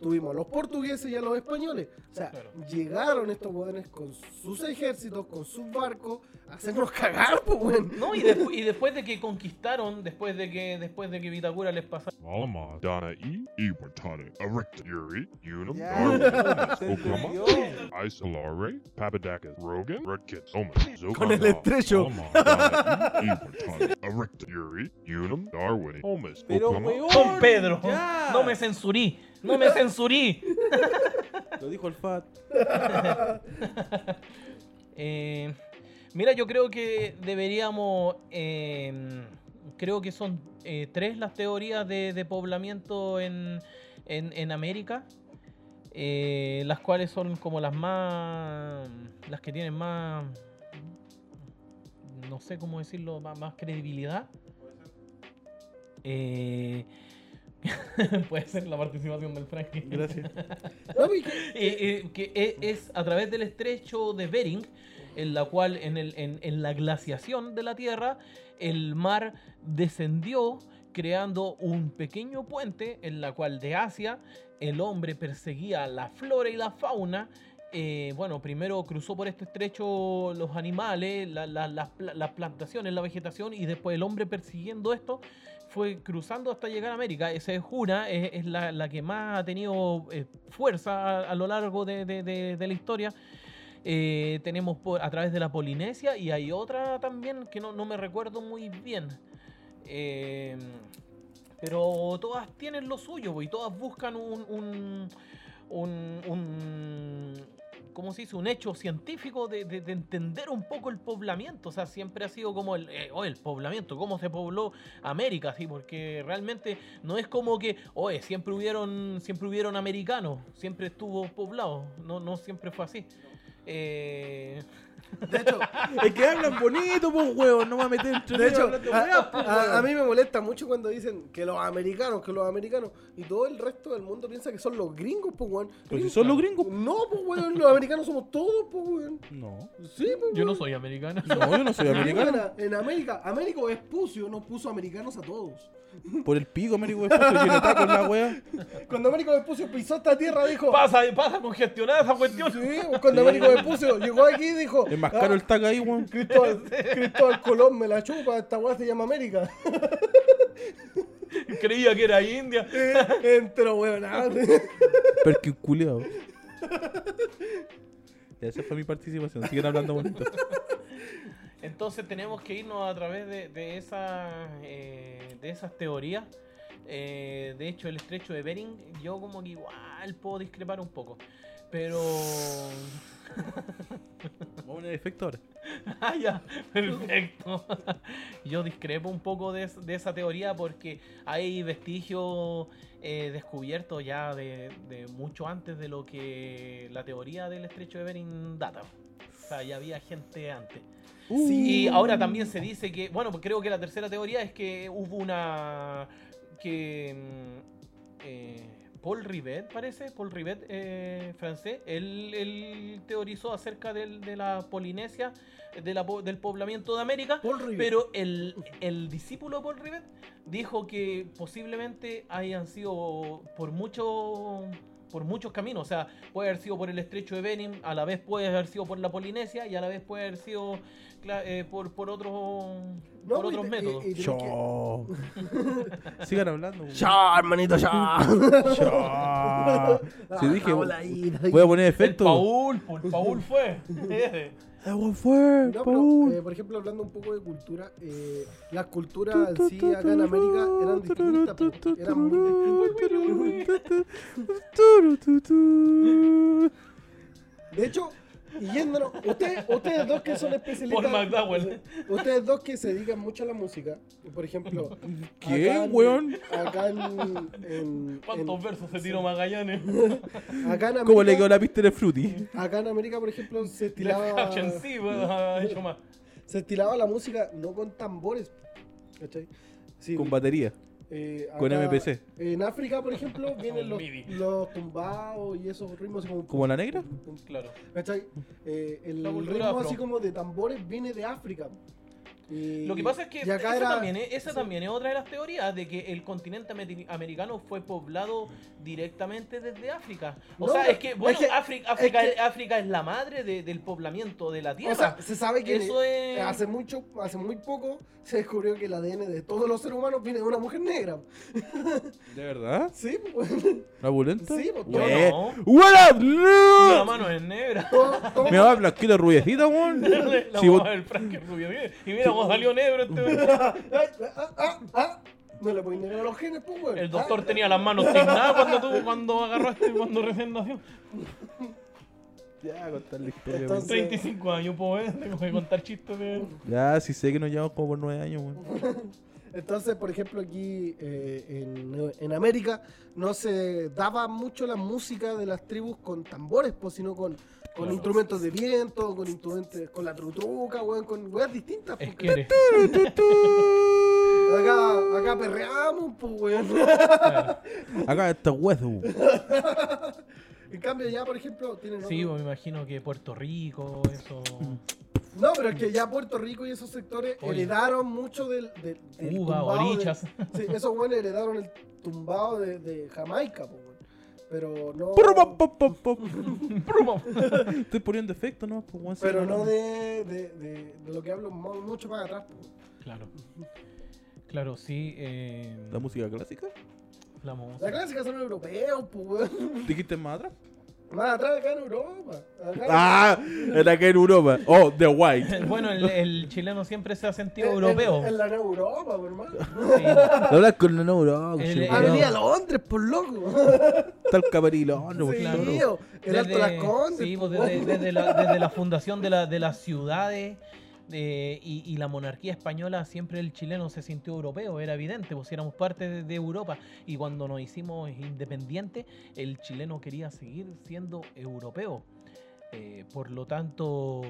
D: tuvimos a los portugueses y a los españoles. O sea,
F: Claro.
D: llegaron estos jóvenes con sus ejércitos, con sus barcos, a hacernos cagar, pues, weón.
F: No, y, despu- y después de que conquistaron, después de que, después de que Vitacura les pasara
H: Alma, Donna E, Iwatani, Erect Yuri, Unum,
E: Ya.
H: Darwin,
E: Se
H: Oklahoma,
E: entendió.
H: Isolare, Papadakis, Rogan, Redkit, Omen, Zogan,
E: Con el estrecho.
H: Alma, Donna E, Iwatani, Erect Yuri, Unum, Darwin, Omus,
E: Pero,
H: Oklahoma,
E: weón,
F: ¡Don Pedro!
E: ya.
F: ¡No me censurí! ¡No me censurí!
E: Lo dijo el Fat.
F: Eh, mira, yo creo que deberíamos. eh, creo que son eh, tres las teorías de, de poblamiento en, en, en América. eh, las cuales son como las más. las que tienen más. no sé cómo decirlo, más, más credibilidad. Eh, puede ser la participación del Frankie.
E: Gracias.
D: No, pues, que-
F: Eh, eh, que e- es a través del estrecho de Bering, en la cual en, el- en- en la glaciación de la Tierra el mar descendió creando un pequeño puente en la cual de Asia el hombre perseguía la flora y la fauna. Eh, bueno, primero cruzó por este estrecho los animales, la- la- las pla- las plantaciones, la vegetación y después el hombre persiguiendo esto fue cruzando hasta llegar a América. Esa es una, es, es la, la que más ha tenido eh, fuerza a, a lo largo de, de- de- de la historia. eh, tenemos por, a través de la Polinesia y hay otra también que no, no me recuerdo muy bien. Eh, pero todas tienen lo suyo po, y todas buscan un, un, un, un- ¿cómo se dice? Un hecho científico de, de- de entender un poco el poblamiento. O sea, siempre ha sido como el, eh, oh, el poblamiento, cómo se pobló América, sí, porque realmente no es como que, oye, siempre hubieron, siempre hubieron americanos, siempre estuvo poblado, no, no siempre fue así. Eh,
D: De hecho,
E: Es que hablan bonito, pues, weón. No me metí entre
D: de
E: medio
D: hecho
E: hablando
D: a,
E: weá, pues,
D: a-
E: weón.
D: a mí me molesta mucho cuando dicen que los americanos, que los americanos. Y todo el resto del mundo piensa que son los gringos, pues, weón.
E: Pero si son los gringos.
D: No, pues, weón. Los americanos somos todos, pues, weón.
E: No.
D: Sí, pues,
F: yo no
D: weón.
F: soy americano.
E: No, yo no soy americano.
D: Mira, En América, Américo Vespucio nos puso americanos a todos.
E: Por el pico, Américo Vespucio tiene tacos la wea.
D: Cuando Américo Vespucio pisó esta tierra, dijo.
F: Pasa, pasa congestionada esa cuestión.
D: Sí, cuando Américo Vespucio llegó aquí, dijo.
E: Es más caro
D: "Ah,
E: el taco ahí, weón.
D: Cristóbal, Cristóbal Colón me la chupa, esta weá se llama América.
F: Creía que era India.
D: Entro, weón. ah,
E: Pero que culiao. Ya esa fue mi participación. Siguen hablando bonito.
F: Entonces tenemos que irnos a través de, de esas, eh, de esas teorías. Eh, de hecho, el estrecho de Bering, yo como que igual puedo discrepar un poco. Pero...
E: Vamos a poner efecto ahora.
F: Ah, ya, perfecto. Yo discrepo un poco de, es- de esa teoría porque hay vestigios eh, descubiertos ya de, de mucho antes de lo que la teoría del estrecho de Bering data. O sea, ya había gente antes.
E: Uh.
F: Y ahora también se dice que, bueno, pues creo que la tercera teoría es que hubo una. que. mm, eh, Paul Rivet, parece, Paul Rivet eh, francés, él, él teorizó acerca del- de la Polinesia, de la po- del poblamiento de América,
D: Paul Rivet.
F: pero el, el discípulo de Paul Rivet dijo que posiblemente hayan sido por mucho por muchos caminos, o sea, puede haber sido por el estrecho de Benin, a la vez puede haber sido por la Polinesia y a la vez puede haber sido cla- eh, por, por, otro,
D: No,
F: por
D: y-
F: otros
D: y-
F: métodos.
D: y- y-
E: Chao. Sigan hablando. weón.
G: Ya, hermanito, ya.
D: Ah,
E: Chao. Si dije,
G: Hola, ida.
E: voy a poner
F: el
E: efecto.
F: Paul, por el Paul fue.
E: Agua fue,
D: No, pero,
E: Paul.
D: eh, por ejemplo, hablando un poco de cultura, eh, las culturas en sí acá en América eran distintas, po, eran muy distintas. De hecho, y yéndonos, ustedes, ustedes dos que son especialistas,
F: Paul McDowell.
D: ustedes dos que se dedican mucho a la música, por ejemplo,
E: ¿Qué,
D: acá en-
E: weón?
D: Acá en, en-
F: ¿Cuántos
D: en-
F: versos se tiró Magallanes?
D: acá en
E: ¿Cómo le quedó
D: América,
E: la pista de Fruity?
D: acá en América, por ejemplo, se
F: Le
D: tiraba,
F: en sí, bueno, pues, ha hecho más.
D: se tiraba la música no con tambores, ¿cachai? Sí,
E: Con batería.
D: Eh,
E: Con MPC.
D: En África, por ejemplo, vienen
F: Un
D: los,
F: MIDI.
D: los tumbados y esos ritmos así como.
E: ¿Como la negra?
F: Claro.
D: ¿cachai? Eh, el
F: La
D: ritmo
F: cultura afro.
D: así como de tambores viene de África. Y-
F: Lo que pasa es que
D: y
F: esa,
D: acá era-
F: también, es, esa también es otra de las teorías de que el continente ameri- americano fue poblado directamente desde África. O
D: No,
F: sea,
D: pero
F: es que, bueno,
D: es que-
F: África,
D: es
F: África,
D: que-
F: África es la madre de- del poblamiento de la Tierra.
D: O sea, se sabe que
F: Eso es-
D: hace mucho, hace muy poco, se descubrió que el ADN de todos los seres humanos viene de una mujer negra.
E: ¿De verdad?
D: Sí, pues,
E: ¿La bulenta?
D: Sí, pues,
E: Wea.
F: no.
E: What up,
F: Mi
E: no?
F: mamá no es negra.
D: todo- todo-
E: Me va a blanquear rubiecita, weón.
F: La
E: Si vos-
F: mamá del Frank es rubia. mira, Y mira cómo salió negro este.
D: Ay, ah, ah, ah. no le pueden negar a los genes, pues, weón.
F: El doctor tenía las manos tiznadas cuando, tuvo- cuando agarró a este, cuando recién nació.
D: Ah,
E: Ya, contar la historia,
D: Entonces-
E: weón.
F: 35 años, pues, tengo que contar chistes de...
E: Ya, si sé que nos llevamos como por nueve años, weón.
D: Entonces, por ejemplo, aquí eh, en, en América no se daba mucho la música de las tribus con tambores, pues, sino con, con instrumentos de viento, con instrumentos, con la trutruca, weón, con weas distintas.
F: Es
D: porque
F: que eres.
D: acá, acá perreamos, pues, weón.
E: Acá está hueso, weón.
D: en cambio, ya, por ejemplo, tienen.
F: Sí,
D: otro-
F: pues, me imagino que Puerto Rico, eso.
D: No, pero es que ya Puerto Rico y esos sectores
F: Oye.
D: heredaron mucho del. del, del
F: Cuba,
D: tumbao de-
F: orichas.
D: sí, esos weones heredaron el tumbado de, de Jamaica, pues, weón. Pero no.
E: Purru, pop, pop, pop, pop.
F: Promo.
E: Estoy poniendo efecto, ¿no? Pues, weón,
D: Pero
E: sí,
D: no
E: weón.
D: de, de, de, de lo que hablo mo- mucho más atrás. po.
F: Claro. Claro, sí. eh,
E: ¿La música clásica?
D: La
F: la música.
D: clásica son europeos, pues, weón.
E: ¿Dijiste más atrás?
D: Más atrás acá en Europa. Acá
E: Ah, era que en Europa. Oh, The White.
F: Bueno, el, el chileno siempre se ha sentido
D: en-
F: europeo.
D: En, en la nueva Europa, por hermano.
F: Sí.
E: No hablas con la no, no,
F: El-
E: chileno.
F: Ah, venía
D: Avenida Londres, por loco.
E: Está el camarilón, no,
D: Sí,
E: claro.
D: o el Alto Las Condes.
F: sí,
D: po.
F: pues, desde, desde la, desde la fundación de, la- de las ciudades de- y, y la monarquía española, siempre el chileno se sintió europeo, era evidente, pues éramos parte de, de Europa. Y cuando nos hicimos independientes, el chileno quería seguir siendo europeo. Eh, por lo tanto,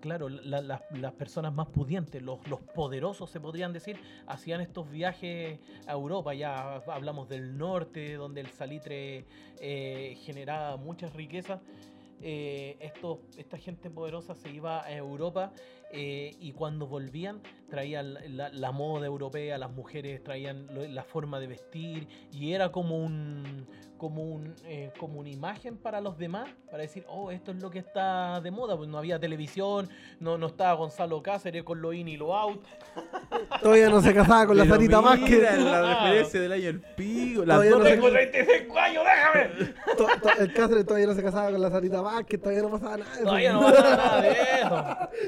F: claro, la- la- las personas más pudientes, los, los poderosos se podrían decir, hacían estos viajes a Europa. Ya hablamos del norte, donde el salitre eh, generaba muchas riquezas. Eh, estos- esta gente poderosa se iba a Europa eh, y cuando volvían traían la, la- la moda europea, las mujeres traían lo- la forma de vestir y era como un como un eh, como una imagen para los demás para decir oh esto es lo que está de moda pues no había televisión no no estaba Gonzalo Cáceres con lo in y lo out
G: Todavía no se casaba con la
E: Pero
G: Sarita
E: mira
G: Vázquez.
E: La referencia del año del pico. Las
G: Todavía
E: dos
G: no se-
E: recu-
C: Tengo 35 años, déjame.
G: To- to- el Cáceres todavía no se casaba con la Sarita Vázquez, todavía no pasaba nada. de eso.
F: Todavía no pasa nada de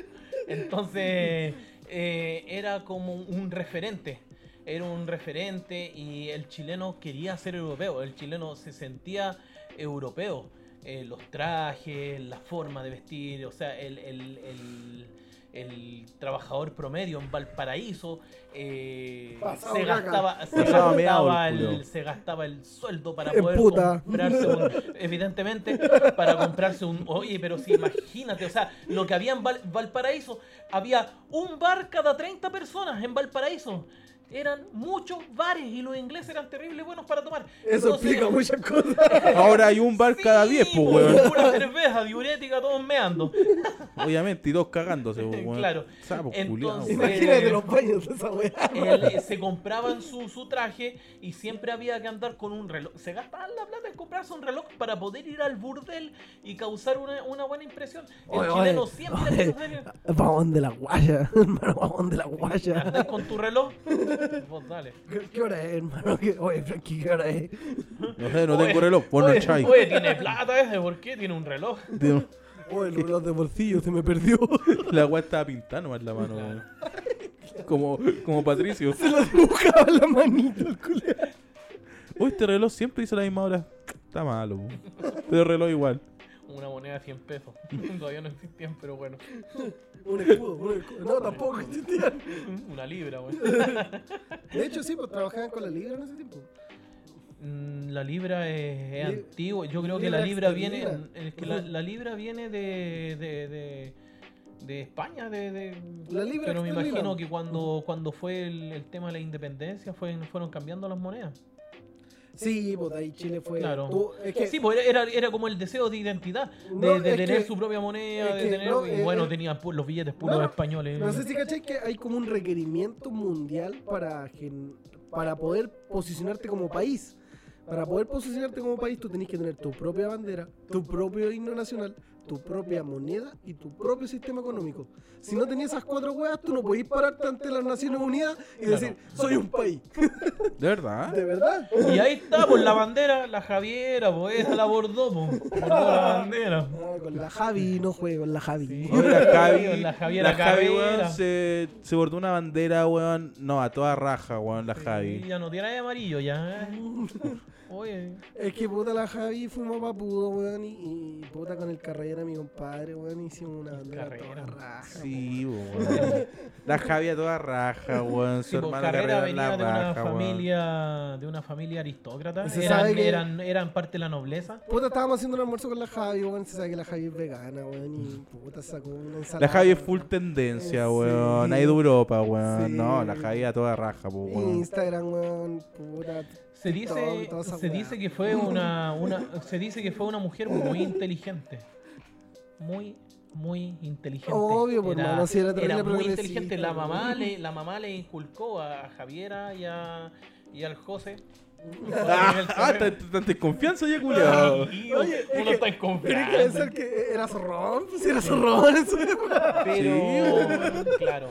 F: eso. Entonces, eh, era como un referente. Era un referente y el chileno quería ser europeo. El chileno se sentía europeo. Eh, los trajes, la forma de vestir, o sea, el, el- el- el trabajador promedio en Valparaíso eh,
D: Pasado
F: se
D: caca.
F: gastaba, se
E: Pasado meado
F: gastaba
E: el
F: el,
E: culiao.
F: se gastaba el sueldo para
G: En
F: poder
G: puta.
F: comprarse un, evidentemente para comprarse un oye pero si imagínate o sea lo que había en Val- Valparaíso había un bar cada 30 personas en Valparaíso eran muchos bares y los ingleses eran terribles buenos para tomar
G: Eso
F: Entonces,
G: explica muchas cosas.
E: Ahora hay un bar
F: sí,
E: cada 10, pues,
F: po,
E: weón.
F: pura cerveza diurética todos meando
E: Obviamente, y dos cagándose, pues, weón.
F: Claro.
E: Sapo,
F: Entonces-
E: culiao, weón.
G: Imagínate los baños de esa weá.
F: Él, eh, se compraban su, su traje y siempre había que andar con un reloj. Se gastaban la plata en comprarse un reloj para poder ir al burdel y causar una, una buena impresión. El
G: Oye,
F: chileno
G: oye,
F: siempre
G: oye.
F: quiso ser-
G: Vagón de la guaya, hermano, vagón de la guaya.
F: ¿Andás con tu reloj. Vos dale.
G: ¿Qué, qué hora es, hermano? ¿Qué- oye, Frankie, ¿qué hora es?
E: No sé, no
F: Oye,
E: tengo reloj. Bueno,
F: oye,
E: chai.
F: Oye, tiene plata ese, ¿por qué? Tiene un reloj.
E: Tengo-
G: Oye, el reloj de bolsillo se me perdió.
E: La weá estaba pintada nomás la mano, weón. Como, como Patricio.
G: Se lo dibujaba en la manito el culero.
E: Uy, este reloj siempre hizo la misma hora. Está malo, weón. Pero el reloj igual.
F: Una moneda de 100 pesos. Todavía no existían, pero bueno.
G: Un escudo, un escudo. No, tampoco existían.
F: Una libra, güey.
D: De hecho, sí, pues trabajaban con la Libra en ese tiempo.
F: Mm, La libra es, es
D: Lib-
F: antigua. Yo creo que
D: libra
F: la libra viene.
D: esterlina.
F: es que la, la libra viene de. de, de- de España, de, de-
D: La libra
F: pero me
D: esterlina.
F: imagino que cuando, cuando fue el, el tema de la independencia fue- fueron cambiando las monedas.
D: Sí, pues de ahí Chile fue.
F: Claro.
D: Tú- es que,
F: Sí, pues era, era- era como el deseo de identidad, de,
D: No,
F: de
D: es
F: tener
D: que-
F: su propia moneda,
D: es
F: de
D: que
F: tener,
D: no,
F: y
D: eh,
F: bueno,
D: eh,
F: tenían pu- los billetes puros
D: no,
F: españoles.
D: no sé si cachai que hay como un requerimiento mundial para, gen- para poder posicionarte como país. Para poder posicionarte como país, tú tenés que tener tu propia bandera, tu propio himno nacional, tu propia moneda y tu propio sistema económico. Si no tenías esas cuatro huevas, tú no podías pararte ante las Naciones Unidas y
F: Claro.
D: decir, soy un país.
E: De verdad.
D: ¿De verdad?
F: Y ahí está, pues la bandera, la Javiera, pues esa la bordó, pues, bordó la bandera.
D: Ah, con
G: La
D: la-
G: Javi, no juego con la Javi.
E: Ahora la Javi,
F: La
E: la
F: Javiera
E: Javi,
F: Cabrera.
E: weón, se, se bordó una bandera, weón. No, a toda raja, weón, la
F: Y
E: Javi.
F: ya no tiene de amarillo, ya. ¿eh? Oye,
D: Es que puta la Javi fumó papudo, weón, y, y puta con el carrera, mi compadre, weón, hicimos una bandera toda
F: Carrera.
D: raja.
E: Sí, weón. La Javi a toda raja, weón. Su
F: sí, pues,
E: hermana
F: Carrera
E: Carrera, en
F: venía
E: la
F: de una
E: raja, weón.
F: familia, de una familia aristócrata.
D: Se
F: Eran,
D: sabe que-
F: eran, eran parte de la nobleza.
D: Puta, estábamos haciendo un almuerzo con la Javi, weón, se sabe que la Javi es vegana, weón, y puta sacó una ensalada.
E: La Javi es
D: weón.
E: full tendencia,
D: Sí.
E: weón. Ahí de Europa, weón.
D: Sí.
E: No, la Javi a toda raja, po, weón.
D: Instagram, weón, puta.
F: Se
D: TikTok
F: dice,
D: y toda esa
F: se
D: weá.
F: dice que fue una, una, se dice que fue una mujer muy inteligente, muy, muy inteligente.
D: Obvio, pues, hermano, sí, era terrible
F: muy
D: progresista, pues.
F: inteligente. La
D: weón.
F: mamá le, la mamá le inculcó a Javiera y a, y al José.
E: Ah, tanta desconfianza ya, culiao.
F: Y uno uno está en
D: Tenés que
F: confianza.
D: pensar que era zorrón, pues era zorrón en su época.
F: Pero, claro.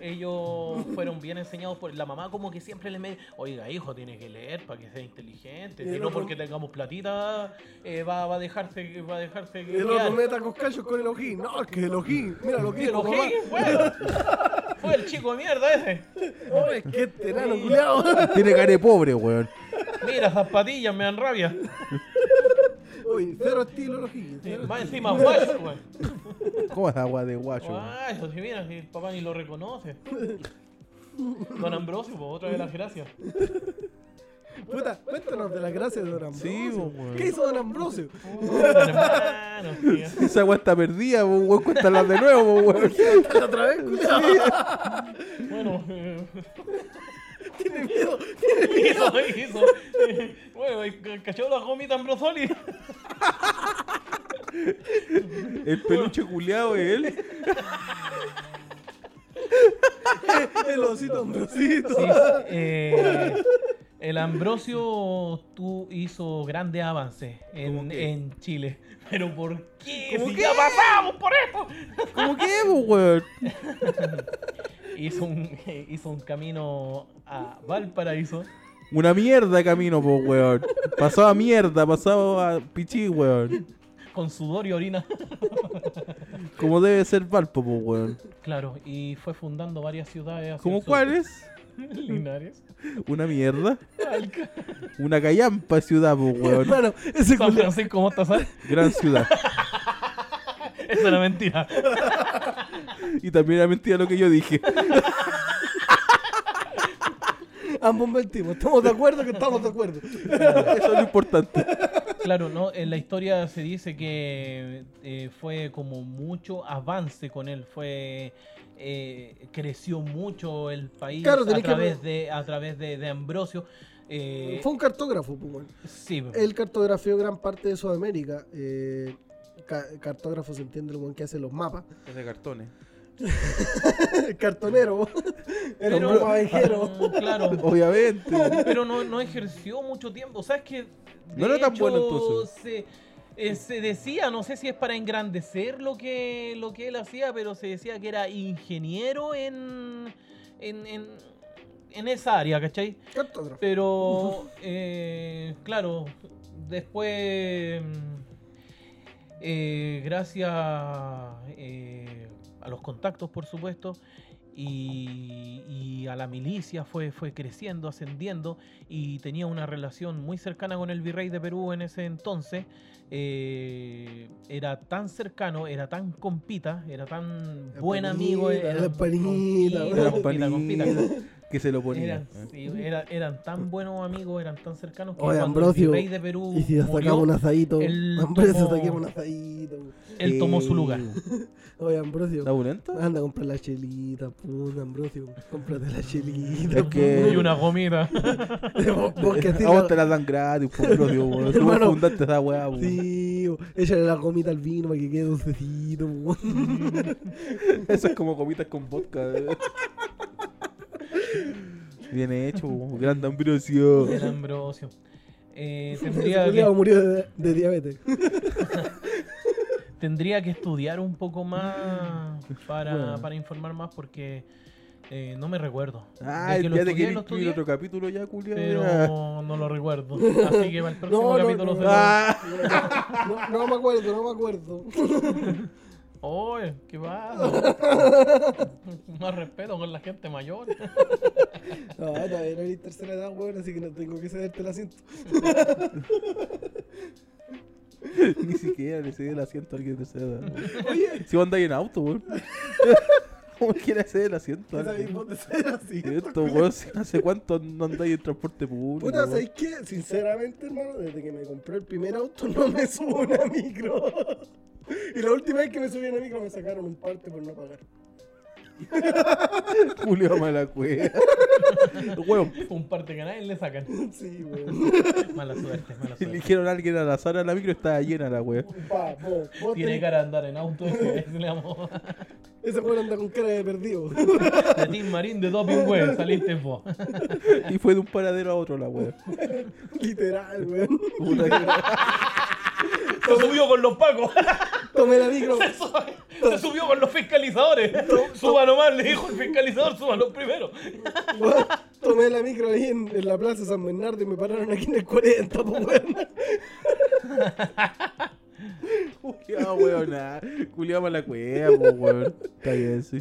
F: ellos fueron bien enseñados por la mamá, como que siempre les me oiga, hijo, tienes que leer para que seas inteligente,
D: Y el
F: que no
D: otro-
F: porque tengamos platita eh, va, va a dejarse, va a dejarse
D: Y el otro
F: criar".
D: meta con callos con el ojín. No, es que el ojín. Mira lo que
F: Y el
D: dijo,
F: O'Higgins, bueno, fue el chico de mierda ese.
D: papá. Oh, es que este enano culiao.
E: Tiene cara de pobre, weón.
F: Mira, esas patillas me dan rabia.
D: Uy, cero estilo el ojín.
F: Sí,
D: cero
F: Más encima, guacho, güey.
E: ¿Cómo es agua de guacho? weón?
F: Guacho, si mira, si el papá ni lo reconoce. Don Ambrosio, pues, otra de las gracias.
D: estilo. Puta, cuéntanos de las gracias de Don Ambrosio.
E: Sí, weón.
D: ¿Qué hizo Don Ambrosio?
F: Hermano, tío.
E: Esa agua está perdida, po, weón. Cuéntala de nuevo, po, weón.
D: Otra vez, culiao.
F: Bueno, eh,
D: Tiene miedo.
F: hizo, hizo. eh, Bueno, y cachó la gomita Ambrosoli.
E: El peluche culiado es él.
D: El osito Ambrosito.
F: Sí, eh, el Ambrosio tú hizo grandes avances en, en Chile. Pero ¿por qué?
E: ¿Cómo
F: Si
E: qué?
F: ya pasamos por esto.
E: ¿Cómo que, po, weón?
F: Hizo un, hizo un camino a Valparaíso.
E: Una mierda de camino, po, weón. Pasaba mierda, pasaba a pichí, weón.
F: Con sudor y orina.
E: Como debe ser Valpo, po, weón.
F: Claro, y fue fundando varias ciudades. hacia el
E: ¿Cómo
F: sur.
E: cuáles?
F: Linares.
E: Una mierda.
F: Talca.
E: Una callampa de ciudad, po, weón.
D: Hermano, ese
F: San
D: culiao.
F: Francisco, ¿cómo estás?
E: Gran ciudad.
F: Esa era mentira.
E: Y también era mentira lo que yo dije.
D: Ambos mentimos. Estamos de acuerdo que estamos de acuerdo.
E: Eso es lo importante.
F: Claro, no, en la historia se dice que eh, fue como mucho avance con él, fue eh, creció mucho el país
D: Claro,
F: a
D: tenés que-
F: través de a través de, de Ambrosio. eh,
D: Fue un cartógrafo, pues, weón.
F: sí,
D: Él cartografió gran parte de Sudamérica. eh, ca- cartógrafo se entiende el weón que hace los mapas.
E: Es de cartones.
D: Cartonero. Era un
F: Pero-
D: pabellero.
F: Mm, claro,
E: Obviamente.
F: pero no, no ejerció mucho tiempo. O sea, es que de
E: No era tan
F: hecho,
E: bueno, entonces.
F: Se, eh, se decía, no sé si es para engrandecer lo que, lo que él hacía, pero se decía que era ingeniero en, en, en, en esa área, ¿cachai?
D: Cartógrafo.
F: Pero, eh, claro, después, mm, eh, gracias eh, a los contactos, por supuesto, y, y a la milicia fue, fue creciendo, ascendiendo, y tenía una relación muy cercana con el virrey de Perú en ese entonces. eh, era tan cercano, era tan compita, era tan buen amigo.
D: panita,
F: era
D: la panita,
F: compita,
D: la
F: compita, compita.
E: Que se lo ponía.
F: Eran, sí, era- eran tan buenos amigos, eran tan cercanos que
D: Oye,
F: cuando
D: Ambrosio,
F: el rey de Perú
D: Y si nos
F: Uh, murió,
D: sacamos un asadito.
F: él
D: Ambrosio,
F: tomó-
D: saquemos un asadito. weón.
F: él tomó su lugar. Ah.
D: Oye, Ambrosio.
E: ¿Está bulento?
D: Anda a comprar la chelita, puta, Ambrosio. Cómprate la chelita.
E: Es que-
F: Y una gomita.
D: Vos- vos que así
E: A vos
D: la-
E: te la dan gratis, po, bro, Dios, weón. Tú
D: Hermano.
E: fundaste esa weá, po.
D: Sí, bo. échale la gomita al vino para que quede dulcecito. bo.
E: Eso es como comitas con vodka. eh. Bien hecho, po. gran Ambrosio.
F: El Ambrosio. Eh,
D: Ese
F: tendría,
D: culiao
F: que,
D: murió de, de diabetes.
F: tendría que estudiar un poco más para, para informar más porque eh, no me recuerdo. De
E: Ah,
F: que lo
E: ya te
F: estudié,
E: quería
F: lo
E: incluir
F: estudié,
E: otro capítulo ya, culiado.
F: pero no lo recuerdo. Así que para el próximo
D: Ah. No, no,
F: capítulo
D: no, Ah.
F: se
D: no.
F: lo-
E: Ah,
D: No, no me acuerdo, no me acuerdo.
F: Oye, ¿qué pasa? Más respeto con la gente mayor.
D: No, todavía no eres tercera edad, weón, así que no tengo que cederte el asiento.
E: Ni siquiera le cede el asiento a alguien de esa edad. weón. Si vos andáis en auto, weón. ¿Cómo quiere ceder el asiento? a
D: Esa
E: alguien?
D: misma tercera, sí.
E: Esto, weón, si no sé cuánto no andáis en transporte público.
D: Puta,
E: weón.
D: ¿sabéis qué? Sinceramente, hermano, desde que me compré el primer auto no me subo a una micro. Y la última vez que me subí a una micro me sacaron un parte por no pagar.
E: Julio Malacue. Weón,
F: Un parte que a nadie le sacan.
D: Sí, weón.
F: Mala suerte, mala suerte.
E: eligieron a alguien al azar a la micro, estaba llena la wea.
D: Pa, vos, vos
F: Tiene
D: tenés-
F: cara de andar en auto ese, ese le amo.
D: Ese weón anda con cara de perdido.
F: De Tim Marín de Doping Web saliste vos.
E: Y fue de un paradero a otro la wea.
D: Literal, weón.
E: Puta que-
F: Se subió con los pacos.
D: Tomé la micro.
F: Se sube- Se subió con los fiscalizadores. Suba nomás, le dijo el fiscalizador, suba los primeros.
D: weón. Tomé la micro ahí en, en la plaza San Bernardo y me pararon aquí en el 40, pues, weón.
E: Culiado, weón. Culiado para la cueva, po, weón. Está bien, sí.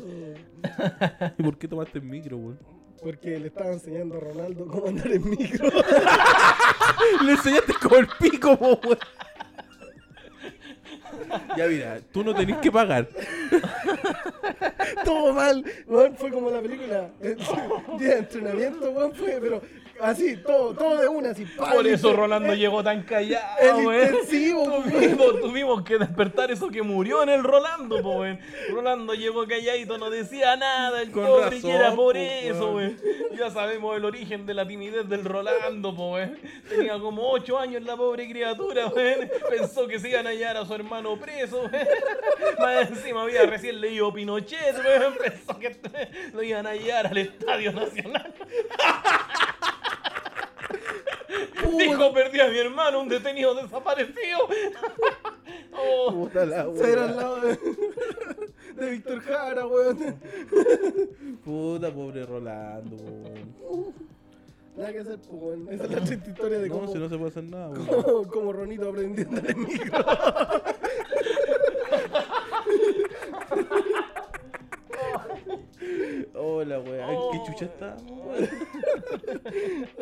E: ¿Y por qué tomaste el micro, weón?
D: Porque le estaba enseñando a Ronaldo cómo andar en micro.
E: Le enseñaste como el pico, po, weón. Ya mira, tú no tenés que pagar.
D: Todo mal, weón, fue como la película. eh, Día de entrenamiento, weón, fue, pero así, todo, todo de una, así. pa,
F: Por eso
D: listo.
F: Rolando llegó tan
D: El
F: callado, weón.
D: intensivo, weón.
F: Tuvimos, tuvimos que despertar eso que murió en el Rolando, po, weón. Rolando llegó calladito, no decía nada, el
E: Con
F: pobre
E: razón,
F: que era por
E: po,
F: eso, weón. Ya sabemos el origen de la timidez del Rolando, po, weón. Tenía como 8 años la pobre criatura, weón. Pensó que se iban a hallar a su hermano preso, weón. Más encima había recién leído Pinochet, weón. Pensó que lo iban a hallar al Estadio Nacional. Dijo, perdí a mi hermano, un detenido desaparecido. Oh.
E: Puta la
D: Se era al lado de, de Víctor Jara, weón.
E: Puta, pobre Rolando, po, weón.
D: Nada que hacer, pues, weón. Esa es la triste historia de
E: No,
D: cómo,
E: si no se puede hacer nada, weón.
D: cómo, cómo Ronito aprendió a andar en micro.
E: Hola, weón. ¿Qué chucha está?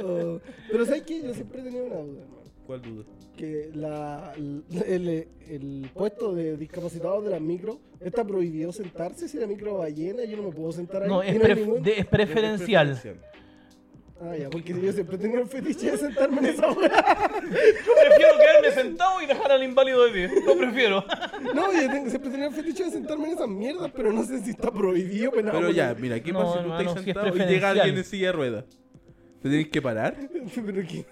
D: Oh, Pero ¿sabes qué? Yo siempre he tenido una duda, hermano.
E: ¿Cuál duda?
D: que la, el, el puesto de discapacitados de la micro está prohibido sentarse si la micro va llena yo no me puedo sentar ahí
F: No,
D: y
F: es,
D: no hay
F: pref-
D: ningún-
F: de- es preferencial.
D: ah ya porque yo siempre tenía un fetiche de sentarme en esa hora
F: Yo prefiero quedarme sentado y dejar al inválido de pie. Lo prefiero.
D: no yo tengo- siempre tenía un fetiche de sentarme en esas mierdas pero no sé si está prohibido pero,
E: Pero ya, mira, ¿qué
F: No,
E: pasa si tú
F: hermano,
E: estás
F: si es
E: sentado y llega alguien en
F: preferencial.
E: silla de ruedas? ¿Te tenés que parar?
D: pero qué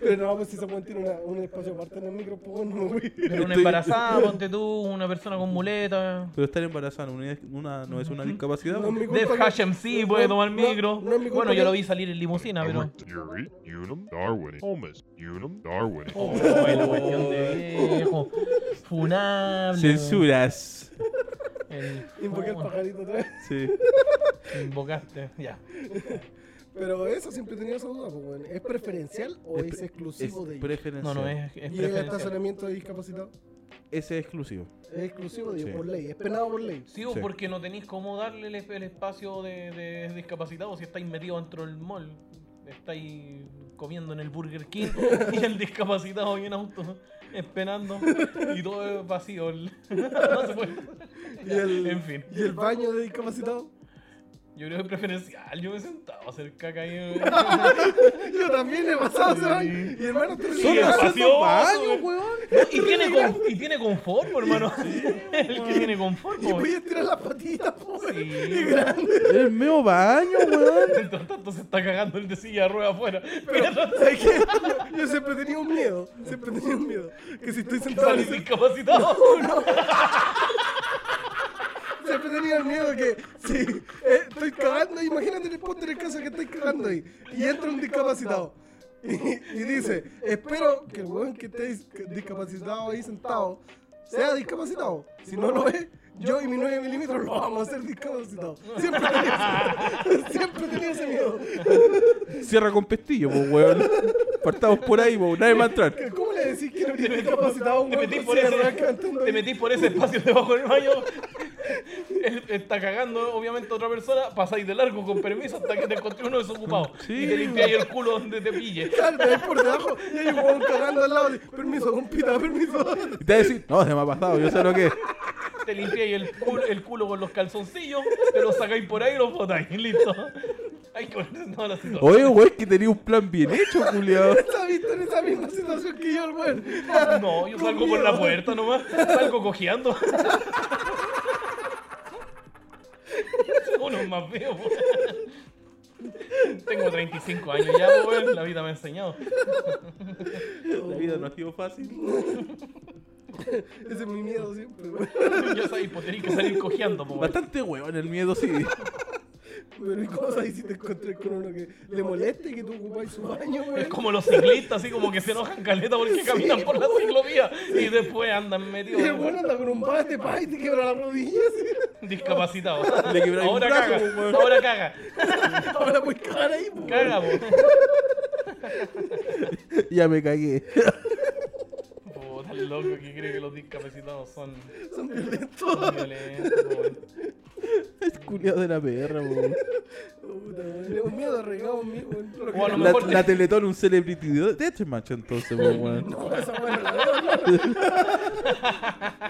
D: pero no pues si se pueden tiene una- un espacio aparte en la micro pues no güey.
F: Pero una
E: Estoy-
F: embarazada, ponte tú, una persona con muleta.
E: Pero estar embarazada no es una, no es una discapacidad.
D: No es mi culpa
F: Def
D: que-
F: Hash MC puede
D: no-
F: tomar
D: no-
F: micro.
D: no es mi culpa
F: Bueno, yo
D: que-
F: lo vi salir en limusina, pero.
H: Erect Yuri, Unum, Darwin, Holmes, Unum, Darwin.
F: Oh, la cuestión de viejo. Funable.
E: Censuras.
F: El-
D: invoqué al
F: oh,
D: pajarito otra vez
E: Sí.
F: Invocaste, ya.
D: pero eso siempre he tenido esa duda pues, bueno. es preferencial o
E: Es
D: es,
E: pre- Es
D: exclusivo de ellos?
E: preferencial.
F: No, no, es, es
D: Y el
F: preferencial.
D: estacionamiento de discapacitados
E: Ese es exclusivo.
D: es exclusivo de ellos
E: Sí.
D: por ley, es penado por ley.
F: Sí, o
E: Sí.
F: porque no tenéis cómo darle el, el espacio de, de discapacitado si estáis metidos dentro del mall. Estáis comiendo en el Burger King y el discapacitado viene auto esperando y todo es vacío. el- no se puede.
D: Y el-
F: En fin,
D: ¿Y el baño de discapacitados?
F: yo creo que es preferencial. Yo me he sentado a hacer caca ahí.
D: Yo también he pasado ese baño. Y hermano, te
F: Sí, es
E: haciendo
F: vacío.
E: baño,
D: weón.
F: Y tiene, con- y tiene confort, po, hermano. el que tiene confort.
D: Y
F: po.
D: voy a estirar las patitas, pobre.
F: Sí.
D: Y grande.
E: El medio baño, weón.
F: Mientras tanto se está cagando el de silla de rueda afuera. Mientras
D: ¿Sabes qué? Yo, yo siempre tenía un miedo. Siempre tenía un miedo. Que si estoy sentado en
F: salís
D: ese-
F: discapacitado.
D: Siempre tenía el miedo que si eh, estoy cagando, imagínate el póster el caso que estoy cagando ahí y entra un discapacitado. Y, y dice, espero que el weón que esté dis- discapacitado ahí sentado sea discapacitado. Si no lo es, yo y mi 9 milímetros lo vamos a hacer discapacitado. Siempre tenía ese, siempre tenía ese miedo.
E: Cierra con pestillo, pues, weón. Partamos por ahí, po. Nadie va a entrar.
D: ¿Cómo le decís que no tiene discapacitado a un
F: Te
D: weón
F: metís,
D: con
F: por
D: silla
F: ese,
D: de ruedas cantando
F: te
D: ahí?
F: metís por ese espacio debajo del baño. Él está cagando, obviamente, otra persona. Pasáis de largo con permiso hasta que te encontré uno desocupado.
E: Sí.
F: Y te limpiáis el culo donde te pille.
D: Claro, te ves por debajo y hay un weón cagando al lado. Permiso, compita, permiso.
E: Y te va a decir, no, se me ha pasado, yo sé lo que es.
F: Te limpiáis el culo, el culo con los calzoncillos. Te los sacáis por ahí y los botáis. Listo. Hay que ponerse en toda la situación.
E: Oye, weón, que tenía un plan bien hecho, culiado.
D: Está visto en esa misma situación que yo, el weón.
F: No, yo salgo por la puerta nomás. Salgo cojeando. Uno es más feo, po. Tengo 35 años ya, po, weón. La vida me ha enseñado.
E: La vida no ha sido fácil.
D: Ese es mi miedo siempre, weón.
F: Ya sabéis, pues tenéis que salir cojeando, po, weón.
E: Bastante weón el miedo, sí.
D: Pero ¿y cómo se y si te encontrás con uno que le moleste que tú ocupáis su baño,
F: Es
D: weón.
F: como los ciclistas, así como que se enojan caleta porque caminan por la ciclovía y después andan
D: Y el
F: metidos
D: weón anda con un bate, pa, y te quebra las rodillas.
F: discapacitados.
E: Le quebraron un
F: Ahora
E: brazo,
F: caga,
E: pues, weón.
F: ahora caga,
D: Ahora puedes cagar ahí, po.
F: caga, po.
E: ya me cagué.
F: Puta, el loco que cree que los discapacitados son
D: Son violentos.
F: violentos. weón.
E: Es culiado de la PR, weón.
D: Puta, weón. Es un miedo arreglado, un miedo, weón. Lo que-
F: O a lo
E: La,
F: mejor te-
E: la Teletón, un celebrity deathmatch entonces, po, weón.
D: No, esa weón no la veo,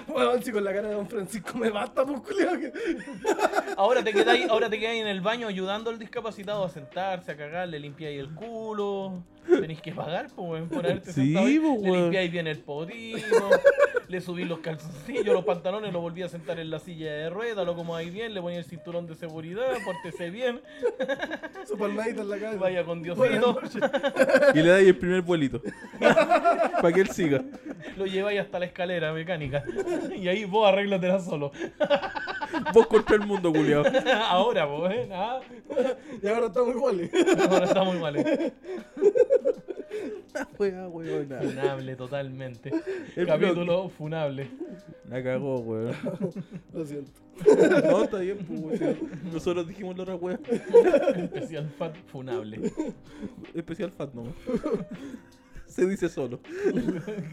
D: no. Weón, si con la cara de Don Francisco me basta, pues, culiao. que-
F: Ahora te quedáis, ahora te quedáis en el baño ayudando al discapacitado a sentarse, a cagar, le limpiáis el culo. Tenéis que pagar, po, weón, por haberte
E: Sí,
F: sentado. ahí.
E: po,
F: le
E: weón.
F: limpiáis bien el podino, le subís los calzoncillos, los pantalones, lo volví a sentar en la silla de ruedas, lo como ahí bien, le ponía el cinturón de seguridad, pórtese bien,
D: Su palmadita en la cabeza.
F: vaya con
D: Buenas
F: Diosito,
D: noches.
E: Y le dais el primer vuelito. Para que él siga.
F: lo lleváis hasta la escalera mecánica. Y ahí vos arréglatela solo.
E: Vos contra el mundo, culiado.
F: Ahora, po, ¿eh? Ah,
D: Y ahora estamos iguales.
F: ahora está muy mal. eh.
E: Weón, weón, nada.
F: Funable totalmente.
E: El
F: Capítulo funable.
E: La cagó, weón.
D: Lo siento.
E: No, está bien, po, weón. Nosotros dijimos la otra weón.
F: Especial fan funable.
E: Especial fat, no. Se dice solo.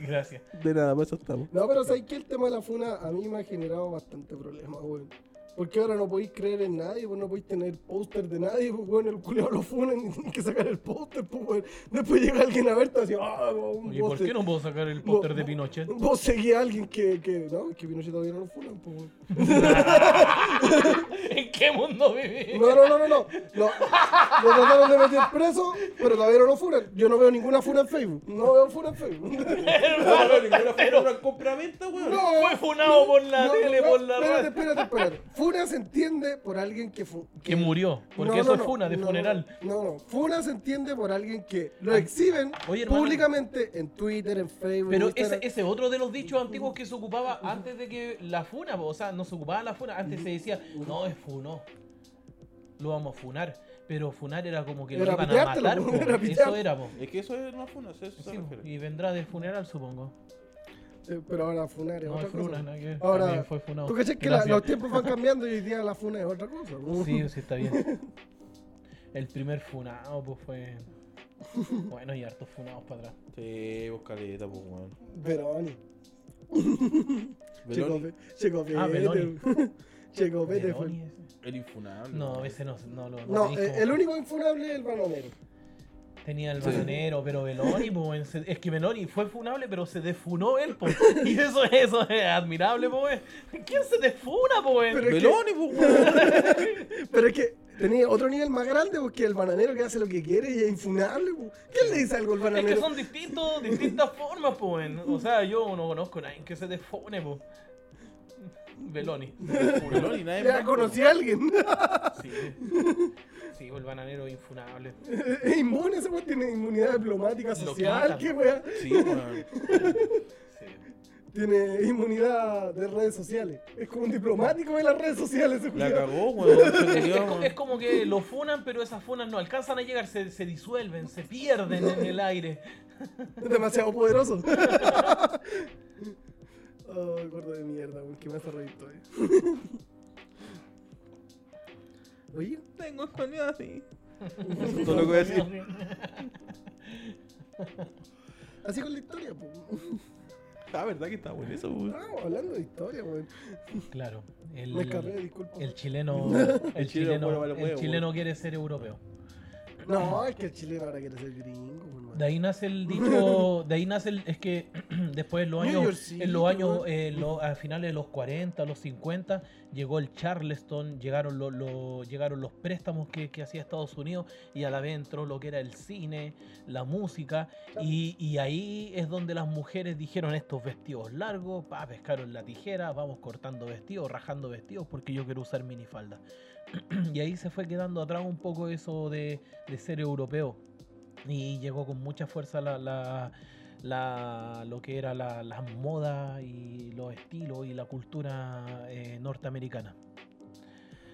F: Gracias.
E: De nada, para eso estamos.
D: No, pero sabes que el tema de la funa a mí me ha generado bastante problemas, weón. Porque ahora no podéis creer en nadie, pues no podéis tener póster de nadie, pues weón, el culiao lo funan y tienen que sacar el póster, pues weón. Después llega alguien a verte así, ah, weón,
F: Oye, ¿por
D: póster".
F: qué no puedo sacar el
D: Vos-
F: póster de
D: vos-
F: Pinochet?
D: Vos seguís a alguien que, que. No, es que Pinochet todavía no lo funan, pues weón.
F: ¿En qué mundo vivimos?
D: No, no, no, no, no. Lo, lo trataron de meter preso, pero todavía no lo funan. Yo no veo ninguna funa en Facebook. No veo funa en Facebook.
E: compraventa, weón.
F: Fue funado por la tele, por la
D: Espérate,
F: radio.
D: espérate, espérate. Funa se entiende por alguien que. fu-
F: Que murió, porque
D: No,
F: eso
D: no,
F: es
D: no,
F: funa de
D: no,
F: funeral. Ah.
D: No, no. Funa se entiende por alguien que lo exhiben
F: Oye, hermano.
D: públicamente en Twitter, en Facebook.
F: Pero
D: en
F: ese
D: Instagram.
F: ese otro de los dichos antiguos que se ocupaba antes de que la funa, po, o sea, no se ocupaba la funa, antes se decía, no, es funó. Lo vamos a funar. Pero funar era como que lo
D: Era
F: iban a
D: piteártelo,
F: matar,
D: po,
F: po.
D: era
F: eso
D: pitear-
F: era, po.
E: Es que eso es una funa, eso se
F: Sí, po.
E: refiere.
F: y vendrá de funeral, supongo.
D: Eh, Pero ahora funar es
F: No,
D: otra
F: es funa,
D: cosa.
F: nada que ver.
D: Ahora,
F: También fue funado.
D: ¿tú cachas que la-
F: Gracias.
D: los tiempos van cambiando y hoy día la funa es otra cosa? ¿no?
F: Sí, sí, está bien. El primer funado, pues fue. Bueno, y hartos funados para atrás.
E: Sí, vos caleta, po, weón.
D: Veroni.
E: Beloni,
D: Checopete.
F: Ah, Beloni.
D: Checopete fue.
F: Meloni, ese.
E: el infunable.
F: No,
E: weón.
F: ese no, no lo.
D: No,
F: tenéis
D: eh,
F: como-
D: el único infunable es el balonero.
F: Tenía el bananero, pero Beloni, pues. se- Es que Beloni fue funable, pero se defunó él, pues. Y eso, eso es admirable, pues. ¿Quién se defuna, pues?
D: Pero-
E: Beloni, po, weón.
D: Pero es que tenía otro nivel más grande porque el bananero que hace lo que quiere y es infunable. po. ¿Quién le dice algo al
F: Es que
D: bananero?
F: son distintos, distintas formas, pues. O sea, yo no conozco a nadie que se defune, pues. Beloni.
E: Beloni, nadie
D: Ya
E: más.
D: conocí a alguien.
F: Sí. Sí, el bananero infunable.
D: es inmune, ese weón tiene inmunidad diplomática social.
F: matan.
D: ¿Qué weá?
E: Sí, weón.
D: Tiene inmunidad de redes sociales. Es como un diplomático de las redes sociales. Ese
E: La
D: culiao.
E: cagó, weón. Se
F: Es,
E: culiao,
F: co-
E: weón.
F: es como que lo funan, pero esas funas no alcanzan a llegar, se, se disuelven, se pierden en el aire.
D: Es demasiado poderoso. oh, gordo de mierda, weón, que me hace reír todavía. Oye,
E: Tengo escondido así. Eso es todo lo que voy a decir.
D: así con la historia, pues.
E: Ah, verdad que está bueno eso, weón.
D: Estábamos hablando de historia, weón.
F: Claro, el,
D: Me escapé, disculpa.
F: el chileno, el
E: huevo
F: chileno,
E: vale
F: el
E: huevo.
F: chileno quiere ser europeo.
D: No, es que el chileno ahora quiere ser gringo, weón.
F: De ahí nace el dicho, de ahí nace el, es que después en los
D: New York
F: años,
D: City,
F: en los años,
D: weón.
F: eh, lo- a finales de los 40, los 50, llegó el Charleston, llegaron, lo- lo- llegaron los préstamos que, que hacía Estados Unidos y a la vez entró lo que era el cine, la música y, y ahí es donde las mujeres dijeron estos vestidos largos, pa, pescaron la tijera, vamos cortando vestidos, rajando vestidos porque yo quiero usar minifalda. y ahí se fue quedando atrás un poco eso de, de ser europeo y llegó con mucha fuerza la, la- la- lo que era la- las modas y los estilos y la cultura eh, norteamericana.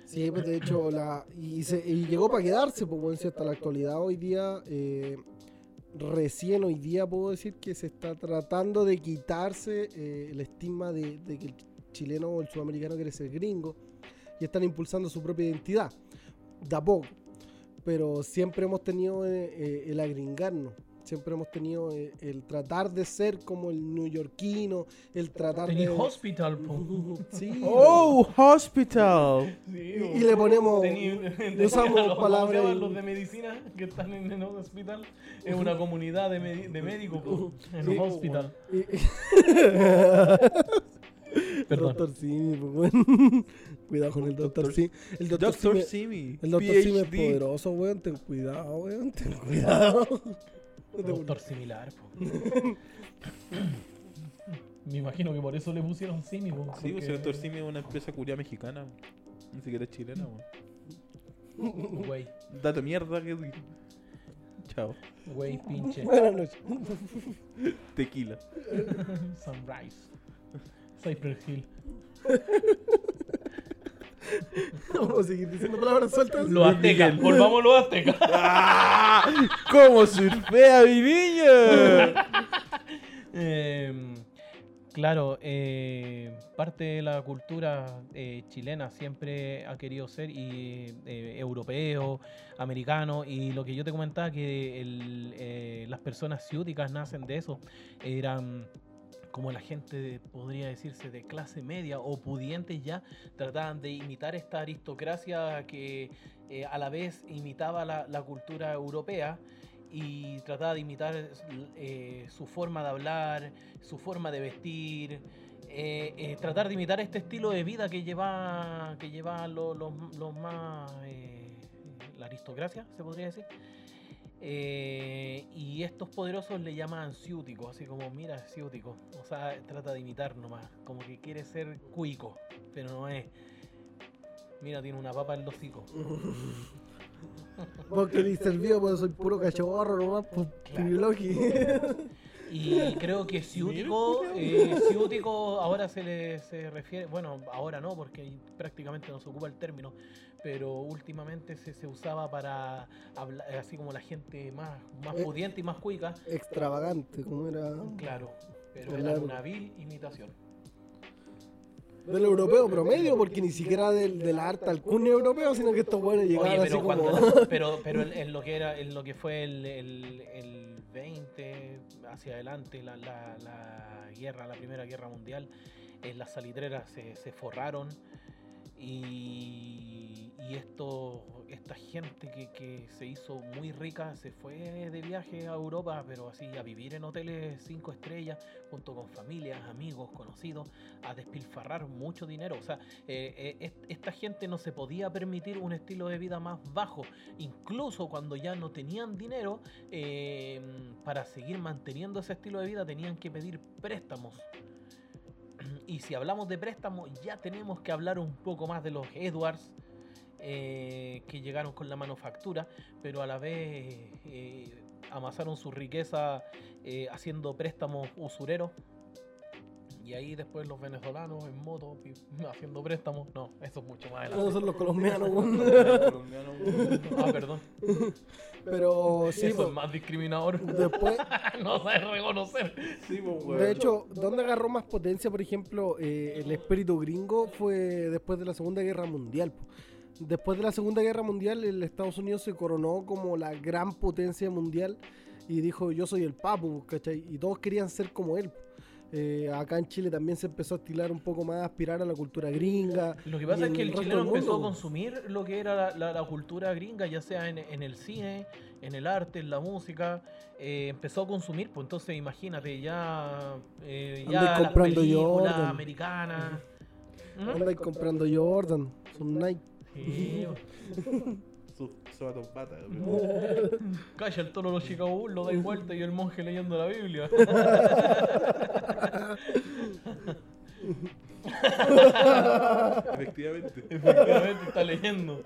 D: Sí, pues de hecho, la, y, se- y llegó para quedarse, pues bueno, si hasta la actualidad hoy día, eh, recién hoy día puedo decir que se está tratando de quitarse eh, el estigma de, de que el chileno o el sudamericano quiere ser gringo y están impulsando su propia identidad, de a poco. Pero siempre hemos tenido eh, eh, el agringarnos, siempre hemos tenido eh, el tratar de ser como el neoyorquino, el tratar
F: Tenía
D: de...
F: hospital, po.
D: Sí,
E: ¡Oh, hospital!
D: y, y le ponemos... usamos palabras y-
F: los de medicina que están en el hospital. Es una comunidad de, medi- de médicos, po. En
D: Sí,
F: el hospital.
D: y-
F: Perdón.
D: Doctor Simi, pues, weón. Cuidado con el Doctor Simi. El Doctor,
E: Doctor
D: Simi.
E: Simi.
D: El Doctor Simi es
E: PhD.
D: poderoso, weón. Ten cuidado, weón. Ten cuidado.
F: Doctor similar, po. Me imagino que por eso le pusieron Simi, po.
E: Sí, pues
F: porque-
E: el Doctor Simi es una empresa curia mexicana. weón. Ni siquiera es chilena, weón.
F: Güey,
E: Date mierda que. Chao.
F: güey, pinche.
D: Buenas noches.
E: Tequila.
F: Sunrise. Cypress Hill.
D: Vamos a seguir diciendo palabras sueltas.
F: Los aztecas, volvamos a los aztecas.
E: ¿Cómo surfea mi niño?
F: Eh, claro, eh, parte de la cultura eh, chilena siempre ha querido ser y, eh, europeo, americano, y lo que yo te comentaba, que el, eh, las personas ciúticas nacen de eso, eran como la gente de- podría decirse de clase media o pudientes ya, trataban de imitar esta aristocracia que eh, a la vez imitaba la, la cultura europea y trataba de imitar eh, su forma de hablar, su forma de vestir, eh, eh, tratar de imitar este estilo de vida que lleva que lleva lo- los, los más eh, la aristocracia, se podría decir. Eh, y estos poderosos le llaman ciútico, así como, mira, ciútico. O sea, trata de imitar nomás, como que quiere ser cuico, pero no es. Mira, tiene una papa en los hocico.
D: Vos que dices el video, pues soy puro cachorro, nomás. Pues, Piloqui.
F: Y creo que ciútico, eh, ciútico ahora se le se refiere, bueno, ahora no, porque prácticamente no se ocupa el término, pero últimamente se, se usaba para habla- así como la gente más, más
D: Eh. ah.
F: pudiente y más cuica.
D: Extravagante, como era.
F: Claro, pero
D: Claro.
F: era una vil imitación.
D: Del europeo promedio, porque ni siquiera del, del arte al cune europeo, sino que estos buenos llegaban
F: Oye,
D: así
F: pero,
D: como.
F: cuando pero, pero en, en lo que era, en lo que fue el, el, el 20 hacia adelante, la, la- la guerra, la primera guerra mundial, eh, las salitreras se, se forraron y, y esto, esta gente que, que se hizo muy rica se fue de viaje a Europa, pero así a vivir en hoteles cinco estrellas junto con familias, amigos, conocidos, a despilfarrar mucho dinero. O sea, eh, eh, est- esta gente no se podía permitir un estilo de vida más bajo, incluso cuando ya no tenían dinero, eh, para seguir manteniendo ese estilo de vida tenían que pedir préstamos. Y si hablamos de préstamos, ya tenemos que hablar un poco más de los Edwards. eh, que llegaron con la manufactura, pero a la vez eh, amasaron su riqueza eh, haciendo préstamos usureros y ahí después los venezolanos en moto pi- haciendo préstamos. No, eso es mucho más
D: No
F: adelante.
D: son los colombianos, weón.
F: Ah, perdón.
D: Pero sí,
F: eso
D: pues,
F: es más discriminador.
D: después.
F: no sabes reconocer.
D: De hecho, ¿dónde agarró más potencia, por ejemplo, eh, el espíritu gringo? Fue después de la Segunda Guerra Mundial. po. Después de la Segunda Guerra Mundial, el Estados Unidos se coronó como la gran potencia mundial y dijo, yo soy el papu, ¿cachai? Y todos querían ser como él. po. Eh, acá en Chile también se empezó a estilar un poco más, a aspirar a la cultura gringa.
F: Lo que
D: y
F: pasa es
D: en
F: que el
D: resto
F: chileno
D: del mundo,
F: empezó a
D: po.
F: consumir lo que era la, la- la cultura gringa, ya sea en, en el cine, en el arte, en la música. eh, empezó a consumir, pues entonces imagínate, ya, eh,
D: Anda
F: ya
D: y
F: las
D: comprando
F: películas
D: Jordan.
F: americanas. ¿Mm?
D: Anda ahí comprando Jordan, son Nike.
F: Sí, pues.
E: Sus zapatos patas,
F: Calla el toro de los Chicago Bulls, lo dais vuelta y el monje leyendo la Biblia.
E: Efectivamente.
F: Efectivamente está leyendo.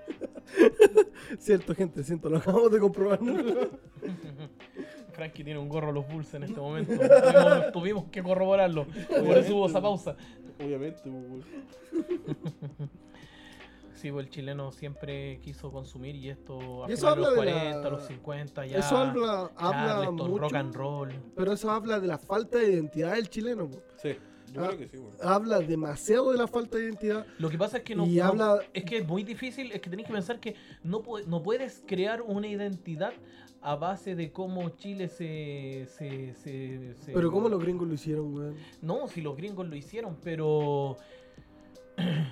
D: Cierto, gente, siento, lo acabamos de comprobar. ¿no?
F: Frankie tiene un gorro a los Bulls en este momento. Tuvimos, tuvimos que corroborarlo.
D: pues,
F: Por eso hubo esa pausa.
E: Obviamente, weón.
F: Sí, pues el chileno siempre quiso consumir y esto a
D: Y eso
F: finales de los
D: habla de la-
F: 40, los 50, ya.
D: eso habla, habla
F: Charleston,
D: mucho.
F: rock and roll.
D: Pero eso habla de la falta de identidad del chileno. po.
E: Sí, yo
D: Ah.
E: creo que sí, weón.
D: Habla demasiado de la falta de identidad.
F: Lo que pasa es que no,
D: Y
F: no-
D: habla-
F: es que es muy difícil, es que tenés que pensar que no, pu- no puedes crear una identidad a base de cómo Chile se, se, se- se-
D: Pero ¿cómo los gringos lo hicieron, weón?
F: No, si los gringos lo hicieron, pero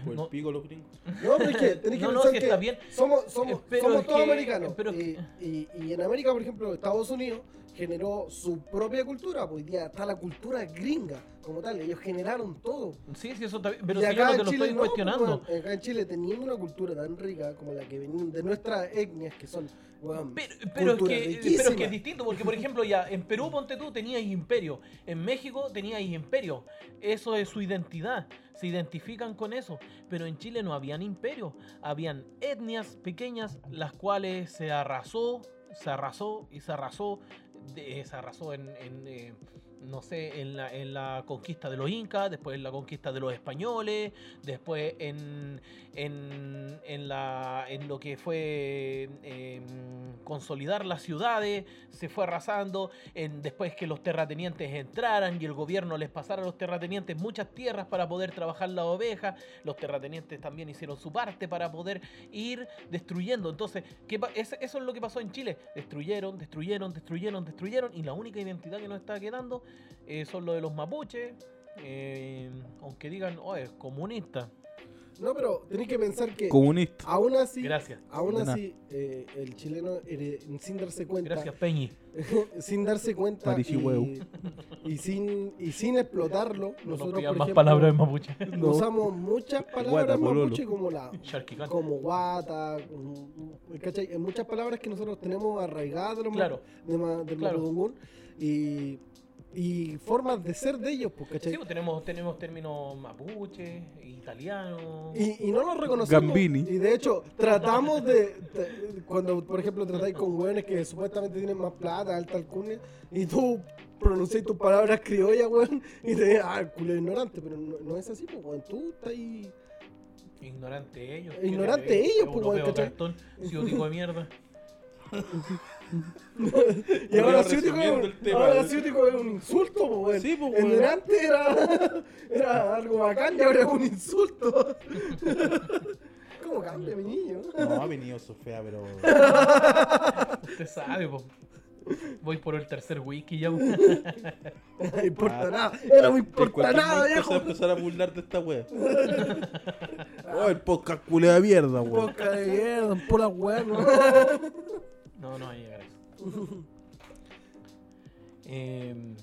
E: Por
F: No.
E: el pico los gringos.
D: No, pero es que tenés que
F: No, no,
D: pensar
F: es que
D: que,
F: está bien.
D: somos, somos,
F: Eh, pero
D: somos
F: es
D: todos
F: que-
D: americanos.
F: pero-
D: y, y- y en América, por ejemplo, Estados Unidos generó su propia cultura. pues, Hoy día está la cultura gringa como tal. Ellos generaron todo.
F: sí, sí, eso está bien, Pero
D: Y
F: si yo no te
D: en
F: lo
D: Chile
F: estoy
D: no,
F: cuestionando.
D: pues, weón. acá en Chile, teniendo una cultura tan rica como la que venían de nuestras etnias, que son, weón,
F: Pero, pero es
D: cultura
F: que, pero
D: riquísima.
F: es que es distinto, porque por ejemplo ya en Perú, ponte tú, tenías imperio, en México tenías imperio, eso es su identidad, se identifican con eso, pero en Chile no habían imperio, habían etnias pequeñas las cuales se arrasó, se arrasó y se arrasó, de- eh, se arrasó en... en, eh, no sé, en la, en la conquista de los incas, después en la conquista de los españoles, después en, en, en la, en lo que fue eh, consolidar las ciudades, se fue arrasando, en, después que los terratenientes entraran y el gobierno les pasara a los terratenientes muchas tierras para poder trabajar la oveja, los terratenientes también hicieron su parte para poder ir destruyendo. Entonces, ¿qué pa- es- eso es lo que pasó en Chile, destruyeron, destruyeron, destruyeron, destruyeron y la única identidad que nos está quedando eh, son lo de los mapuches. eh, aunque digan, oh, es comunista.
D: No, pero tenés que pensar que
E: Comunista.
D: aún así,
F: Gracias.
D: aún
E: De nada.
D: así eh, el chileno, eh, sin darse cuenta,
F: Gracias, Peñi.
D: sin darse cuenta
E: Marichihueu.
D: y, y sin, y sin explotarlo,
F: No nos
D: nosotros
F: pidan
D: por
F: más
D: ejemplo,
F: palabras en mapuche.
D: no usamos muchas
E: Guata,
D: palabras
E: pololo.
D: mapuche como la
F: Sharky Khan.
D: como guata, como- ¿cachai? En muchas palabras que nosotros tenemos arraigadas de los
F: Claro.
D: de ma- del
F: Claro.
D: mapudungún y, y formas de ser de ellos, pues, ¿cachai?
F: Sí, pues, tenemos, tenemos términos mapuche, italiano.
D: Y, y no los reconocemos.
E: Gambini.
D: Y de hecho, tratamos de. te- cuando, por ejemplo, tratáis con hueones que supuestamente tienen más plata, alta alcurnia, y tú pronuncias tus palabras criollas, hueón, y te dices, ah, culo ignorante, pero no, no es así, pues, hueón, tú estás ahí.
F: Ignorante ellos.
D: e Ignorante
F: Qué
D: ellos, pues,
F: europeo,
D: weón, ¿cachai?
F: cartón, ciútico de mierda.
D: Y ahora sí,
E: resumiendo el tema,
D: ahora
E: weón.
D: ciútico es un insulto, pues, hueón.
E: Sí, pues,
D: En
E: hueón.
D: delante era, era algo bacán y ahora es un insulto. ¿Cómo cambia mi niño?
E: No, ha venido Sofía, pero.
F: Usted sabe, po. Voy por el tercer wiki ya. pues. po.
D: No
E: Ah.
D: importa nada, era muy
E: Por
D: importa
E: cualquier momento se va
D: nada,
E: a
D: viejo.
E: empezar a burlar de esta wea. oh, el podcast culé de mierda, weón.
D: Boca de mierda, pura weá, ¿no?
F: No, no va a llegar a eso. Em,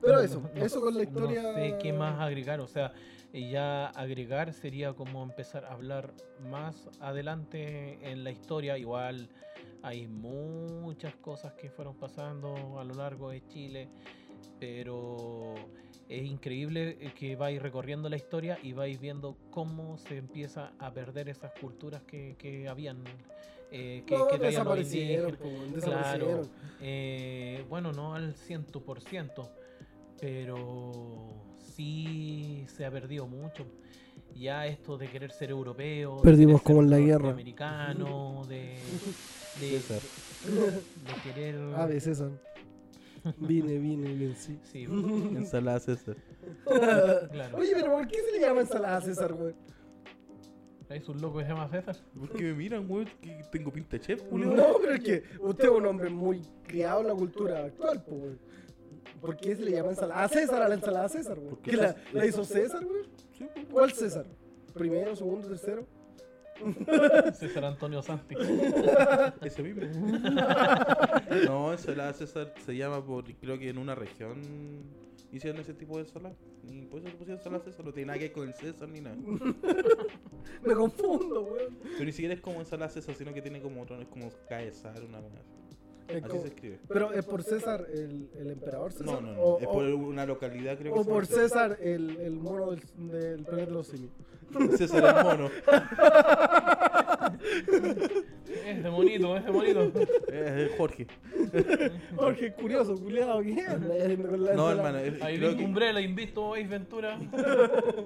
D: Pero
F: no,
D: eso,
F: no, no
D: eso con la
F: sé-
D: historia.
F: No sé qué más agregar, o sea, eh, ya agregar sería como empezar a hablar más adelante en la historia. Igual hay muchas cosas que fueron pasando a lo largo de Chile, pero es increíble eh, que vais recorriendo la historia y vais viendo cómo se empieza a perder esas culturas que, que habían. eh, que,
D: No,
F: que traían los
D: desaparecieron,
F: indígenas.
D: po,
F: Claro.
D: desaparecieron.
F: Eh, bueno, no al 100%, pero sí se ha perdido mucho. Ya esto de querer ser europeo, de
G: Perdimos
F: querer
G: como
F: ser
G: en la guerra.
F: norteamericano, de, de,
E: César.
F: de querer.
D: A veces son. Vine, vine, vine, sí.
F: Sí,
E: Ensalada César.
F: claro.
D: Oye, pero ¿por qué se le llama ensalada a César, weón?
F: ¿Es un loco que se llama César?
E: ¿Por qué me miran, weón? Que tengo pinta de chef, culiao.
D: No, pero es que usted es un hombre muy criado en la cultura actual, po, weón. ¿Por qué se le llama ensalada a César a la ensalada a César, weón?
E: Porque
D: ¿Que la,
E: César-
D: la hizo César, weón?
E: Sí, po.
D: ¿Cuál César? ¿Primero, segundo, tercero?
F: César Antonio Santi.
E: Ese mismo. no, ensalada César se llama por. Creo que en una región hicieron ese tipo de ensalada. Y por eso le pusieron ensalada César. No tiene nada que ver con el César ni nada.
D: Me confundo, weón.
E: Pero ni siquiera es como ensalada César, sino que tiene como otro. Es como Caesar, una cosa así.
D: Es
E: Así
D: como-
E: se escribe.
D: Pero es por César, el, el emperador
E: No,
D: César.
E: no, no.
D: O,
E: es
D: o-
E: por una localidad, creo que
D: o
E: se
D: por
E: llama
D: César, el, el mono del, del planeta de los simios.
E: César el mono.
F: Es de bonito, es de bonito.
E: Eh, Jorge. Oh,
D: Jorge, es curioso, culiado. ¿Qué andas haciendo con la
E: No,
D: la-
E: hermano. eh,
F: Ahí
E: creo
F: vi
E: que-
F: Umbrella, Invisto, Ace Ventura.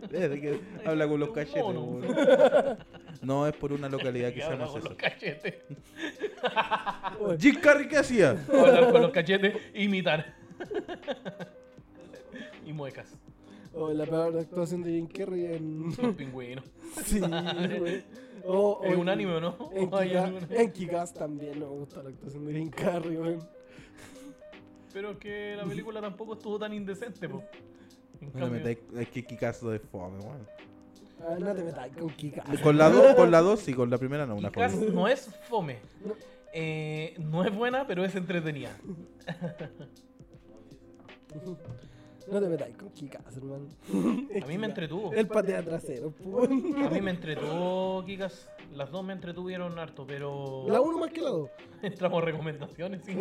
E: desde que habla con los
F: Un
E: cachetes.
F: mono.
E: weón. No, es por una localidad que se
F: habla
E: llama
F: con los
E: César.
F: cachetes.
E: Jim Carrey, ¿qué hacía?
F: Hablar con los cachetes, imitar. y muecas.
D: O la peor actuación de Jim Carrey en.
F: Un pingüino.
D: Sí, güey. O-
F: ¿Es
D: o-
F: un anime o no?
D: En,
F: Hay
D: Kika-
F: alguna-
D: en Kikas también me gusta la actuación de Jim Carrey, güey.
F: Pero es que la película tampoco estuvo tan indecente, po. En
E: No le
F: cambio-
E: metáis- Es que Kikazo de fome, weón.
D: Ah, no te metas con Kikas.
E: Con la dos, con la dos sí, con la primera no, una
F: Kick-Ass
E: fome.
F: no es fome. Eh, no es buena, pero es entretenida.
D: No te metas con Kikas, hermano.
F: A mí me entretuvo.
D: El patea trasero, pues.
F: A mí me entretuvo, Kikas. Las dos me entretuvieron harto, pero.
D: La uno más que la dos.
F: Entramos recomendaciones. sí.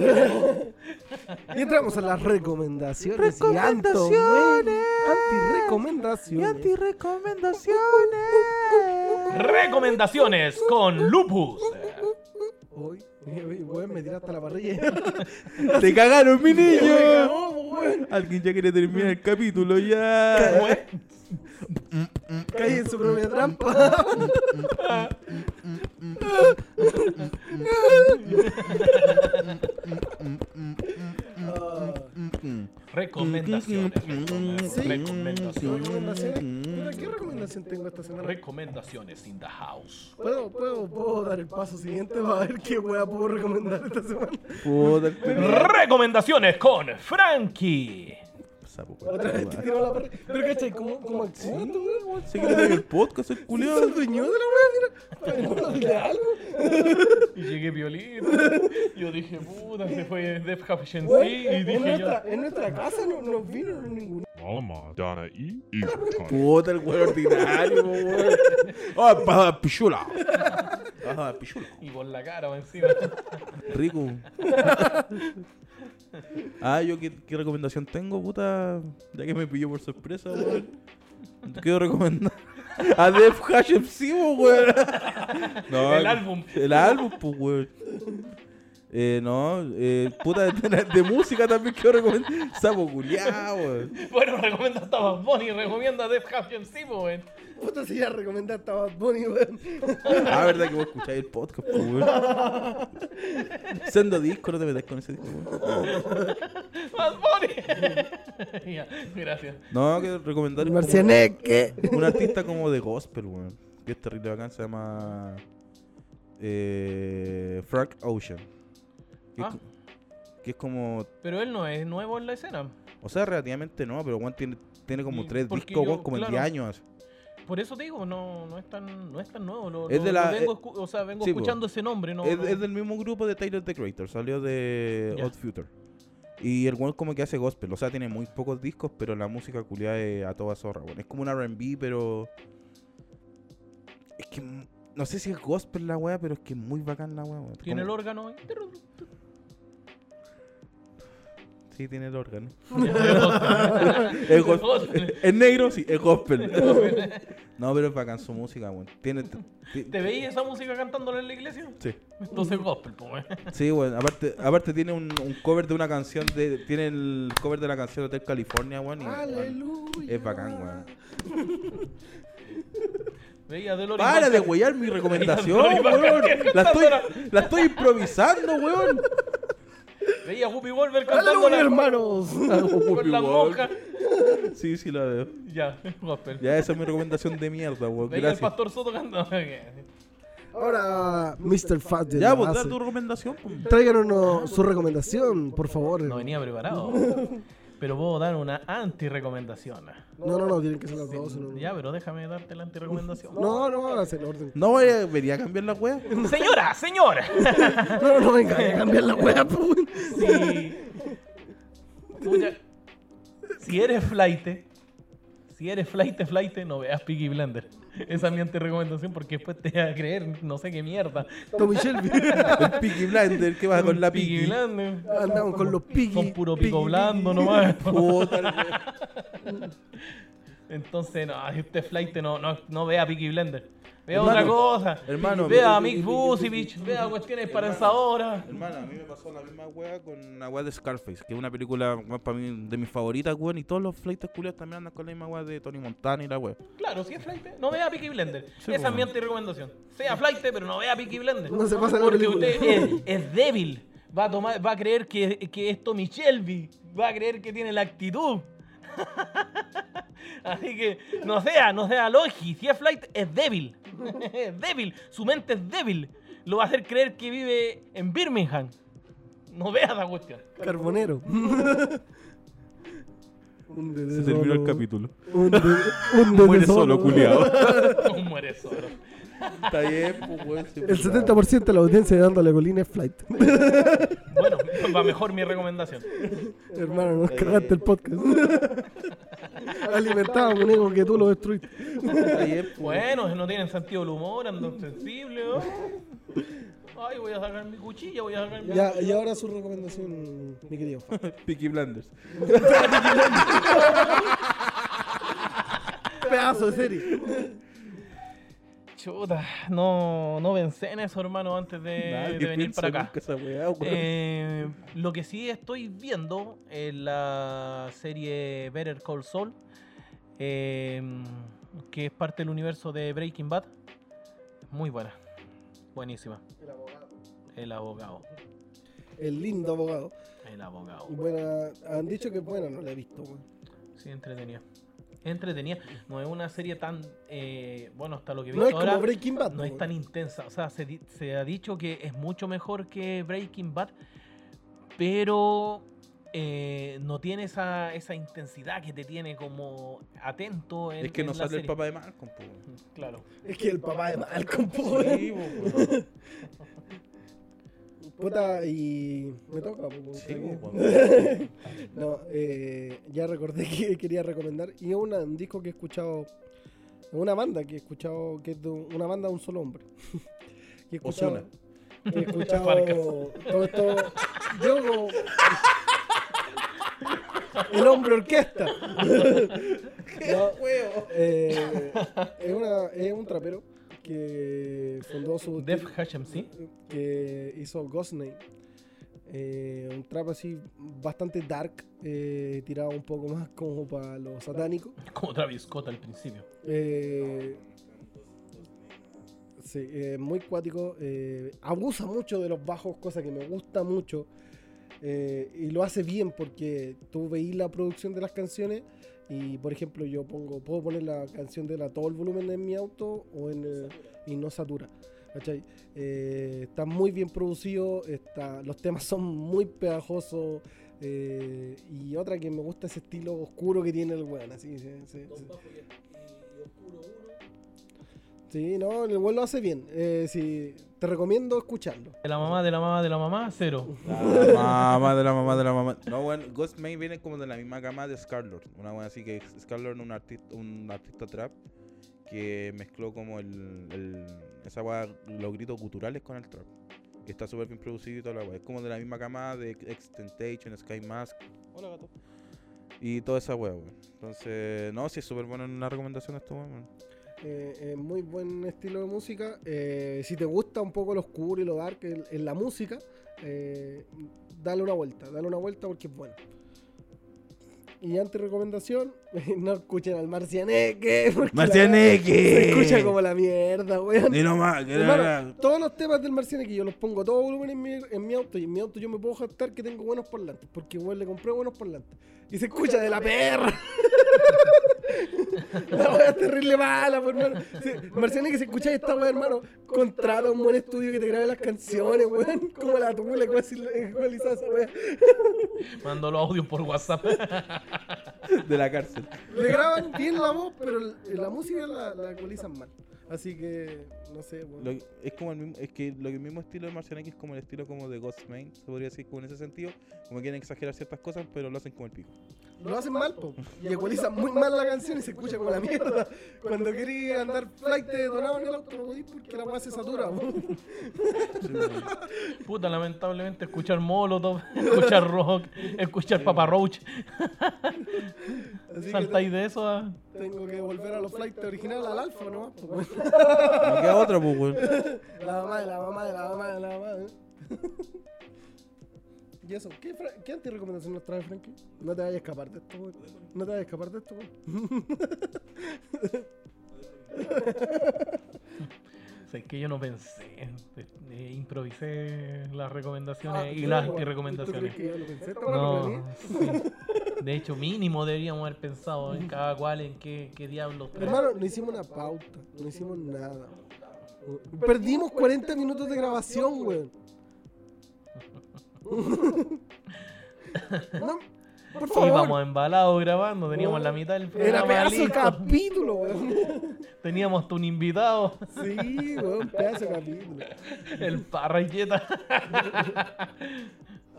D: Y entramos a las recomendaciones. Recomendaciones. eh, Antirecomendaciones.
E: recomendaciones.
F: Recomendaciones con Lupus.
D: Hoy, güey, me tira hasta la parrilla.
E: ¡Te cagaron, mi niño!
D: Me cagó, güey.
E: Alguien ya quiere terminar el capítulo ya.
F: ¿Cómo es?
D: Caí en su propia trampa.
F: Recomendaciones. Recomendaciones.
D: Sí.
F: Recomendaciones.
D: Recomendaciones. Puta, ¿Qué recomendación tengo esta semana?
F: Recomendaciones in the house.
D: ¿Puedo, puedo, puedo dar el paso siguiente para ver qué wea puedo recomendar esta semana.
E: Puta, el culo.
F: Recomendaciones con Frankie.
E: Sapo, culiao.
D: Otra vez te tiró la parrilla. Pero cachai, ¿cómo, cómo actúa tu wea, weón?
E: Sí que te doy el podcast, el
D: ¿Es
E: culiao.
D: el dueño de la wea? Mira, para hablar de algo.
F: Y llegué violito. Yo dije, puta, se fue Def Gen
D: Weón,
F: Y
D: en,
F: dije yo.
D: nuestra, en nuestra casa no, no vino ningún.
H: Mama, Donna E. Eberton.
E: Puta, el weón ordinario, weón. ¡Ah, paja pichula! ¡Ah, pichula!
F: Y por la cara va encima.
E: Rico. ah, yo qué, qué recomendación tengo, puta. Ya que me pilló por sorpresa, weón. Quiero recomendar a Def Hash MC, po, weón. No,
F: El álbum.
E: El álbum, pues, weón. Eh, no, eh, puta, de, de música también quiero recomendar. Sapo culiao, weón.
F: Bueno, recomienda hasta Bad Bunny. Recomienda Def Gen sí, po, weón.
D: Puta, si ya recomendaste a Bad Bunny, weón.
E: Ah, verdad que vos escucháis el podcast, pues, weón. Sendo disco, no te metáis con ese disco, weón.
F: Bad Bunny. Ya, Gracias.
E: No, que recomendar.
D: Marcianeque.
E: un artista como de gospel, weón. Que es terrible bacán, se llama. eh, Frank Ocean. Que,
F: Ah.
E: es, co- que es como.
F: Pero él no es nuevo en la escena.
E: O sea, relativamente no, pero weón tiene, tiene como
F: Mm,
E: tres
F: porque
E: discos,
F: yo,
E: weón, como en
F: claro.
E: 10 años.
F: Por eso te digo, no, no es tan, no es tan nuevo. Lo,
E: Es
F: lo-
E: de
F: lo
E: la-
F: vengo,
E: eh,
F: escu- o sea, vengo
E: sí, po.
F: escuchando ese nombre, no.
E: es,
F: no-
E: es del mismo grupo de Tyler the Creator, salió de
F: Ya.
E: Odd Future. Y el weón como que hace gospel, o sea, tiene muy pocos discos, pero la música culiada es a toda zorra, weón. Es como un RB, pero. Es que. mm, No sé si es gospel la weá, pero es que es muy bacán la weá, weón.
F: Tiene el
E: Como-
F: órgano. ahí.
E: Sí, tiene el órgano.
F: El
E: Es gospel. Es negro, sí, es gospel. No, pero es bacán su música, weón. Tiene. ti- ti-
F: ¿Te veis esa música cantándola en la iglesia?
E: Sí,
F: Entonces pues, gospel, po, weón.
E: sí, weón. Aparte, aparte tiene un, un cover de una canción de. Tiene el cover de la canción Hotel California, weón. y, weón,
D: Aleluya.
E: Es bacán, weón.
F: Veía de Lori
E: Para de
F: Parker.
E: huellar mi recomendación,
F: Lori Parker,
E: weón.
F: ¿qué es
E: La estoy,
F: cantándola?
E: la estoy improvisando, weón.
F: Veía a Whoopi Wolver
D: Aleluya,
F: cantándola
D: hermanos.
F: con la monja.
E: Sí, sí, la veo.
F: Ya, gospel.
E: Ya, esa es mi recomendación de mierda, weón.
F: Veía al
E: Gracias.
F: pastor Soto cantando.
D: Ahora, Mr. Fat de
E: Ya,
D: la
E: vos dar
D: base.
E: tu recomendación, pues.
D: Tráiganos su recomendación, por favor.
F: No
D: No,
F: venía preparado. Pero puedo dar una anti-recomendación.
D: no, no, tienen que ser las dos. No, no.
F: Ya, pero déjame darte la anti-recomendación.
D: no, no, hagas el orden.
E: No voy a- venía a cambiar la weá.
F: Señora, señora.
D: No, no, venga, voy a cambiar la pues. wea, po, weón.
F: Si, Pucha, si eres flight, si eres flight, flight, no veas Piggy Blender. Esa es mi anti-recomendación porque después te vas a creer, no sé qué mierda.
D: Tommy Shelby.
E: El Peaky Blinder, ¿qué pasa con la Peaky?
F: Piggy Blender.
D: Andamos con los piggy.
F: Son puro
D: piggy,
F: pico
D: piggy.
F: blando nomás.
E: Puta, la weá.
F: Entonces, no, si usted es flight, no, no, no vea Piggy Blender. Vea otra
E: Hermano,
F: cosa.
E: hermano,
F: vea a
E: mira,
F: Mick Busevich, vea cuestiones para ensadoras.
E: Hermana, a mí me pasó la misma weá con una weá de Scarface, que es una película weón, para mí de mis favoritas, weón. Y todos los flights culiados también andan con la misma weá de Tony Montana y la weá.
F: Claro, si es flight, no vea Peaky Blender.
E: Sí, pues,
F: Esa es mi
E: bueno.
F: anti-recomendación. Sea flight, pero no vea Peaky Blender.
G: No se pasa la
F: Porque
G: película.
F: usted es, es débil. Va a, tomar, va a creer que, que es Tommy Shelby. Va a creer que tiene la actitud. Así que no sea, no sea Logi. Si es Flight, es débil. Es débil. Su mente es débil. Lo va a hacer creer que vive en Birmingham. No veas la cuestión.
G: Carbonero. Un
E: Se
G: bebé
E: terminó el
G: solo.
E: capítulo.
G: Un bebé, un bebé
E: Muere solo, culiado.
F: No muere solo.
E: Está bien, pues, weón. sí,
G: El
E: pues,
G: 70% de la audiencia de dándole colina es flight.
F: Bueno, va mejor mi recomendación.
G: Hermano, nos
E: Eh.
G: cagaste el podcast. Alimentado un ego que tú lo destruiste.
E: Está bien, pues.
F: Bueno, no tienen sentido del humor, andan sensibles. ¿no? Ay, voy a sacar mi cuchilla, voy a sacar mi.
D: Ya, y ahora su recomendación, mi querido.
E: Peaky Blinders.
G: Pedazo de serie.
F: Chuta, no, no pensé en eso, hermano, antes de, de venir Eh, para acá. Eh, lo que sí estoy viendo es la serie Better Call Saul, eh, que es parte del universo de Breaking Bad. Muy buena, buenísima. El abogado.
D: El lindo abogado.
F: El abogado.
D: Buena, han dicho que es buena, no la he visto, weón.
F: Sí, entretenida. Entretenida. No es una serie tan. eh, bueno, hasta lo que vi
D: No es
F: ahora.
D: como Breaking Bad.
F: no es tan intensa. O sea, se, di- se ha dicho que es mucho mejor que Breaking Bad, pero eh, no tiene esa, esa intensidad que te tiene como atento. En,
E: Es que
F: en
E: no
F: la
E: sale el
F: serie.
E: papá de Malcolm, pues. weón.
F: Claro.
D: Es que el papá de Malcolm, po, weón.
E: Sí, pues, weón.
D: Puta, y me toca. po,
E: Sí,
D: weón.
E: pues, weón.
D: No, eh, ya recordé que quería recomendar. Y es una- un disco que he escuchado. es Una banda que he escuchado. Que es de un- una banda de un solo hombre. Que he escuchado.
E: Ozuna.
D: He
F: Farca.
D: escuchado. todo esto. Yo como- El hombre orquesta. No, eh, es, una- es un trapero que fundó su.
F: Def Hashem, sí.
D: que hizo Gosney. Eh, un trap así bastante dark, eh, tirado un poco más como para lo satánico.
F: Como Travis Scott al principio.
D: Eh, sí, eh, muy cuático. eh, abusa mucho de los bajos, cosa que me gusta mucho. eh, y lo hace bien porque tú veís la producción de las canciones. Y por ejemplo, yo pongo, puedo poner la canción de la todo el volumen en mi auto o en, eh, y no satura. ¿cachai? Eh, está muy bien producido, está, los temas son muy pegajosos. eh, y otra que me gusta ese estilo oscuro que tiene el weón. Así, se- se- se- Sí, no, el weón lo hace bien. Eh, sí, te recomiendo escucharlo.
F: De la mamá, de la mamá, de la mamá, cero.
E: La mamá de la mamá de la mamá. No, bueno, Ghost May viene como de la misma gama de Scarlord. Una buena así que Scarlord un artista, un artista trap que mezcló como el, el- esa weá, los gritos guturales con el trap. Que está súper bien producido y toda la weá. Es como de la misma gama de Extentation, Sky Mask. Hola gato. Y toda esa weá, weón. Entonces, no, sí es súper bueno en una recomendación esto, weón.
D: Eh, eh, muy buen estilo de música. Eh, si te gusta un poco lo oscuro y lo dark en, en la música, eh, dale una vuelta, dale una vuelta porque es bueno. Y antes recomendación, no escuchen al Marcianeque. porque la Se escucha como la mierda, weón.
E: Ni nomás, que
D: Hermano,
E: era-
D: todos los temas del Marcianeque yo los pongo a todo volumen en mi, en mi auto y en mi auto yo me puedo jactar que tengo buenos parlantes porque weón le compré buenos parlantes y se escucha de la perra. la weá es terrible mala, pues, hermano. Marcianeque, si escucháis esta weá, hermano, contrata un buen estudio que te grabe las canciones, weón. Como la tula, ecualizada esa weá.
F: Mando los audios por WhatsApp.
E: de la cárcel.
D: Le graban bien la voz, pero el- la música la, la ecualizan mal. Así que, no sé, weón.
E: Lo- es como el mismo, es que lo, el mismo estilo de Marcianek es como el estilo como de Ghostman, se podría decir como en ese sentido, como quieren exagerar ciertas cosas, pero lo hacen como el pico.
D: lo hacen mal, po. Y ecualizan muy mal la canción y se escucha como la mierda. Cuando querís andar flight detonado en el auto, no podís porque la weá se satura, po.
F: Puta, lamentablemente, escuchar Molotov, escuchar rock, escuchar Papa Roach.
D: Así que
F: Saltáis de eso ah. a.
D: te- tengo que volver a los flights original al alfa, ¿no?
E: No queda otra, pues, weón.
D: La mamá de la mamá de la mamá de la mamá. ¿eh? y eso, ¿qué, fra- ¿qué antirecomendación nos trae Frankie? No te vayas a escapar de esto, weón. No te vayas a escapar de esto, weón.
F: O sea, es que yo no pensé. eh, eh, improvisé las recomendaciones
D: Ah,
F: y
D: claro,
F: las
D: weón.
F: antirecomendaciones.
D: ¿Tú crees que yo lo pensé? ¿Esta weá lo
F: No,
D: planeé?
F: sí. De hecho, mínimo deberíamos haber pensado en cada cual en qué, qué diablos trae.
D: Hermano, no hicimos una pauta, no hicimos nada. weón. Perdimos 40 minutos de grabación, weón. No, por favor.
F: Íbamos embalados grabando, teníamos la mitad del
D: Era
F: programa
D: pedazo de
F: listo,
D: capítulo, weón.
F: teníamos hasta un invitado,
D: Sí, weón, pedazo de capítulo.
F: el parrailleta.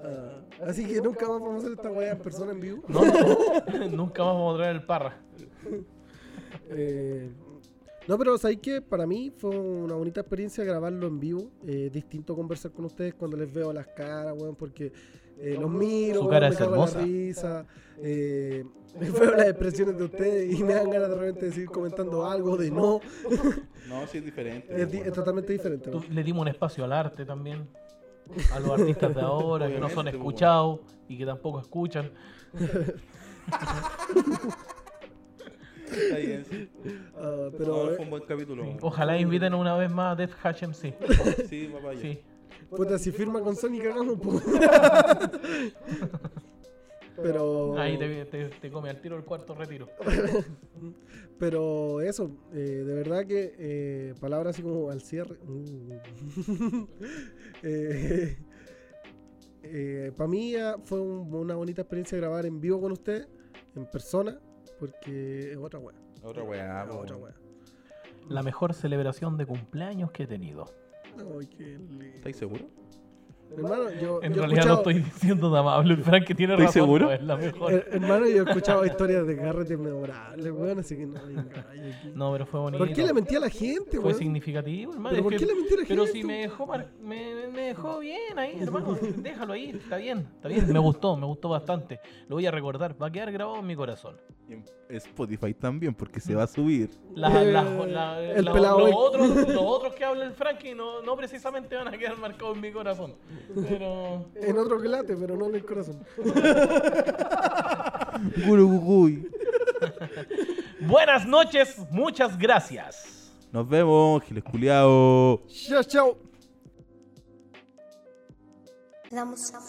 D: Ah, así que nunca más vamos a hacer esta weá en persona en vivo.
F: No, no, nunca más vamos a traer el parra.
D: Eh, no, pero sabéis que para mí fue una bonita experiencia grabarlo en vivo. Eh, distinto conversar con ustedes cuando les veo las caras, weón, porque eh, los miro,
F: Su
D: weón,
F: cara
D: me
F: es
D: cago en
F: hermosa.
D: la risa. Eh, veo las expresiones de ustedes y me dan ganas de repente de seguir comentando algo, de no.
E: No, sí es diferente.
D: Es, di- es totalmente diferente.
F: Tú-
D: weón.
F: le dimos un espacio al arte también. A los artistas de ahora que no son
E: Obviamente, pues,
F: escuchados y que tampoco escuchan.
E: Está bien, sí.
D: Ah,
E: No,
D: pero,
E: fue un
D: eh,
E: buen capítulo. weón.
F: Ojalá inviten una vez más a Def Hatch MC.
E: Sí, papá, ya.
F: Sí.
D: puta, si firma con Sony, cagamos, pues. po. Pero.
F: Ahí te, te- te come al tiro el cuarto retiro.
D: Pero eso, eh, de verdad que eh, palabras así como al cierre. uh. Para Eh, mí ah, fue un- una bonita experiencia grabar en vivo con usted, en persona, porque es otra weá.
E: Otra weá,
D: es
E: po,
D: otra
E: weón.
D: weá.
F: La mejor celebración de cumpleaños que he tenido.
D: Ay, qué lindo.
E: ¿Estáis seguros?
D: Hermano, yo,
F: En
D: yo he
F: realidad no
D: escuchado-
F: estoy diciendo nada amable. Frank que tiene
E: ¿Estoy
F: razón.
E: seguro?
F: no es la mejor.
D: her- hermano, yo he escuchado historias de carretes memorables, weón, así que no venga, ay, aquí.
F: No, pero fue bonito.
D: ¿Por qué le mentí a la gente,
F: Fue
D: weón?
F: significativo, hermano.
D: ¿Pero
F: es
D: por
F: que-
D: qué le mentí a la
F: pero
D: gente?
F: si me dejó, mar- me, me dejó bien ahí, hermano. Déjalo ahí, está bien, está bien. Me gustó, me gustó bastante. Lo voy a recordar, va a quedar grabado en mi corazón.
E: Y en Spotify también, porque se va a subir.
F: La-
D: Eh,
F: la- la-
D: el
F: la-
D: pelado
F: los,
D: hoy.
F: otros, los otros que habla el Frankie no, no precisamente van a quedar marcados en mi corazón. Pero.
D: En otro late, pero no en el corazón.
E: Guruguy.
F: Buenas noches, muchas gracias.
E: Nos vemos, Giles Culeado.
D: Chao, chao.
I: La música.